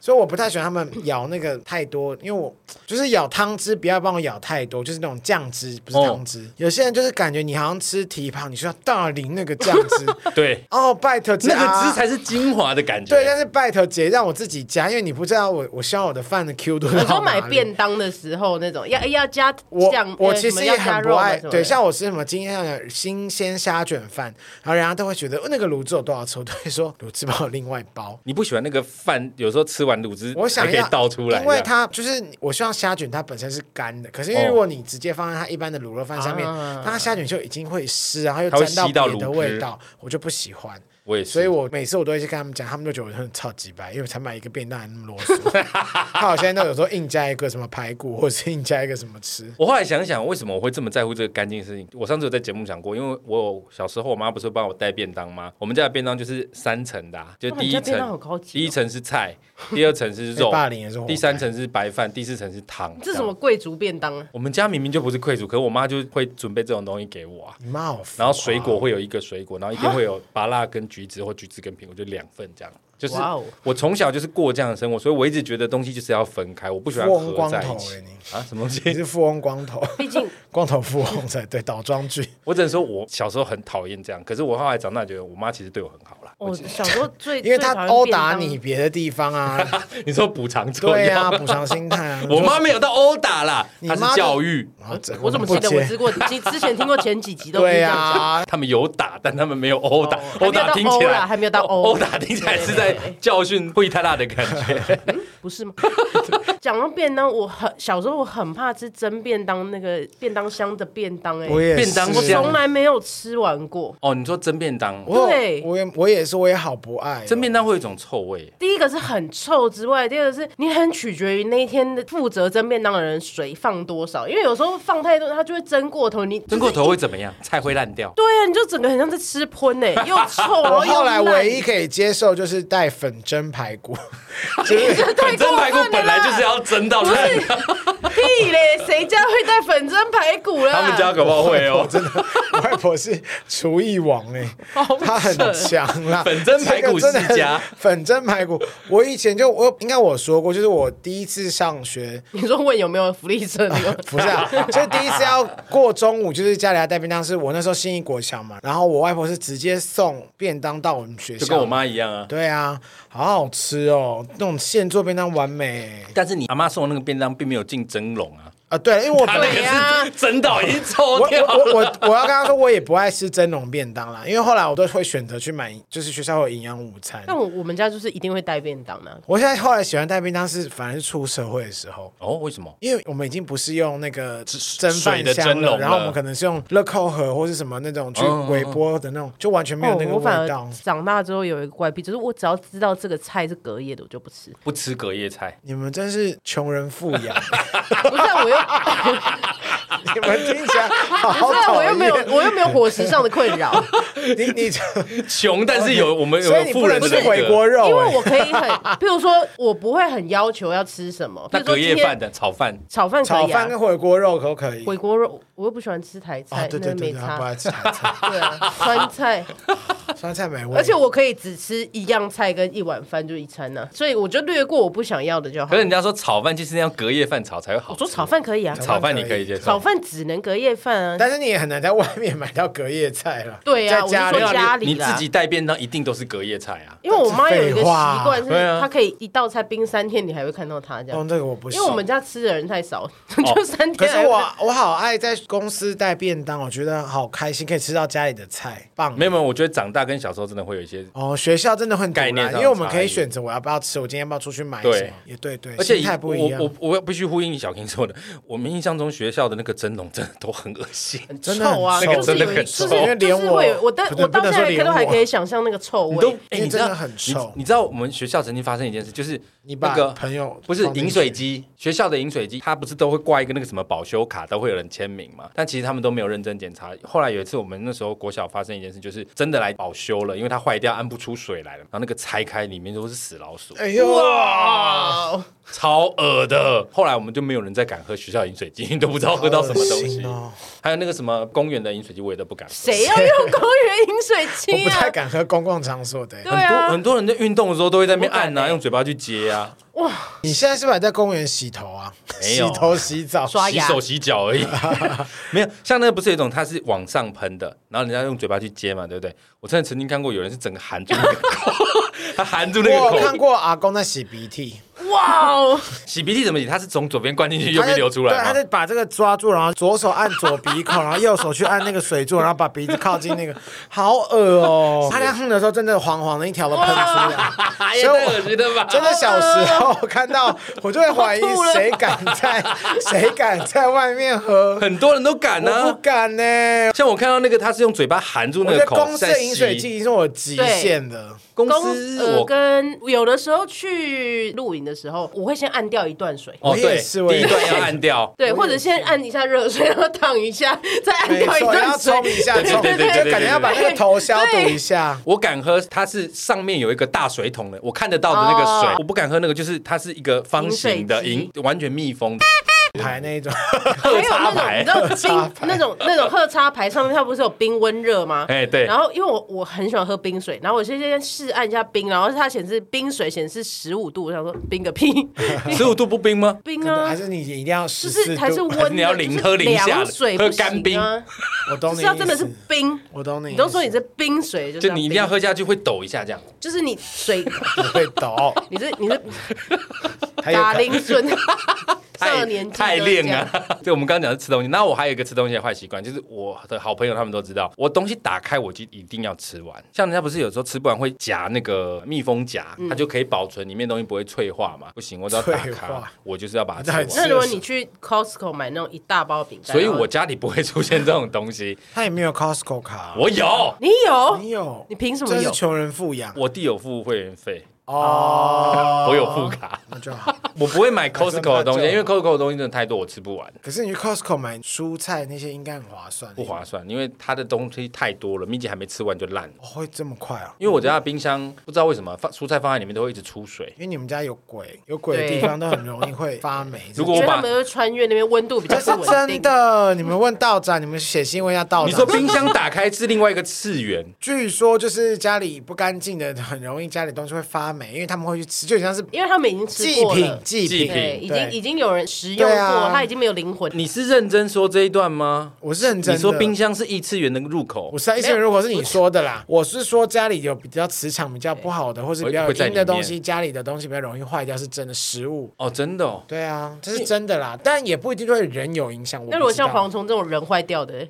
[SPEAKER 2] 所以我不太喜欢他们咬那个太多，因为我就是咬汤汁，不要帮我咬太多，就是那种酱汁，不是汤汁。
[SPEAKER 1] 哦
[SPEAKER 2] 有些人就是感觉你好像吃蹄膀，你需要大淋那个酱汁。
[SPEAKER 1] 对，
[SPEAKER 2] 哦，拜托姐
[SPEAKER 1] 那
[SPEAKER 2] 啊，
[SPEAKER 1] 个汁才是精华的感觉。
[SPEAKER 2] 对，但是拜托姐让我自己加，因为你不知道我我希望我的饭的 Q 度
[SPEAKER 3] 我
[SPEAKER 2] 是
[SPEAKER 3] 说
[SPEAKER 2] 好
[SPEAKER 3] 买
[SPEAKER 2] 哪里
[SPEAKER 3] 便当的时候那种要要加
[SPEAKER 2] 我
[SPEAKER 3] 酱，
[SPEAKER 2] 我
[SPEAKER 3] 呃
[SPEAKER 2] 其
[SPEAKER 3] 什么
[SPEAKER 2] 实也
[SPEAKER 3] 要加
[SPEAKER 2] 很
[SPEAKER 3] 肉
[SPEAKER 2] 不
[SPEAKER 3] 啊
[SPEAKER 2] 爱，
[SPEAKER 3] 什么
[SPEAKER 2] 对，
[SPEAKER 3] 的
[SPEAKER 2] 像我吃什么今天的新鲜虾卷饭，然后人家都会觉得、哦、那个卤汁有多少抽， 都会说卤汁帮我另外包。
[SPEAKER 1] 你不喜欢那个饭，有时候吃完卤汁
[SPEAKER 2] 我
[SPEAKER 1] 还
[SPEAKER 2] 想
[SPEAKER 1] 可以
[SPEAKER 2] 要
[SPEAKER 1] 倒出来，
[SPEAKER 2] 因为
[SPEAKER 1] 这样
[SPEAKER 2] 它就是我希望虾卷它本身是干的，可是因为
[SPEAKER 1] 哦
[SPEAKER 2] 如果你直接放在它一般的卤肉饭上面，
[SPEAKER 3] 啊
[SPEAKER 2] 它虾卷就已经会湿，然后又
[SPEAKER 1] 它会
[SPEAKER 2] 沾到
[SPEAKER 1] 吸到
[SPEAKER 2] 别的
[SPEAKER 1] 卤汁
[SPEAKER 2] 味道，我就不喜欢。
[SPEAKER 1] 我也是
[SPEAKER 2] 所以我每次我都会去跟他们讲，他们都觉得我很超级白，因为我才买一个便当还那么啰嗦。还好现在都有时候硬加一个什么排骨，或者是硬加一个什么吃。
[SPEAKER 1] 我后来想想，为什么我会这么在乎这个干净的事情？我上次有在节目讲过，因为我有小时候我妈不是帮我带便当吗？我们家的便当就是三层的、啊，就第一
[SPEAKER 3] 哇你家便当好高
[SPEAKER 1] 层，
[SPEAKER 3] 级哦
[SPEAKER 1] 第一层是菜，第二层是
[SPEAKER 2] 被
[SPEAKER 1] 肉，
[SPEAKER 2] 霸凌也是活该
[SPEAKER 1] 第三层是白饭，第四层是汤。
[SPEAKER 3] 这
[SPEAKER 1] 样
[SPEAKER 3] 什么？贵族便当啊？
[SPEAKER 1] 我们家明明就不是贵族，可我妈就会准备这种东西给我啊。
[SPEAKER 2] 你妈好、
[SPEAKER 1] 然后水果，会有一个水果，然后一定会有芭辣跟橘子或橘子跟苹果，就两份这样。就是
[SPEAKER 3] 哇哦
[SPEAKER 1] 我从小就是过这样的生活，所以我一直觉得东西就是要分开，我不喜欢
[SPEAKER 2] 富翁
[SPEAKER 1] 合
[SPEAKER 2] 光
[SPEAKER 1] 在
[SPEAKER 2] 头
[SPEAKER 1] 一起
[SPEAKER 3] 欸
[SPEAKER 2] 哎你
[SPEAKER 1] 啊，什么东西
[SPEAKER 2] 你？是富翁光头，
[SPEAKER 3] 毕 竟
[SPEAKER 2] 光头富翁才对，倒装句。
[SPEAKER 1] 我只能说，我小时候很讨厌这样，可是我后来长大觉得，我妈其实对我很好啦。
[SPEAKER 3] 我小时候最，
[SPEAKER 2] 因为他殴打
[SPEAKER 3] 最讨厌便
[SPEAKER 2] 你
[SPEAKER 3] 当，
[SPEAKER 2] 别的地 方啊，
[SPEAKER 1] 你说补偿作
[SPEAKER 2] 对
[SPEAKER 1] 用，
[SPEAKER 2] 啊，补偿心态啊。
[SPEAKER 1] 我妈没有到殴打啦，
[SPEAKER 2] 你
[SPEAKER 1] 她
[SPEAKER 2] 妈
[SPEAKER 1] 是教育，
[SPEAKER 2] 啊，这
[SPEAKER 3] 我怎么
[SPEAKER 2] 不
[SPEAKER 3] 记得我
[SPEAKER 2] 接
[SPEAKER 3] 吃过？之之前听过前几集都是
[SPEAKER 2] 对
[SPEAKER 3] 这样讲。
[SPEAKER 2] 啊，
[SPEAKER 1] 他们有打，但他们没有殴打
[SPEAKER 3] 哦，
[SPEAKER 1] 殴打
[SPEAKER 3] 还没
[SPEAKER 1] 听
[SPEAKER 3] 有到
[SPEAKER 1] 起
[SPEAKER 3] 殴
[SPEAKER 1] 来哦
[SPEAKER 3] 啦还没有到殴
[SPEAKER 1] 殴打听起来是在教训惠太大的感 觉。
[SPEAKER 3] 不是吗？ 讲到便当，我很小时候我很怕吃蒸便当，那个便当箱的便当、
[SPEAKER 2] 我
[SPEAKER 3] 哎，
[SPEAKER 2] 也
[SPEAKER 1] 便当
[SPEAKER 2] 是
[SPEAKER 3] 我
[SPEAKER 1] 箱
[SPEAKER 3] 从来没有吃完过。
[SPEAKER 1] 哦，你说蒸便当，
[SPEAKER 2] 我
[SPEAKER 3] 对
[SPEAKER 2] 我也我也是，我也好不爱哦
[SPEAKER 1] 蒸便当会有一种臭味，
[SPEAKER 3] 第一个是很臭之外，第二个是你很取决于那一天的负责蒸便当的人水放多少，因为有时候放太多，它就会蒸过头。你
[SPEAKER 1] 蒸过
[SPEAKER 3] 就是
[SPEAKER 1] 头会怎么样？菜会烂掉。
[SPEAKER 3] 对啊，你就整个很像在吃喷 哎、又臭，然
[SPEAKER 2] 我
[SPEAKER 3] 后又
[SPEAKER 2] 后来
[SPEAKER 3] 烂
[SPEAKER 2] 唯一可以接受就是带粉蒸排骨， 就是
[SPEAKER 1] 粉蒸排骨本来就是要蒸到
[SPEAKER 3] 不
[SPEAKER 1] 烂
[SPEAKER 3] 是
[SPEAKER 1] 的，
[SPEAKER 3] 屁嘞，谁家会带粉蒸排骨啦？
[SPEAKER 1] 他们家搞不好会 哦。
[SPEAKER 2] 真的，我 外婆是厨艺王哎、她很强啦。
[SPEAKER 1] 粉蒸排骨世家
[SPEAKER 2] 这个真的粉蒸排骨，我以前就我应该我说过，就是我第一次上学。
[SPEAKER 3] 你说问有没有福利社那个？
[SPEAKER 2] 不是啊，就是第一次要过中午，就是家里要带便当，是我那时候新义国小嘛，然后我外婆是直接送便当到我们学校，
[SPEAKER 1] 就跟我，妈一样啊。
[SPEAKER 2] 对啊，好好吃哦，那种现做便当完美
[SPEAKER 1] 但是你阿妈送的那个便当并没有进蒸笼啊，
[SPEAKER 2] 啊，对，因为我
[SPEAKER 1] 她那
[SPEAKER 3] 对
[SPEAKER 1] 个
[SPEAKER 3] 啊
[SPEAKER 1] 是蒸到已经
[SPEAKER 2] 我
[SPEAKER 1] 臭掉
[SPEAKER 2] 我我
[SPEAKER 1] 了。
[SPEAKER 2] 我我要跟他说，我也不爱吃蒸笼便当啦，因为后来我都会选择去买，就是学校有营养午餐。
[SPEAKER 3] 但我我们家就是一定会带便当的、啊
[SPEAKER 2] 我现在后来喜欢带便当是，反而是出社会的时候。
[SPEAKER 1] 哦，为什么？
[SPEAKER 2] 因为我们已经不是用那个蒸
[SPEAKER 1] 水
[SPEAKER 2] 饭
[SPEAKER 1] 的
[SPEAKER 2] 箱
[SPEAKER 1] 蒸笼了
[SPEAKER 2] 了，然后我们可能是用乐扣盒或是什么那种去
[SPEAKER 1] 嗯嗯嗯
[SPEAKER 2] 微波的那种，就完全没有那个
[SPEAKER 3] 哦我反
[SPEAKER 2] 味
[SPEAKER 3] 而
[SPEAKER 2] 道。
[SPEAKER 3] 长大之后有一个怪癖，就是我只要知道这个菜是隔夜的，我就不吃。
[SPEAKER 1] 不吃隔夜菜，
[SPEAKER 2] 你们真是穷人富 养，
[SPEAKER 3] 不 是、啊、我又，
[SPEAKER 2] 你们听起来好
[SPEAKER 3] 不
[SPEAKER 2] 好
[SPEAKER 3] 是、啊、
[SPEAKER 2] 讨
[SPEAKER 3] 我又没有
[SPEAKER 2] 厌。，
[SPEAKER 3] 我又没有伙食上的困扰，
[SPEAKER 2] 你 你，
[SPEAKER 1] 穷但是有我们有
[SPEAKER 2] 所以你
[SPEAKER 1] 富
[SPEAKER 2] 不
[SPEAKER 1] 人
[SPEAKER 2] 能
[SPEAKER 1] 的
[SPEAKER 2] 吃
[SPEAKER 1] 那
[SPEAKER 2] 回
[SPEAKER 1] 个，
[SPEAKER 2] 锅 肉、欸，
[SPEAKER 3] 因为我啊可以很，譬如说我不会很要求要吃什么，譬
[SPEAKER 1] 那
[SPEAKER 3] 如说
[SPEAKER 1] 隔
[SPEAKER 3] 今
[SPEAKER 1] 夜饭
[SPEAKER 3] 天
[SPEAKER 1] 的炒饭，
[SPEAKER 3] 炒饭可
[SPEAKER 2] 炒
[SPEAKER 3] 以啊
[SPEAKER 2] 饭，跟回锅肉可不可以？
[SPEAKER 3] 回锅肉我又不喜欢吃台
[SPEAKER 2] 啊，
[SPEAKER 3] 菜，
[SPEAKER 2] 对对
[SPEAKER 3] 那
[SPEAKER 2] 对
[SPEAKER 3] 没
[SPEAKER 2] 对，他不
[SPEAKER 3] 差
[SPEAKER 2] 爱。吃海菜，
[SPEAKER 3] 对 啊，川菜，
[SPEAKER 2] 酸菜美味。
[SPEAKER 3] 而且我可以只吃一样菜跟一碗饭就一餐呢、所以我就略过我不想要的就好
[SPEAKER 1] 可是。人家说炒饭就是要隔夜饭炒才会好
[SPEAKER 3] 我
[SPEAKER 1] 吃。
[SPEAKER 3] 说炒饭可以啊，
[SPEAKER 1] 炒饭你可以接
[SPEAKER 3] 炒
[SPEAKER 1] 受，
[SPEAKER 3] 饭只能隔夜饭啊。
[SPEAKER 2] 但是你也很难在外面买到隔夜菜了。
[SPEAKER 3] 对啊，哦
[SPEAKER 2] 在
[SPEAKER 3] 我
[SPEAKER 2] 家
[SPEAKER 3] 就说
[SPEAKER 2] 里
[SPEAKER 3] 家
[SPEAKER 1] 你
[SPEAKER 3] 里
[SPEAKER 1] 自
[SPEAKER 3] 啦。
[SPEAKER 1] 己带便当一定都是隔夜菜啊。
[SPEAKER 3] 因为我妈有一个习惯是
[SPEAKER 1] 对啊，
[SPEAKER 3] 她可以一道菜冰三天，你还会看到她这
[SPEAKER 2] 哦，
[SPEAKER 3] 样。
[SPEAKER 2] 这个我不
[SPEAKER 3] 因
[SPEAKER 2] 行。
[SPEAKER 3] 为我们家吃的人太少， 就三
[SPEAKER 2] 哦 可
[SPEAKER 3] 天还
[SPEAKER 2] 是
[SPEAKER 3] 会。
[SPEAKER 2] 我啊我好爱在公司带便当，我觉得好开心，可以吃到家里的菜，棒。
[SPEAKER 1] 没有没有，我觉得长大跟小时候真的会有一些，
[SPEAKER 2] 哦，学校真的很堵啦
[SPEAKER 1] 概念上的
[SPEAKER 2] 因为我们可
[SPEAKER 1] 差
[SPEAKER 2] 以
[SPEAKER 1] 异
[SPEAKER 2] 选择我要不要吃，我今天要不要出去买
[SPEAKER 1] 对
[SPEAKER 2] 什么？也对对，
[SPEAKER 1] 而且
[SPEAKER 2] 心态不一样
[SPEAKER 1] 我。我我必须呼应小婷说的，我们印象中学校的那个蒸笼真的都很恶心，
[SPEAKER 3] 很
[SPEAKER 2] 真的
[SPEAKER 3] 臭啊，
[SPEAKER 2] 很
[SPEAKER 1] 臭
[SPEAKER 3] 就是有
[SPEAKER 1] 那个臭
[SPEAKER 3] 一，就是就是
[SPEAKER 2] 连我
[SPEAKER 3] 会有我到
[SPEAKER 2] 不能
[SPEAKER 3] 我到现
[SPEAKER 2] 不
[SPEAKER 3] 在
[SPEAKER 2] 能说连
[SPEAKER 3] 都还
[SPEAKER 2] 我
[SPEAKER 3] 可以想象那个臭
[SPEAKER 1] 你都
[SPEAKER 3] 味。
[SPEAKER 1] 哎、
[SPEAKER 2] 因为
[SPEAKER 1] 你知道
[SPEAKER 2] 真的很臭
[SPEAKER 1] 你，你知道我们学校曾经发生一件事，就是
[SPEAKER 2] 你把
[SPEAKER 1] 那个
[SPEAKER 2] 朋友
[SPEAKER 1] 不是
[SPEAKER 2] 放进
[SPEAKER 1] 饮水
[SPEAKER 2] 去
[SPEAKER 1] 机，学校的饮水机，它不是都会挂一个那个什么保修卡，都会有人签名嘛？但其实他们都没有认真检查。后来有一次，我们那时候国小发生一件事，就是真的来保修了，因为它坏掉，按不出水来了。然后那个拆开，里面都是死老鼠，
[SPEAKER 2] 哎呦哇！
[SPEAKER 3] 哇，
[SPEAKER 1] 超恶的。后来我们就没有人再敢喝学校饮水机，都不知道 喝到什么
[SPEAKER 2] 好恶
[SPEAKER 1] 东西
[SPEAKER 2] 心。 哦
[SPEAKER 1] 还有那个什么公园的饮水机，我也都不敢喝。
[SPEAKER 3] 谁要用公园饮水
[SPEAKER 2] 我
[SPEAKER 3] 机
[SPEAKER 2] 不太
[SPEAKER 3] 啊？
[SPEAKER 2] 敢喝公共场所的欸。
[SPEAKER 3] 对
[SPEAKER 1] 很多
[SPEAKER 3] 啊，
[SPEAKER 1] 很多人在运动的时候都会在那边按
[SPEAKER 3] 不
[SPEAKER 2] 哎
[SPEAKER 1] 啊，
[SPEAKER 3] 敢欸
[SPEAKER 1] 用嘴巴去接啊，
[SPEAKER 2] 你现在是不是还在公园洗头啊？
[SPEAKER 1] 没
[SPEAKER 2] 洗
[SPEAKER 1] 有
[SPEAKER 2] 头、洗澡、
[SPEAKER 3] 刷
[SPEAKER 1] 洗
[SPEAKER 3] 牙
[SPEAKER 1] 手洗脚而已， 没有像那个不是有一种它是往上喷的，然后人家用嘴巴去接嘛，对不对？我真的曾经看过有人是整个含住那个 口，他含住那
[SPEAKER 2] 我有
[SPEAKER 1] 个
[SPEAKER 2] 看
[SPEAKER 1] 口，
[SPEAKER 2] 过阿公在洗鼻涕，
[SPEAKER 3] 哇哦，
[SPEAKER 1] 洗鼻涕怎么洗？他是从左边灌进去，右
[SPEAKER 2] 他
[SPEAKER 1] 边
[SPEAKER 2] 就
[SPEAKER 1] 流出
[SPEAKER 2] 对，
[SPEAKER 1] 来
[SPEAKER 2] 他
[SPEAKER 1] 吗？
[SPEAKER 2] 就把这个抓住，然后左手按左鼻孔，然后右手去按那个水柱，然后把鼻子靠近那个，好恶哦、他在哼的时候，真的黄黄的一条都喷出来。
[SPEAKER 1] 也
[SPEAKER 2] 所以
[SPEAKER 1] 哎太
[SPEAKER 2] 我
[SPEAKER 1] 恶心了吧！
[SPEAKER 2] 真的小时候看到，我就会怀疑
[SPEAKER 3] 我吐了
[SPEAKER 2] 谁敢在谁敢在外面喝，
[SPEAKER 1] 很多人都敢
[SPEAKER 2] 我
[SPEAKER 1] 啊
[SPEAKER 2] 不，敢呢、
[SPEAKER 1] 像我看到那个他是用嘴巴含住
[SPEAKER 2] 我
[SPEAKER 1] 那
[SPEAKER 2] 觉
[SPEAKER 1] 个
[SPEAKER 2] 得
[SPEAKER 1] 口，
[SPEAKER 2] 公司
[SPEAKER 1] 在
[SPEAKER 2] 的
[SPEAKER 1] 吸
[SPEAKER 2] 饮水机已经是我极限 的。
[SPEAKER 1] 公
[SPEAKER 3] 公
[SPEAKER 1] 司
[SPEAKER 3] 呃
[SPEAKER 1] 我
[SPEAKER 3] 跟有的时候去露营的时候，我会先按掉一段水。
[SPEAKER 1] 哦
[SPEAKER 2] 我也
[SPEAKER 1] 对，
[SPEAKER 2] 是我
[SPEAKER 1] 第
[SPEAKER 2] 也
[SPEAKER 1] 一段
[SPEAKER 2] 是
[SPEAKER 1] 要按掉，
[SPEAKER 3] 对，或者先按一下热水，然后烫一下，再按
[SPEAKER 2] 没
[SPEAKER 3] 掉一
[SPEAKER 2] 错，要
[SPEAKER 3] 段水
[SPEAKER 2] 冲。一下，
[SPEAKER 1] 对对
[SPEAKER 2] 冲，
[SPEAKER 1] 对对对
[SPEAKER 2] 就感觉要把那个头消毒一下。
[SPEAKER 1] 我敢喝，它是上面有一个大水桶的，我看得到的那个水，
[SPEAKER 3] 哦
[SPEAKER 1] 我不敢喝那个，就是它是一个方形的
[SPEAKER 3] 饮水
[SPEAKER 1] 饮，完全密封。
[SPEAKER 2] 牌那一种，
[SPEAKER 1] 喝茶
[SPEAKER 3] 还有
[SPEAKER 1] 牌
[SPEAKER 3] 那种你
[SPEAKER 2] 喝
[SPEAKER 3] 知道
[SPEAKER 2] 茶
[SPEAKER 3] 冰那种那种喝茶牌上面它不是有冰温热吗？
[SPEAKER 1] 哎对
[SPEAKER 3] 然后因为我我很喜欢喝冰水，然后我就先试按一下冰，然后它显示冰水显示十五度，我想说冰 个屁，
[SPEAKER 1] 十五度不冰吗？
[SPEAKER 3] 冰
[SPEAKER 2] 真的
[SPEAKER 3] 啊
[SPEAKER 2] 还。是你一定要
[SPEAKER 3] 就
[SPEAKER 2] 十
[SPEAKER 3] 是
[SPEAKER 2] 四
[SPEAKER 3] 还是
[SPEAKER 2] 度？
[SPEAKER 3] 温的，
[SPEAKER 1] 你要零喝零下的
[SPEAKER 3] 就是凉水不
[SPEAKER 1] 喝干冰
[SPEAKER 3] 行啊，
[SPEAKER 2] 我懂
[SPEAKER 3] 就是
[SPEAKER 2] 你，
[SPEAKER 3] 要真的是，冰。
[SPEAKER 2] 我懂你，
[SPEAKER 3] 你都说你是冰水，就是
[SPEAKER 1] 就你一定要，喝下去会抖一下这样。
[SPEAKER 3] 就是你水，
[SPEAKER 2] 不会抖，
[SPEAKER 3] 你是 你是
[SPEAKER 2] 还有
[SPEAKER 3] 打铃孙，上
[SPEAKER 1] 哎太
[SPEAKER 3] 了年纪
[SPEAKER 1] 太
[SPEAKER 3] 都
[SPEAKER 1] 练
[SPEAKER 3] 这样
[SPEAKER 1] 了。 对，我们刚刚讲的吃东西，那我还有一个吃东西的坏习惯，就是我的好朋友他们都知道，我东西打开我就一定要吃完。像人家不是有时候吃不完会夹那个密封夹，它就可以保存里面东西不会脆化嘛？不行，我只要打
[SPEAKER 2] 脆
[SPEAKER 1] 开
[SPEAKER 2] 化，
[SPEAKER 1] 我就是要把它
[SPEAKER 2] 那你
[SPEAKER 1] 吃
[SPEAKER 2] 吃
[SPEAKER 1] 完。
[SPEAKER 3] 那如果你去 Costco 买那种一大包饼干，
[SPEAKER 1] 所以
[SPEAKER 3] 然后
[SPEAKER 1] 我家里不会出现这种东西，
[SPEAKER 2] 他也没有 Costco 卡，
[SPEAKER 1] 我有。
[SPEAKER 3] 你有
[SPEAKER 2] 你有，
[SPEAKER 3] 你凭什么
[SPEAKER 2] 这是
[SPEAKER 3] 有
[SPEAKER 2] 穷人富养
[SPEAKER 1] 我弟有付会员费，
[SPEAKER 2] 哦，
[SPEAKER 1] 我有付卡，
[SPEAKER 2] 那就好。
[SPEAKER 1] 我不会买 Costco 的东西，
[SPEAKER 2] 那就
[SPEAKER 1] 因为 Costco 的东西真的太多，我吃不完，
[SPEAKER 2] 可是你去 Costco 买蔬菜那些应该很划算，
[SPEAKER 1] 不划算，因为它的东西太多了，蜜姐还没吃完就烂了。
[SPEAKER 2] 哦会这么快啊？
[SPEAKER 1] 因为我家的冰箱不知道为什么放蔬菜放在里面都会一直出水，
[SPEAKER 2] 因为你们家有鬼，有鬼的地方都很容易会发霉。
[SPEAKER 1] 如果
[SPEAKER 3] 因
[SPEAKER 1] 我
[SPEAKER 3] 为他
[SPEAKER 1] 把
[SPEAKER 3] 们会穿越那边温 度比较
[SPEAKER 2] 这是
[SPEAKER 3] 不稳
[SPEAKER 2] 真
[SPEAKER 3] 定。
[SPEAKER 2] 的，你们问道长，你们写信问一下道长。
[SPEAKER 1] 你说冰箱打开是另外一个次元，
[SPEAKER 2] 据说就是家里不干净的，很容易家里东西会发霉，因为他们会去吃，就像是
[SPEAKER 3] 因为他们已经吃
[SPEAKER 2] 祭
[SPEAKER 3] 过
[SPEAKER 2] 品
[SPEAKER 3] 了，，
[SPEAKER 2] 祭
[SPEAKER 1] 祭品
[SPEAKER 2] 品。
[SPEAKER 3] 对，已经
[SPEAKER 2] 对
[SPEAKER 3] 已经有人食用
[SPEAKER 2] 对啊
[SPEAKER 3] 过，他已经没有灵魂。
[SPEAKER 1] 你是认真说这一段吗？
[SPEAKER 2] 我是认真的。
[SPEAKER 1] 你说冰箱是异次元的入口
[SPEAKER 2] 我，是意思，如果是你说的 啦，我是说家里有比较磁场比较不好的，或是比较有
[SPEAKER 1] 会在里
[SPEAKER 2] 阴的东西，
[SPEAKER 1] 面
[SPEAKER 2] 家里的东西比较容易坏掉，是真的食物。
[SPEAKER 1] 哦，真的、哦，
[SPEAKER 2] 对啊，这是真的啦，但也不一定对人有影响。我不
[SPEAKER 3] 那如果
[SPEAKER 2] 知道
[SPEAKER 3] 像蝗虫这种人坏掉的，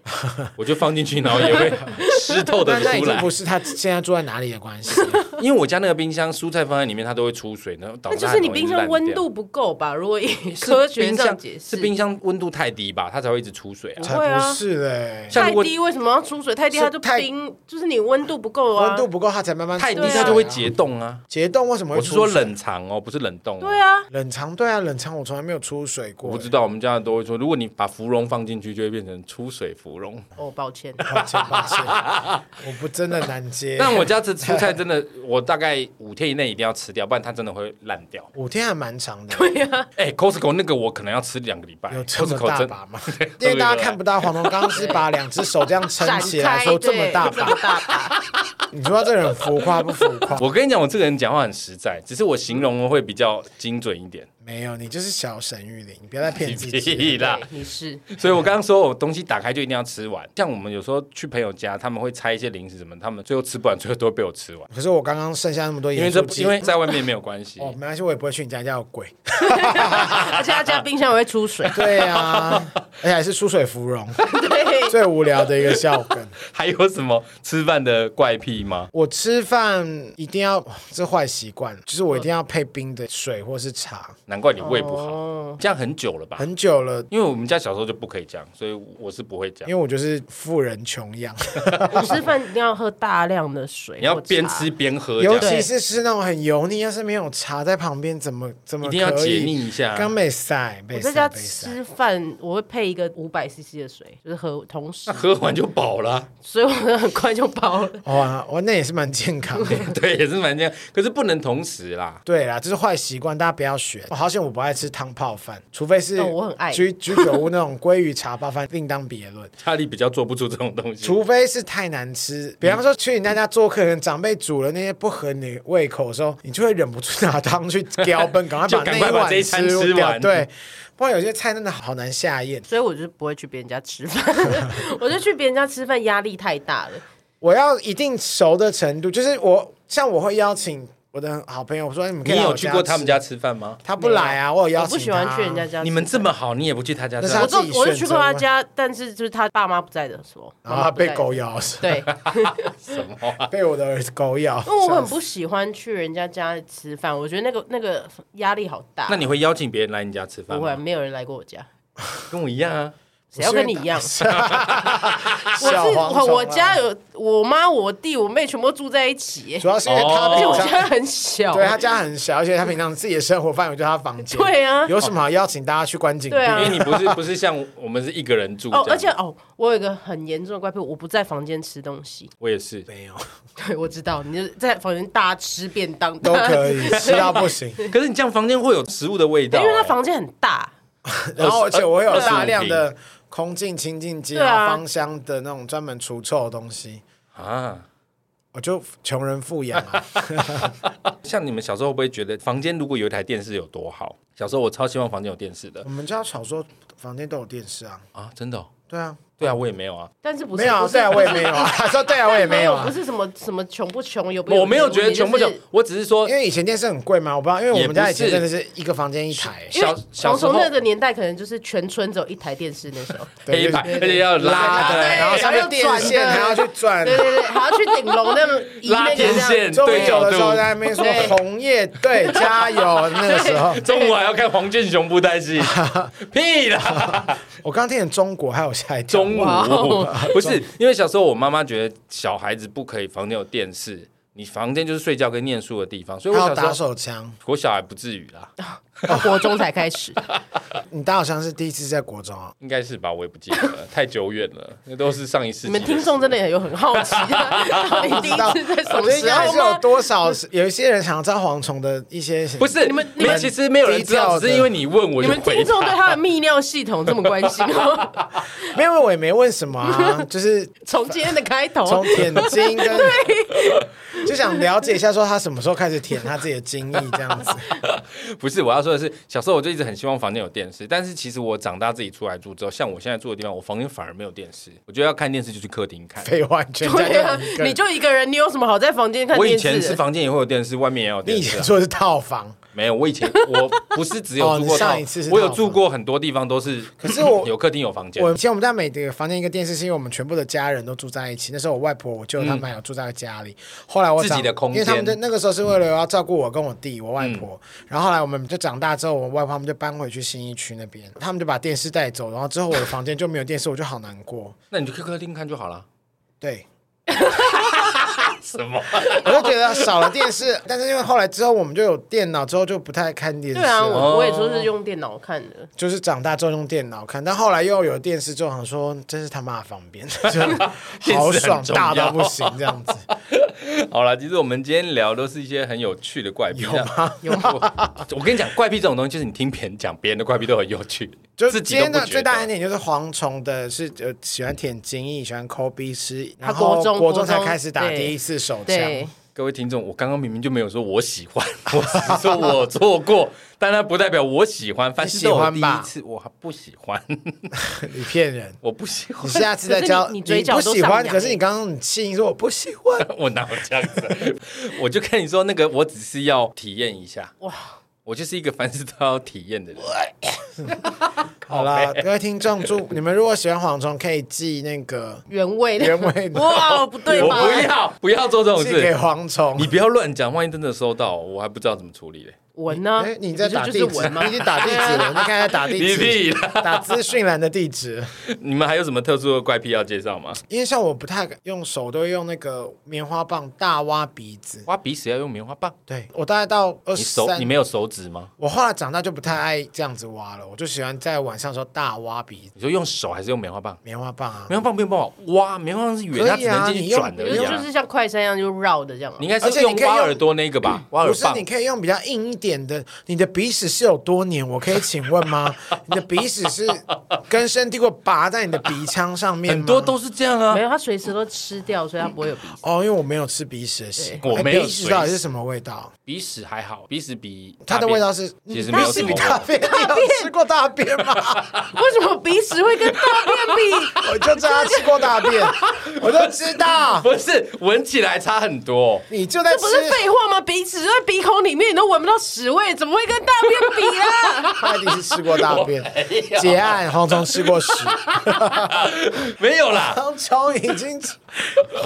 [SPEAKER 1] 我就放进去，然后也 会湿透的
[SPEAKER 2] 但那已
[SPEAKER 1] 出
[SPEAKER 2] 经
[SPEAKER 1] 来
[SPEAKER 2] 不，是他现在住在哪里的关系。
[SPEAKER 1] 因为我家那个冰箱蔬菜放在里面它都会出水，然后导
[SPEAKER 3] 那
[SPEAKER 1] 致
[SPEAKER 3] 就
[SPEAKER 1] 它
[SPEAKER 3] 是
[SPEAKER 1] 很
[SPEAKER 3] 你
[SPEAKER 1] 容易
[SPEAKER 3] 冰箱
[SPEAKER 1] 烂
[SPEAKER 3] 温
[SPEAKER 1] 掉
[SPEAKER 3] 度不够吧？如果以
[SPEAKER 1] 是
[SPEAKER 3] 科学
[SPEAKER 1] 冰
[SPEAKER 3] 上
[SPEAKER 1] 箱
[SPEAKER 3] 解
[SPEAKER 1] 是
[SPEAKER 3] 释，
[SPEAKER 1] 冰箱温度太低吧，它才会一直出水啊。
[SPEAKER 2] 才
[SPEAKER 3] 会啊
[SPEAKER 2] 不是嘞，
[SPEAKER 1] 像
[SPEAKER 3] 太
[SPEAKER 1] 如果
[SPEAKER 3] 低为什么要出水？太低
[SPEAKER 2] 是
[SPEAKER 3] 它就
[SPEAKER 2] 太
[SPEAKER 3] 冰，就是你温度不够啊。
[SPEAKER 2] 温度不够，它才慢慢
[SPEAKER 1] 太低
[SPEAKER 3] 对啊
[SPEAKER 1] 它就会结冻啊。
[SPEAKER 2] 结冻。为什么会
[SPEAKER 1] 我是
[SPEAKER 2] 出
[SPEAKER 1] 说
[SPEAKER 2] 水
[SPEAKER 1] 冷藏哦，不是冷冻、哦。
[SPEAKER 3] 对啊，
[SPEAKER 2] 冷藏？对啊，冷藏我从来没有出水过。
[SPEAKER 1] 我不知道，我们家都会说，如果你把芙蓉放进去，就会变成出水芙 蓉。
[SPEAKER 3] 哦，抱歉，
[SPEAKER 2] 抱歉 抱歉，我不真的难接。
[SPEAKER 1] 但我家这蔬菜真的，我大概五天以内一定要吃掉，不然它真的会烂掉。
[SPEAKER 2] 五天还蛮长 的，
[SPEAKER 1] 哎、c o s t c o 那个我可能要吃两个礼拜
[SPEAKER 2] 有这么
[SPEAKER 1] ，Costco
[SPEAKER 2] 大
[SPEAKER 1] 真
[SPEAKER 2] 把吗？
[SPEAKER 1] 真
[SPEAKER 2] 因为大家看不到，黄龙刚刚是把两只手这样撑
[SPEAKER 3] 展
[SPEAKER 2] 起来，
[SPEAKER 3] 开
[SPEAKER 2] 说这么
[SPEAKER 3] 对
[SPEAKER 2] 大
[SPEAKER 3] 这
[SPEAKER 2] 把
[SPEAKER 3] 么。大 把，
[SPEAKER 2] 你说他这个人浮夸不浮夸？
[SPEAKER 1] 我跟你讲，我这个人讲话很实在，只是我形容会比较精准一点。
[SPEAKER 2] 没有，你就是小沈玉玲，你不要再骗自己。
[SPEAKER 1] 屁啦
[SPEAKER 3] 对！你是
[SPEAKER 1] 所以我刚刚说我东西打开就一定要吃完。像我们有时候去朋友家，他们会拆一些零食什么，他们最后吃不完，最后都会被我吃完。
[SPEAKER 2] 可是我刚刚剩下那么多
[SPEAKER 1] 因为
[SPEAKER 2] 盐
[SPEAKER 1] 这
[SPEAKER 2] 酥鸡，
[SPEAKER 1] 因为在外面没有关系。
[SPEAKER 2] 哦，没关系，我也不会去你家，家有鬼。，
[SPEAKER 3] 而且他家冰箱也会出水
[SPEAKER 2] 对啊，而且还是出水芙蓉，
[SPEAKER 3] 对，
[SPEAKER 2] 最无聊的一个笑梗。
[SPEAKER 1] 还有什么吃饭的怪癖吗？
[SPEAKER 2] 我吃饭一定要，哦这坏习惯，就是我一定要配冰的水或是茶。
[SPEAKER 1] 难怪你胃不好，
[SPEAKER 3] 哦，
[SPEAKER 1] 这样很久了吧？
[SPEAKER 2] 很久了，
[SPEAKER 1] 因为我们家小时候就不可以这样，所以我是不会这
[SPEAKER 2] 因
[SPEAKER 1] 样。
[SPEAKER 2] 为我就是富人穷样，
[SPEAKER 3] 我吃饭一定要喝大量的水，
[SPEAKER 1] 你要
[SPEAKER 3] 或茶
[SPEAKER 1] 边吃边喝，这
[SPEAKER 2] 尤
[SPEAKER 1] 样
[SPEAKER 2] 其是吃那种很油腻，要是没有茶在旁边，怎么怎么
[SPEAKER 1] 一定要
[SPEAKER 2] 可以
[SPEAKER 1] 解腻啊一下。
[SPEAKER 2] 刚被塞，
[SPEAKER 3] 我
[SPEAKER 2] 被
[SPEAKER 3] 在
[SPEAKER 2] 塞，
[SPEAKER 3] 家
[SPEAKER 2] 被塞
[SPEAKER 3] 吃饭，我会配一个五百 CC 的水，就是喝同时
[SPEAKER 1] 那， 喝完就饱了 啊，
[SPEAKER 3] 所以我很快就饱了。
[SPEAKER 2] 哇，我那也是蛮健康的。
[SPEAKER 1] 对，也是蛮这样。可是不能同时啦。
[SPEAKER 2] 对啦，这是坏习惯，大家不要学。我好险，我不爱吃汤泡饭，除非是
[SPEAKER 3] 哦我很爱
[SPEAKER 2] 居居酒屋那种鲑鱼茶泡饭，另当 别论。
[SPEAKER 1] 家里比较做不出这种东西。
[SPEAKER 2] 除非是太难吃，比方说去人家家做客，人长辈煮了那些不合你胃口的时候，你就会忍不住拿汤 去叼奔，赶
[SPEAKER 1] 就
[SPEAKER 2] 快把那
[SPEAKER 1] 赶快把
[SPEAKER 2] 碗
[SPEAKER 1] 这一餐吃
[SPEAKER 2] 掉。
[SPEAKER 1] 完
[SPEAKER 2] 对，不然有些菜真的好难下咽。
[SPEAKER 3] 所以我就不会去别人家吃饭， 我就去别人家吃饭压力太大了。
[SPEAKER 2] 我要一定熟的程度，就是我像我会邀请我的好朋友，我说哎你们可以
[SPEAKER 1] 你
[SPEAKER 2] 来
[SPEAKER 1] 有
[SPEAKER 2] 我
[SPEAKER 1] 去过
[SPEAKER 2] 吃
[SPEAKER 1] 他们家？吃饭吗？
[SPEAKER 2] 他不来啊，我有邀
[SPEAKER 3] 我
[SPEAKER 2] 请他。
[SPEAKER 3] 不喜欢去人家家吃饭。
[SPEAKER 1] 你们这么好，你也不去他家吃
[SPEAKER 2] 那
[SPEAKER 1] 饭
[SPEAKER 2] 是
[SPEAKER 3] 我
[SPEAKER 2] 他
[SPEAKER 3] 就
[SPEAKER 2] 自己
[SPEAKER 3] 我就去过他
[SPEAKER 2] 选择
[SPEAKER 3] 家，但是就是他爸妈不在的时候，
[SPEAKER 2] 然
[SPEAKER 3] 妈
[SPEAKER 2] 后他
[SPEAKER 3] 妈不在
[SPEAKER 2] 被
[SPEAKER 3] 的时候
[SPEAKER 2] 狗。咬死，
[SPEAKER 3] 对，
[SPEAKER 1] 什么啊？
[SPEAKER 2] 被我的儿子狗咬。
[SPEAKER 3] 因为我
[SPEAKER 2] 吓
[SPEAKER 3] 很
[SPEAKER 2] 死
[SPEAKER 3] 不喜欢去人家家吃饭，我觉得那个那个压力好大。
[SPEAKER 1] 那你会邀请别人来你家吃饭
[SPEAKER 3] 不会，啊
[SPEAKER 1] 吗？
[SPEAKER 3] 没有人来过我家，
[SPEAKER 1] 跟我一样啊。
[SPEAKER 3] 谁要跟你一样？我
[SPEAKER 2] 小
[SPEAKER 3] 是
[SPEAKER 2] 黄
[SPEAKER 3] 我
[SPEAKER 2] 虫
[SPEAKER 3] 我
[SPEAKER 2] 啊
[SPEAKER 3] 家有我妈、我弟、我妹全部住在一起耶，
[SPEAKER 2] 主要是因为他
[SPEAKER 1] 哦
[SPEAKER 3] 而且我
[SPEAKER 2] 平常
[SPEAKER 3] 家很小。
[SPEAKER 2] 对他家很小，而且他平常自己的生活范围就是他房间。
[SPEAKER 3] 对啊
[SPEAKER 2] 有什么好邀请大家去观景？
[SPEAKER 3] 对啊
[SPEAKER 1] 因为你不是不是像我们是一个人住
[SPEAKER 3] 哦，
[SPEAKER 1] 这
[SPEAKER 3] 而
[SPEAKER 1] 样
[SPEAKER 3] 且哦，我有一个很严重的怪癖，我不在房间吃东西。
[SPEAKER 1] 我也是。
[SPEAKER 2] 没有
[SPEAKER 3] 对，我知道，你就在房间大吃便当
[SPEAKER 2] 都可以吃到不行。
[SPEAKER 1] 可是你这样房间会有食物的味道、
[SPEAKER 3] 因为他
[SPEAKER 1] 哎
[SPEAKER 3] 房间很大，
[SPEAKER 2] 然后而且我会有
[SPEAKER 1] 25
[SPEAKER 2] 大量的空净清净机，
[SPEAKER 3] 对啊
[SPEAKER 2] 然后芳香的那种专门除臭的东西，
[SPEAKER 1] 啊。
[SPEAKER 2] 我就穷人富养啊。
[SPEAKER 1] 像你们小时候会不会觉得房间如果有一台电视有多好？小时候我超希望房间有电视的
[SPEAKER 2] 我们家小时候房间都有电视啊，
[SPEAKER 1] 啊，真的、哦。
[SPEAKER 2] 对啊，
[SPEAKER 1] 对啊，我也没有啊，
[SPEAKER 3] 但是不是
[SPEAKER 2] 没有啊，
[SPEAKER 3] 不是
[SPEAKER 2] 对啊， 我也没有啊。他说对啊，我也没有啊
[SPEAKER 3] 不。是什么什么穷不穷，有不
[SPEAKER 1] 我没有觉得穷不穷，我只是说
[SPEAKER 2] 因为以前电视很贵嘛，我不知道，因为我
[SPEAKER 1] 也
[SPEAKER 2] 们
[SPEAKER 1] 不
[SPEAKER 2] 家以前
[SPEAKER 1] 是
[SPEAKER 2] 真的是一个房间一台，
[SPEAKER 3] 因为
[SPEAKER 1] 小小时
[SPEAKER 3] 从
[SPEAKER 1] 候
[SPEAKER 3] 那个年代，可能就是全村只有一台电视，那时候
[SPEAKER 2] 对
[SPEAKER 1] 黑
[SPEAKER 2] 就是
[SPEAKER 1] 白，而且要
[SPEAKER 2] 拉
[SPEAKER 1] 拉
[SPEAKER 2] 的，
[SPEAKER 1] 的，
[SPEAKER 2] 然后上面电线还要去转，
[SPEAKER 3] 对对对，还要去顶楼那种移那
[SPEAKER 1] 拉
[SPEAKER 3] 个这
[SPEAKER 1] 天
[SPEAKER 3] 样
[SPEAKER 1] 线
[SPEAKER 2] 中午
[SPEAKER 1] 对角
[SPEAKER 2] 有的时候
[SPEAKER 1] 度。
[SPEAKER 2] 在那边说红叶对加油，那个时候
[SPEAKER 1] 中午还要看黄健雄布袋戏，屁啦！
[SPEAKER 2] 我刚听见中国还有下一跳
[SPEAKER 1] 中午
[SPEAKER 3] 哇哦
[SPEAKER 1] 不是因为小时候我妈妈觉得小孩子不可以房间有电视，你房间就是睡觉跟念书的地方，所以
[SPEAKER 2] 还
[SPEAKER 1] 我
[SPEAKER 2] 有
[SPEAKER 1] 小
[SPEAKER 2] 打
[SPEAKER 1] 时候
[SPEAKER 2] 手枪，
[SPEAKER 1] 我小孩不至于啦，
[SPEAKER 3] 到哦国中才开 始，
[SPEAKER 2] 你打手枪是第一次在国中啊？
[SPEAKER 1] 应该是吧，我也不记得了，太久远了，那都是上一世纪。
[SPEAKER 3] 你们听众真的也有很好奇， 你第一次在啊什
[SPEAKER 2] 我觉
[SPEAKER 3] 么
[SPEAKER 2] 得应
[SPEAKER 3] 时
[SPEAKER 2] 该还
[SPEAKER 3] 候
[SPEAKER 2] 是有
[SPEAKER 3] 吗？
[SPEAKER 2] 多少，有一些人想要知道蝗虫的一些
[SPEAKER 1] 不是
[SPEAKER 3] 你们
[SPEAKER 1] 没有
[SPEAKER 3] 你们
[SPEAKER 1] 其实没有人知
[SPEAKER 2] 低调
[SPEAKER 1] 道，
[SPEAKER 2] 的
[SPEAKER 1] 只是因为你问我就
[SPEAKER 3] 你们
[SPEAKER 1] 回
[SPEAKER 3] 听众对
[SPEAKER 1] 答。
[SPEAKER 3] 他的泌尿系统这么关心 哦？
[SPEAKER 2] 没有，我也没问什么啊，就是
[SPEAKER 3] 从今天的开
[SPEAKER 2] 从
[SPEAKER 1] 哦
[SPEAKER 3] 头，
[SPEAKER 2] 舔精跟就想了解一下，说他什么时候开始舔他自己的精液 这样子。
[SPEAKER 1] 不是我要说的是，小时候我就一直很希望房间有电视，但是其实我长大自己出来住之后，像我现在住的地方，我房间反而没有电视，我觉得要看电视就去客厅看。
[SPEAKER 2] 废话，你全家就
[SPEAKER 3] 对啊
[SPEAKER 2] 一，个人
[SPEAKER 3] 你就一个人，你有什么好在房间看
[SPEAKER 1] 我以
[SPEAKER 3] 电
[SPEAKER 1] 前是
[SPEAKER 3] 视？
[SPEAKER 1] 房间也会有电视，外面也有
[SPEAKER 2] 你
[SPEAKER 1] 电
[SPEAKER 2] 以
[SPEAKER 1] 视、
[SPEAKER 2] 前
[SPEAKER 1] 啊。
[SPEAKER 2] 说的是套房，
[SPEAKER 1] 没有，我以 前我不是只有住
[SPEAKER 2] 哦你
[SPEAKER 1] 过套，
[SPEAKER 2] 上一次是
[SPEAKER 1] 我有
[SPEAKER 2] 套房
[SPEAKER 1] 住过很多地方都是，可
[SPEAKER 2] 是我
[SPEAKER 1] 有客厅有房间。
[SPEAKER 2] 我以前我们家每个房间一个电视，是因为我们全部的家人都住在一起。那时候我外婆、我舅他们还有住在家里。后来我
[SPEAKER 1] 嗯
[SPEAKER 2] 长
[SPEAKER 1] 自己的空间
[SPEAKER 2] 因为他们的那个时候是为了要照顾我跟我弟、我外婆。然后后来我们就长大之后，我外婆他们就搬回去新一区那边，他们就把电视带走。然后之后我的房间就没有电视，我就好难过。
[SPEAKER 1] 那你就去客厅看就好了。
[SPEAKER 2] 对，
[SPEAKER 1] 什么？
[SPEAKER 2] 我就觉得少了电视，但是因为后来之后我们就有电脑，之后就不太看电视
[SPEAKER 3] 对啊，
[SPEAKER 2] 了。
[SPEAKER 1] 哦
[SPEAKER 3] 我我也说是用电脑看的。
[SPEAKER 2] 就是长大之后用电脑看，但后来又有电视，就想说真是他妈的方便， 就是好爽，大到不行这样子。
[SPEAKER 1] 好了，其实我们今天聊都是一些很有趣的怪癖。有吗？有吗？我跟你讲，怪癖这种东西，就是你听别人讲别人的怪癖都很有趣，
[SPEAKER 2] 就
[SPEAKER 1] 自
[SPEAKER 2] 今
[SPEAKER 1] 己都
[SPEAKER 2] 天
[SPEAKER 1] 不
[SPEAKER 2] 的
[SPEAKER 1] 觉
[SPEAKER 2] 最
[SPEAKER 1] 得。
[SPEAKER 2] 大一点就是蝗虫的是呃喜欢舔精液，喜欢抠鼻屎，
[SPEAKER 3] 他
[SPEAKER 2] 然后
[SPEAKER 3] 国中
[SPEAKER 2] 国中才
[SPEAKER 3] 国中
[SPEAKER 2] 开始打
[SPEAKER 3] 对
[SPEAKER 2] 第一次手枪。
[SPEAKER 3] 对，
[SPEAKER 1] 各位听众，我刚刚明明就没有说我喜欢， 我只是说我做过，但那不代表我喜欢。凡事都有
[SPEAKER 2] 你
[SPEAKER 1] 第
[SPEAKER 2] 喜欢吧
[SPEAKER 1] 一次，我不喜欢，
[SPEAKER 2] 你骗人！
[SPEAKER 1] 我不喜欢
[SPEAKER 2] 你。下次再教
[SPEAKER 3] 可是你你嘴角
[SPEAKER 2] 不
[SPEAKER 3] 都
[SPEAKER 2] 喜
[SPEAKER 3] 上
[SPEAKER 2] 欢，
[SPEAKER 3] 扬
[SPEAKER 2] 可是你刚刚很气，你说我不喜欢，
[SPEAKER 1] 我哪有这样子？我就跟你说，那个我只是要体验一下。
[SPEAKER 3] 哇
[SPEAKER 1] 哇，我就是一个凡事都要体验的人。
[SPEAKER 2] 好啦，各位听众，祝 你们如果喜欢蝗虫，可以寄那个
[SPEAKER 3] 原味的，
[SPEAKER 2] 原味的
[SPEAKER 3] 哇，不对
[SPEAKER 1] 我
[SPEAKER 3] 吧？
[SPEAKER 1] 不要，不要做这种
[SPEAKER 2] 寄给
[SPEAKER 1] 事。
[SPEAKER 2] 蝗虫。
[SPEAKER 1] 你不要乱讲，万一真的收到，我还不知道怎么处理嘞。
[SPEAKER 3] 闻呢
[SPEAKER 2] 哎，？你在打
[SPEAKER 3] 不
[SPEAKER 2] 地址，
[SPEAKER 3] 是啊就是闻吗
[SPEAKER 2] 你已？经打地址 了，你刚才打地
[SPEAKER 1] 你
[SPEAKER 2] 址，
[SPEAKER 1] 屁啦！
[SPEAKER 2] 打资讯栏的地址。
[SPEAKER 1] 你们还有什么特殊的怪癖要介绍吗？
[SPEAKER 2] 因为像我不太敢用手，都会用那个棉花棒大挖鼻子。
[SPEAKER 1] 挖鼻屎要用棉花棒，
[SPEAKER 2] 对我大概到
[SPEAKER 1] 你
[SPEAKER 2] 二十
[SPEAKER 1] 手
[SPEAKER 2] 三
[SPEAKER 1] 你，没有手指吗？
[SPEAKER 2] 我后来长大就不太爱这样子挖了，我就喜欢在晚上的时候大挖鼻子
[SPEAKER 1] 你说用手还是用棉花棒？
[SPEAKER 2] 棉花棒啊。
[SPEAKER 1] 棉花棒没有办法挖，棉花棒是圆，
[SPEAKER 2] 可以啊
[SPEAKER 1] 它只能进去转的
[SPEAKER 3] 我
[SPEAKER 1] 而
[SPEAKER 3] 觉
[SPEAKER 1] 已
[SPEAKER 3] 得
[SPEAKER 1] 啊
[SPEAKER 3] 就是像快餐一样，就绕的这样啊。
[SPEAKER 1] 你应该
[SPEAKER 2] 而
[SPEAKER 1] 是
[SPEAKER 2] 且你
[SPEAKER 1] 用
[SPEAKER 2] 可以用
[SPEAKER 1] 挖耳朵那个吧？挖
[SPEAKER 2] 不
[SPEAKER 1] 耳
[SPEAKER 2] 是，
[SPEAKER 1] 棒
[SPEAKER 2] 你。可以用比较硬一点的。你的鼻屎是有多黏？我可以请问吗？你的鼻屎是根深蒂固拔在你的鼻腔上面吗？
[SPEAKER 1] 很多都是这样啊
[SPEAKER 3] 没，有，它随时都吃掉，所以它不会有鼻子。
[SPEAKER 2] 哦，因为我没有吃鼻屎的习惯。
[SPEAKER 1] 我没有
[SPEAKER 2] 哎鼻屎
[SPEAKER 1] 水
[SPEAKER 2] 到底是什么味道？
[SPEAKER 1] 鼻屎还好，鼻屎比
[SPEAKER 2] 它的味道是，
[SPEAKER 1] 其实
[SPEAKER 2] 嗯
[SPEAKER 1] 没有
[SPEAKER 2] 鼻屎比
[SPEAKER 1] 什么
[SPEAKER 2] 大便，你有吃过大便吗？
[SPEAKER 3] 为什么鼻屎会跟大便比？
[SPEAKER 2] 我就知道他吃过大便，我就知道
[SPEAKER 1] 不是闻起来差很多。
[SPEAKER 2] 你就在
[SPEAKER 3] 这
[SPEAKER 2] 吃
[SPEAKER 3] 不。是废话吗？鼻屎就在鼻孔里面，你都闻不到屎味，怎么会跟大便比啊？
[SPEAKER 2] 他一定是吃过大便。结案，蝗虫吃 过屎，
[SPEAKER 1] 没有啦，
[SPEAKER 2] 蝗虫已经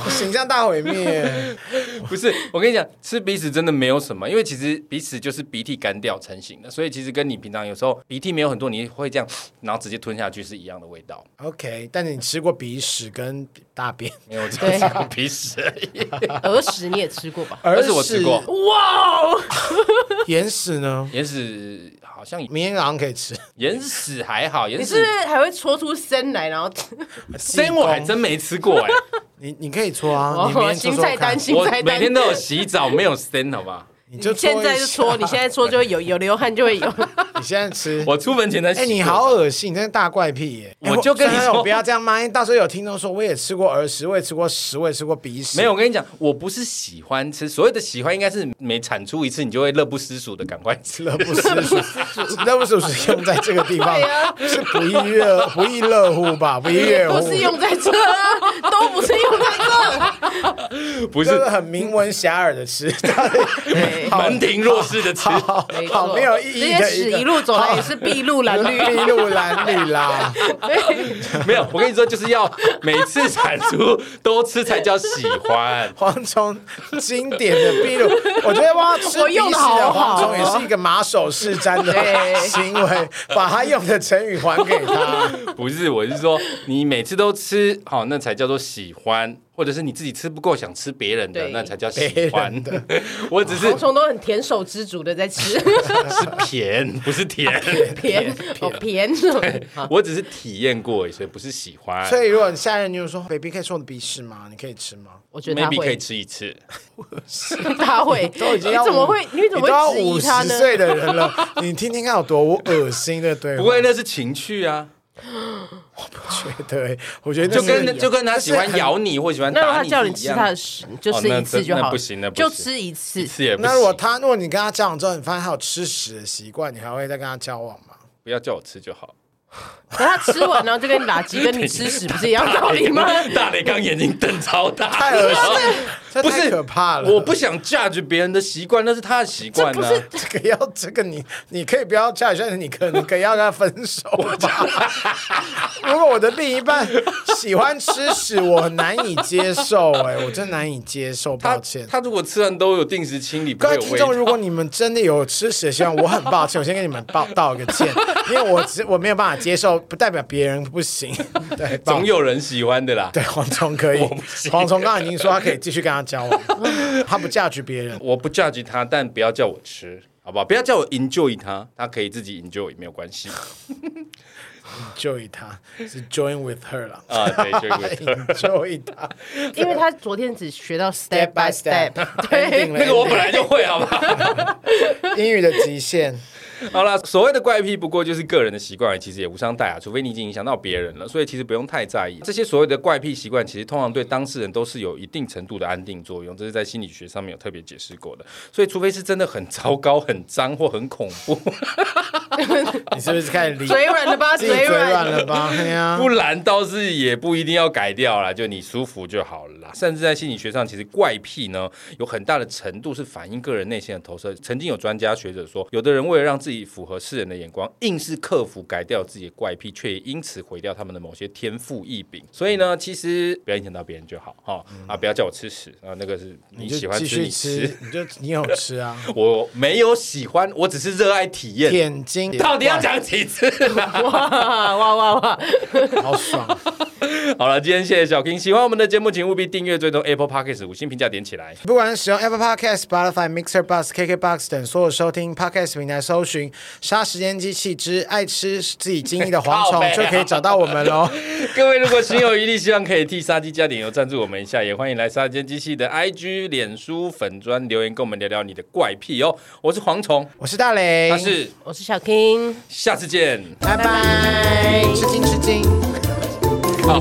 [SPEAKER 2] 形象大毁灭。
[SPEAKER 1] 不是。我跟你讲，吃鼻屎真的没有什么，因为其实鼻屎就是鼻涕干掉成型的，所以其实跟你平常有时候鼻涕没有很多，你会这样， 然后直接吞下去是一样的味道。
[SPEAKER 2] OK，但你吃过鼻屎跟大便，
[SPEAKER 1] 没有，我只是讲鼻屎而已。
[SPEAKER 3] 耳屎你也吃过吧？
[SPEAKER 1] 但是我吃过
[SPEAKER 3] 哇哦，
[SPEAKER 2] 眼屎呢？
[SPEAKER 1] 眼屎好像
[SPEAKER 2] 明天早上可以吃。
[SPEAKER 1] 眼屎还好，眼
[SPEAKER 3] 你是
[SPEAKER 1] 屎
[SPEAKER 3] 不是还会搓出声来？然后
[SPEAKER 1] 生我还真没吃过 哎、
[SPEAKER 2] 你你可以搓啊，你明
[SPEAKER 3] 哦，
[SPEAKER 2] 天搓
[SPEAKER 3] 新
[SPEAKER 2] 搓
[SPEAKER 3] 菜单，
[SPEAKER 2] 看。
[SPEAKER 3] 新
[SPEAKER 1] 我
[SPEAKER 3] 菜单，
[SPEAKER 1] 每天都有洗澡，没有生好吧？
[SPEAKER 2] 你就搓一
[SPEAKER 3] 现在就搓，
[SPEAKER 2] 下
[SPEAKER 3] 你现在搓就会有有流汗，就 会有。
[SPEAKER 2] 你现在 吃。
[SPEAKER 1] 我出门前才洗。
[SPEAKER 2] 哎、你好，恶心，你真的大怪癖耶！哎
[SPEAKER 1] 我就跟你
[SPEAKER 2] 真的
[SPEAKER 1] 说
[SPEAKER 2] 不要这样骂，因为到时候有听众说我也吃过耳屎，我也吃过屎，我也吃过鼻屎。
[SPEAKER 1] 没有，我跟你讲，我不是喜欢吃，所谓的喜欢应该是每产出一次，你就会乐不思蜀的赶快吃。
[SPEAKER 2] 乐不思蜀， 乐不思蜀是用在这个地
[SPEAKER 3] 哎
[SPEAKER 2] 方，是不亦乐不亦乐乎吧？不亦
[SPEAKER 3] 也
[SPEAKER 2] 乐乎
[SPEAKER 3] 啊不，是用在这啊，都不是用在 这。
[SPEAKER 1] 不
[SPEAKER 2] 就是是很名闻遐迩的吃，到底
[SPEAKER 3] 对
[SPEAKER 1] 门庭若市的吃。
[SPEAKER 2] 好
[SPEAKER 3] 没错
[SPEAKER 2] 好没有意义
[SPEAKER 3] 这些
[SPEAKER 2] 的一
[SPEAKER 3] 屎
[SPEAKER 2] 个
[SPEAKER 3] 一路走来也是筚路 蓝
[SPEAKER 2] 碧
[SPEAKER 3] 缕。
[SPEAKER 2] 路蓝缕啦，
[SPEAKER 1] 没有，我跟你说，就是要每次产出都吃才叫喜欢。
[SPEAKER 2] 蝗虫经典的碧路，我觉得哇，吃
[SPEAKER 3] 我
[SPEAKER 2] 鼻屎
[SPEAKER 3] 用
[SPEAKER 2] 的
[SPEAKER 3] 得好
[SPEAKER 2] 蝗
[SPEAKER 3] 好
[SPEAKER 2] 虫也是一个马首是瞻的
[SPEAKER 3] 对
[SPEAKER 2] 行为，把他用的成语还给他。
[SPEAKER 1] 不是，我是说，你每次都吃好，那才叫做喜欢，或者是你自己吃不够想吃别人的，
[SPEAKER 3] 对
[SPEAKER 1] 那才叫喜欢。 我只是
[SPEAKER 3] 蝗虫都很舔手知足的在吃，
[SPEAKER 1] 是甜，不是
[SPEAKER 3] 啊
[SPEAKER 1] 甜。
[SPEAKER 3] 舔哦舔，好
[SPEAKER 1] 我只是体验过而已，所以不是喜欢。
[SPEAKER 2] 所以如果你下任女友说，baby 可以吃我的鼻屎吗？你可以吃吗？
[SPEAKER 3] 我觉得他
[SPEAKER 1] maybe 可以
[SPEAKER 3] 会，
[SPEAKER 1] 吃一次，
[SPEAKER 3] 他会，
[SPEAKER 2] 都已经要
[SPEAKER 3] 你怎么会？你怎
[SPEAKER 2] 你都要
[SPEAKER 3] 么会质
[SPEAKER 2] 五
[SPEAKER 3] 疑
[SPEAKER 2] 十
[SPEAKER 3] 他呢？
[SPEAKER 2] 岁的人了， 你听听看有多恶心的对话
[SPEAKER 1] 不会那是情趣啊，
[SPEAKER 2] 觉得欸，我觉得
[SPEAKER 1] 就
[SPEAKER 2] 那是
[SPEAKER 1] 跟就跟他喜欢咬你或喜欢
[SPEAKER 3] 那如果
[SPEAKER 1] 打
[SPEAKER 3] 他
[SPEAKER 1] 你
[SPEAKER 3] 叫
[SPEAKER 1] 是
[SPEAKER 3] 你
[SPEAKER 1] 一
[SPEAKER 3] 吃他
[SPEAKER 1] 样
[SPEAKER 3] 的，屎，你就
[SPEAKER 1] 哦
[SPEAKER 3] 吃
[SPEAKER 1] 那
[SPEAKER 3] 一次就
[SPEAKER 1] 那
[SPEAKER 3] 好了，
[SPEAKER 1] 不行那不
[SPEAKER 3] 就
[SPEAKER 1] 行
[SPEAKER 3] 吃一次
[SPEAKER 1] 一。次也不
[SPEAKER 2] 那如果
[SPEAKER 1] 行。
[SPEAKER 2] 他，如果你跟他交往之后，你发现他有吃屎的习惯，你还会再跟他交往吗？
[SPEAKER 1] 不要叫我吃就好。哦
[SPEAKER 3] 可他吃完然后就跟你打鸡，跟你吃屎不是一样道 理吗？
[SPEAKER 1] 大雷刚眼睛瞪超大，
[SPEAKER 2] 太恶心了，这
[SPEAKER 1] 不是
[SPEAKER 2] 太可怕了。
[SPEAKER 1] 我不想 judge 别人的习惯，那是他的习惯啊呢。
[SPEAKER 2] 这个要这个你你可以不要叫，但是你可能可以要跟他分手 吧。如果我的另一半喜欢吃屎，我难以接受、哎，我真难以接受，抱
[SPEAKER 1] 他
[SPEAKER 2] 歉。
[SPEAKER 1] 他如果吃完都有定时清理，不
[SPEAKER 2] 各
[SPEAKER 1] 会
[SPEAKER 2] 位
[SPEAKER 1] 有
[SPEAKER 2] 听
[SPEAKER 1] 味
[SPEAKER 2] 众，如
[SPEAKER 1] 道。
[SPEAKER 2] 果你们真的有吃屎的习惯，我很 抱歉，我先跟你们道道个 歉，因为我只我没有办法接受，不代表别人 不行。对，抱
[SPEAKER 1] 总有人喜欢的啦。
[SPEAKER 2] 对，蝗虫可以
[SPEAKER 1] 我不。行
[SPEAKER 2] 蝗虫刚刚已经说他可以继续跟他 交往，他不嫁娶别人。
[SPEAKER 1] 我不 judge 他，但不要叫我吃，好不好？不要叫我 enjoy 他，他可以自己 enjoy 没有关系
[SPEAKER 2] join 他是 join with her 啦。
[SPEAKER 1] 啊。对，这
[SPEAKER 2] 哎
[SPEAKER 1] 个
[SPEAKER 2] enjoy 他，
[SPEAKER 3] 因为他昨天只学到
[SPEAKER 2] Step
[SPEAKER 3] step
[SPEAKER 2] by
[SPEAKER 3] by
[SPEAKER 2] step
[SPEAKER 3] step，
[SPEAKER 2] Ending 了
[SPEAKER 3] 对，
[SPEAKER 1] 那个我本来就会，好不好？
[SPEAKER 2] 英语的极限，
[SPEAKER 1] 好啦，所谓的怪癖，不过就是个人的习惯而已，其实也无伤大雅，除非你已经影响到别人了，所以其实不用太在意。这些所谓的怪癖习惯，其实通常对当事人都是有一定程度的安定作用，这是在心理学上面有特别解释过的。所以，除非是真的很糟糕、很脏或很恐怖，
[SPEAKER 2] 你是不是开始 理
[SPEAKER 3] 嘴软了吧，
[SPEAKER 2] 自己嘴软
[SPEAKER 3] 软。
[SPEAKER 2] 了吧？哎呀
[SPEAKER 1] 不，然倒是也不一定要改掉啦，就你舒服就好了啦。甚至在心理学上，其实怪癖呢有很大的程度是反映个人内心的投射。曾经有专家学者说，有的人为了让自己符合世人的眼光，硬是克服改掉自己的怪癖，却也因此毁掉他们的某些天赋异禀。所以呢，其实不要影响到别人就好哈、啊，不要叫我吃屎啊，那个是你
[SPEAKER 2] 你
[SPEAKER 1] 喜
[SPEAKER 2] 就
[SPEAKER 1] 欢
[SPEAKER 2] 继
[SPEAKER 1] 吃
[SPEAKER 2] 续
[SPEAKER 1] 你吃，
[SPEAKER 2] 吃，你就你有吃啊？
[SPEAKER 1] 我没有喜欢，我只是热爱体验。
[SPEAKER 2] 眼睛
[SPEAKER 1] 到底要讲几次、啊？
[SPEAKER 3] 哇哇哇哇！
[SPEAKER 2] 好爽，啊
[SPEAKER 1] 好了，今天谢谢小 King。喜欢我们的节目，请务必订阅、追踪 Apple Podcast 五星评价点起来。
[SPEAKER 2] 不管是使用 Apple Podcast、Spotify、Mixer、Bus、KKBox 等所有收听 Podcast 平台，搜寻“杀时间机器之爱吃自己精益的蝗
[SPEAKER 1] 靠
[SPEAKER 2] 虫
[SPEAKER 1] 北”，啊
[SPEAKER 2] 就可以找到我们喽。
[SPEAKER 1] 各位如果心有余力，希望可以替杀鸡加点油赞助我们一下，也欢迎来杀鸡机器的 IG、脸书粉砖留言，跟我们聊聊你的怪癖哦。我是蝗虫，
[SPEAKER 2] 我是大雷
[SPEAKER 1] 他，是，
[SPEAKER 3] 我是小 King，
[SPEAKER 1] 下次见。
[SPEAKER 2] 拜拜，吃惊吃惊。
[SPEAKER 1] 好。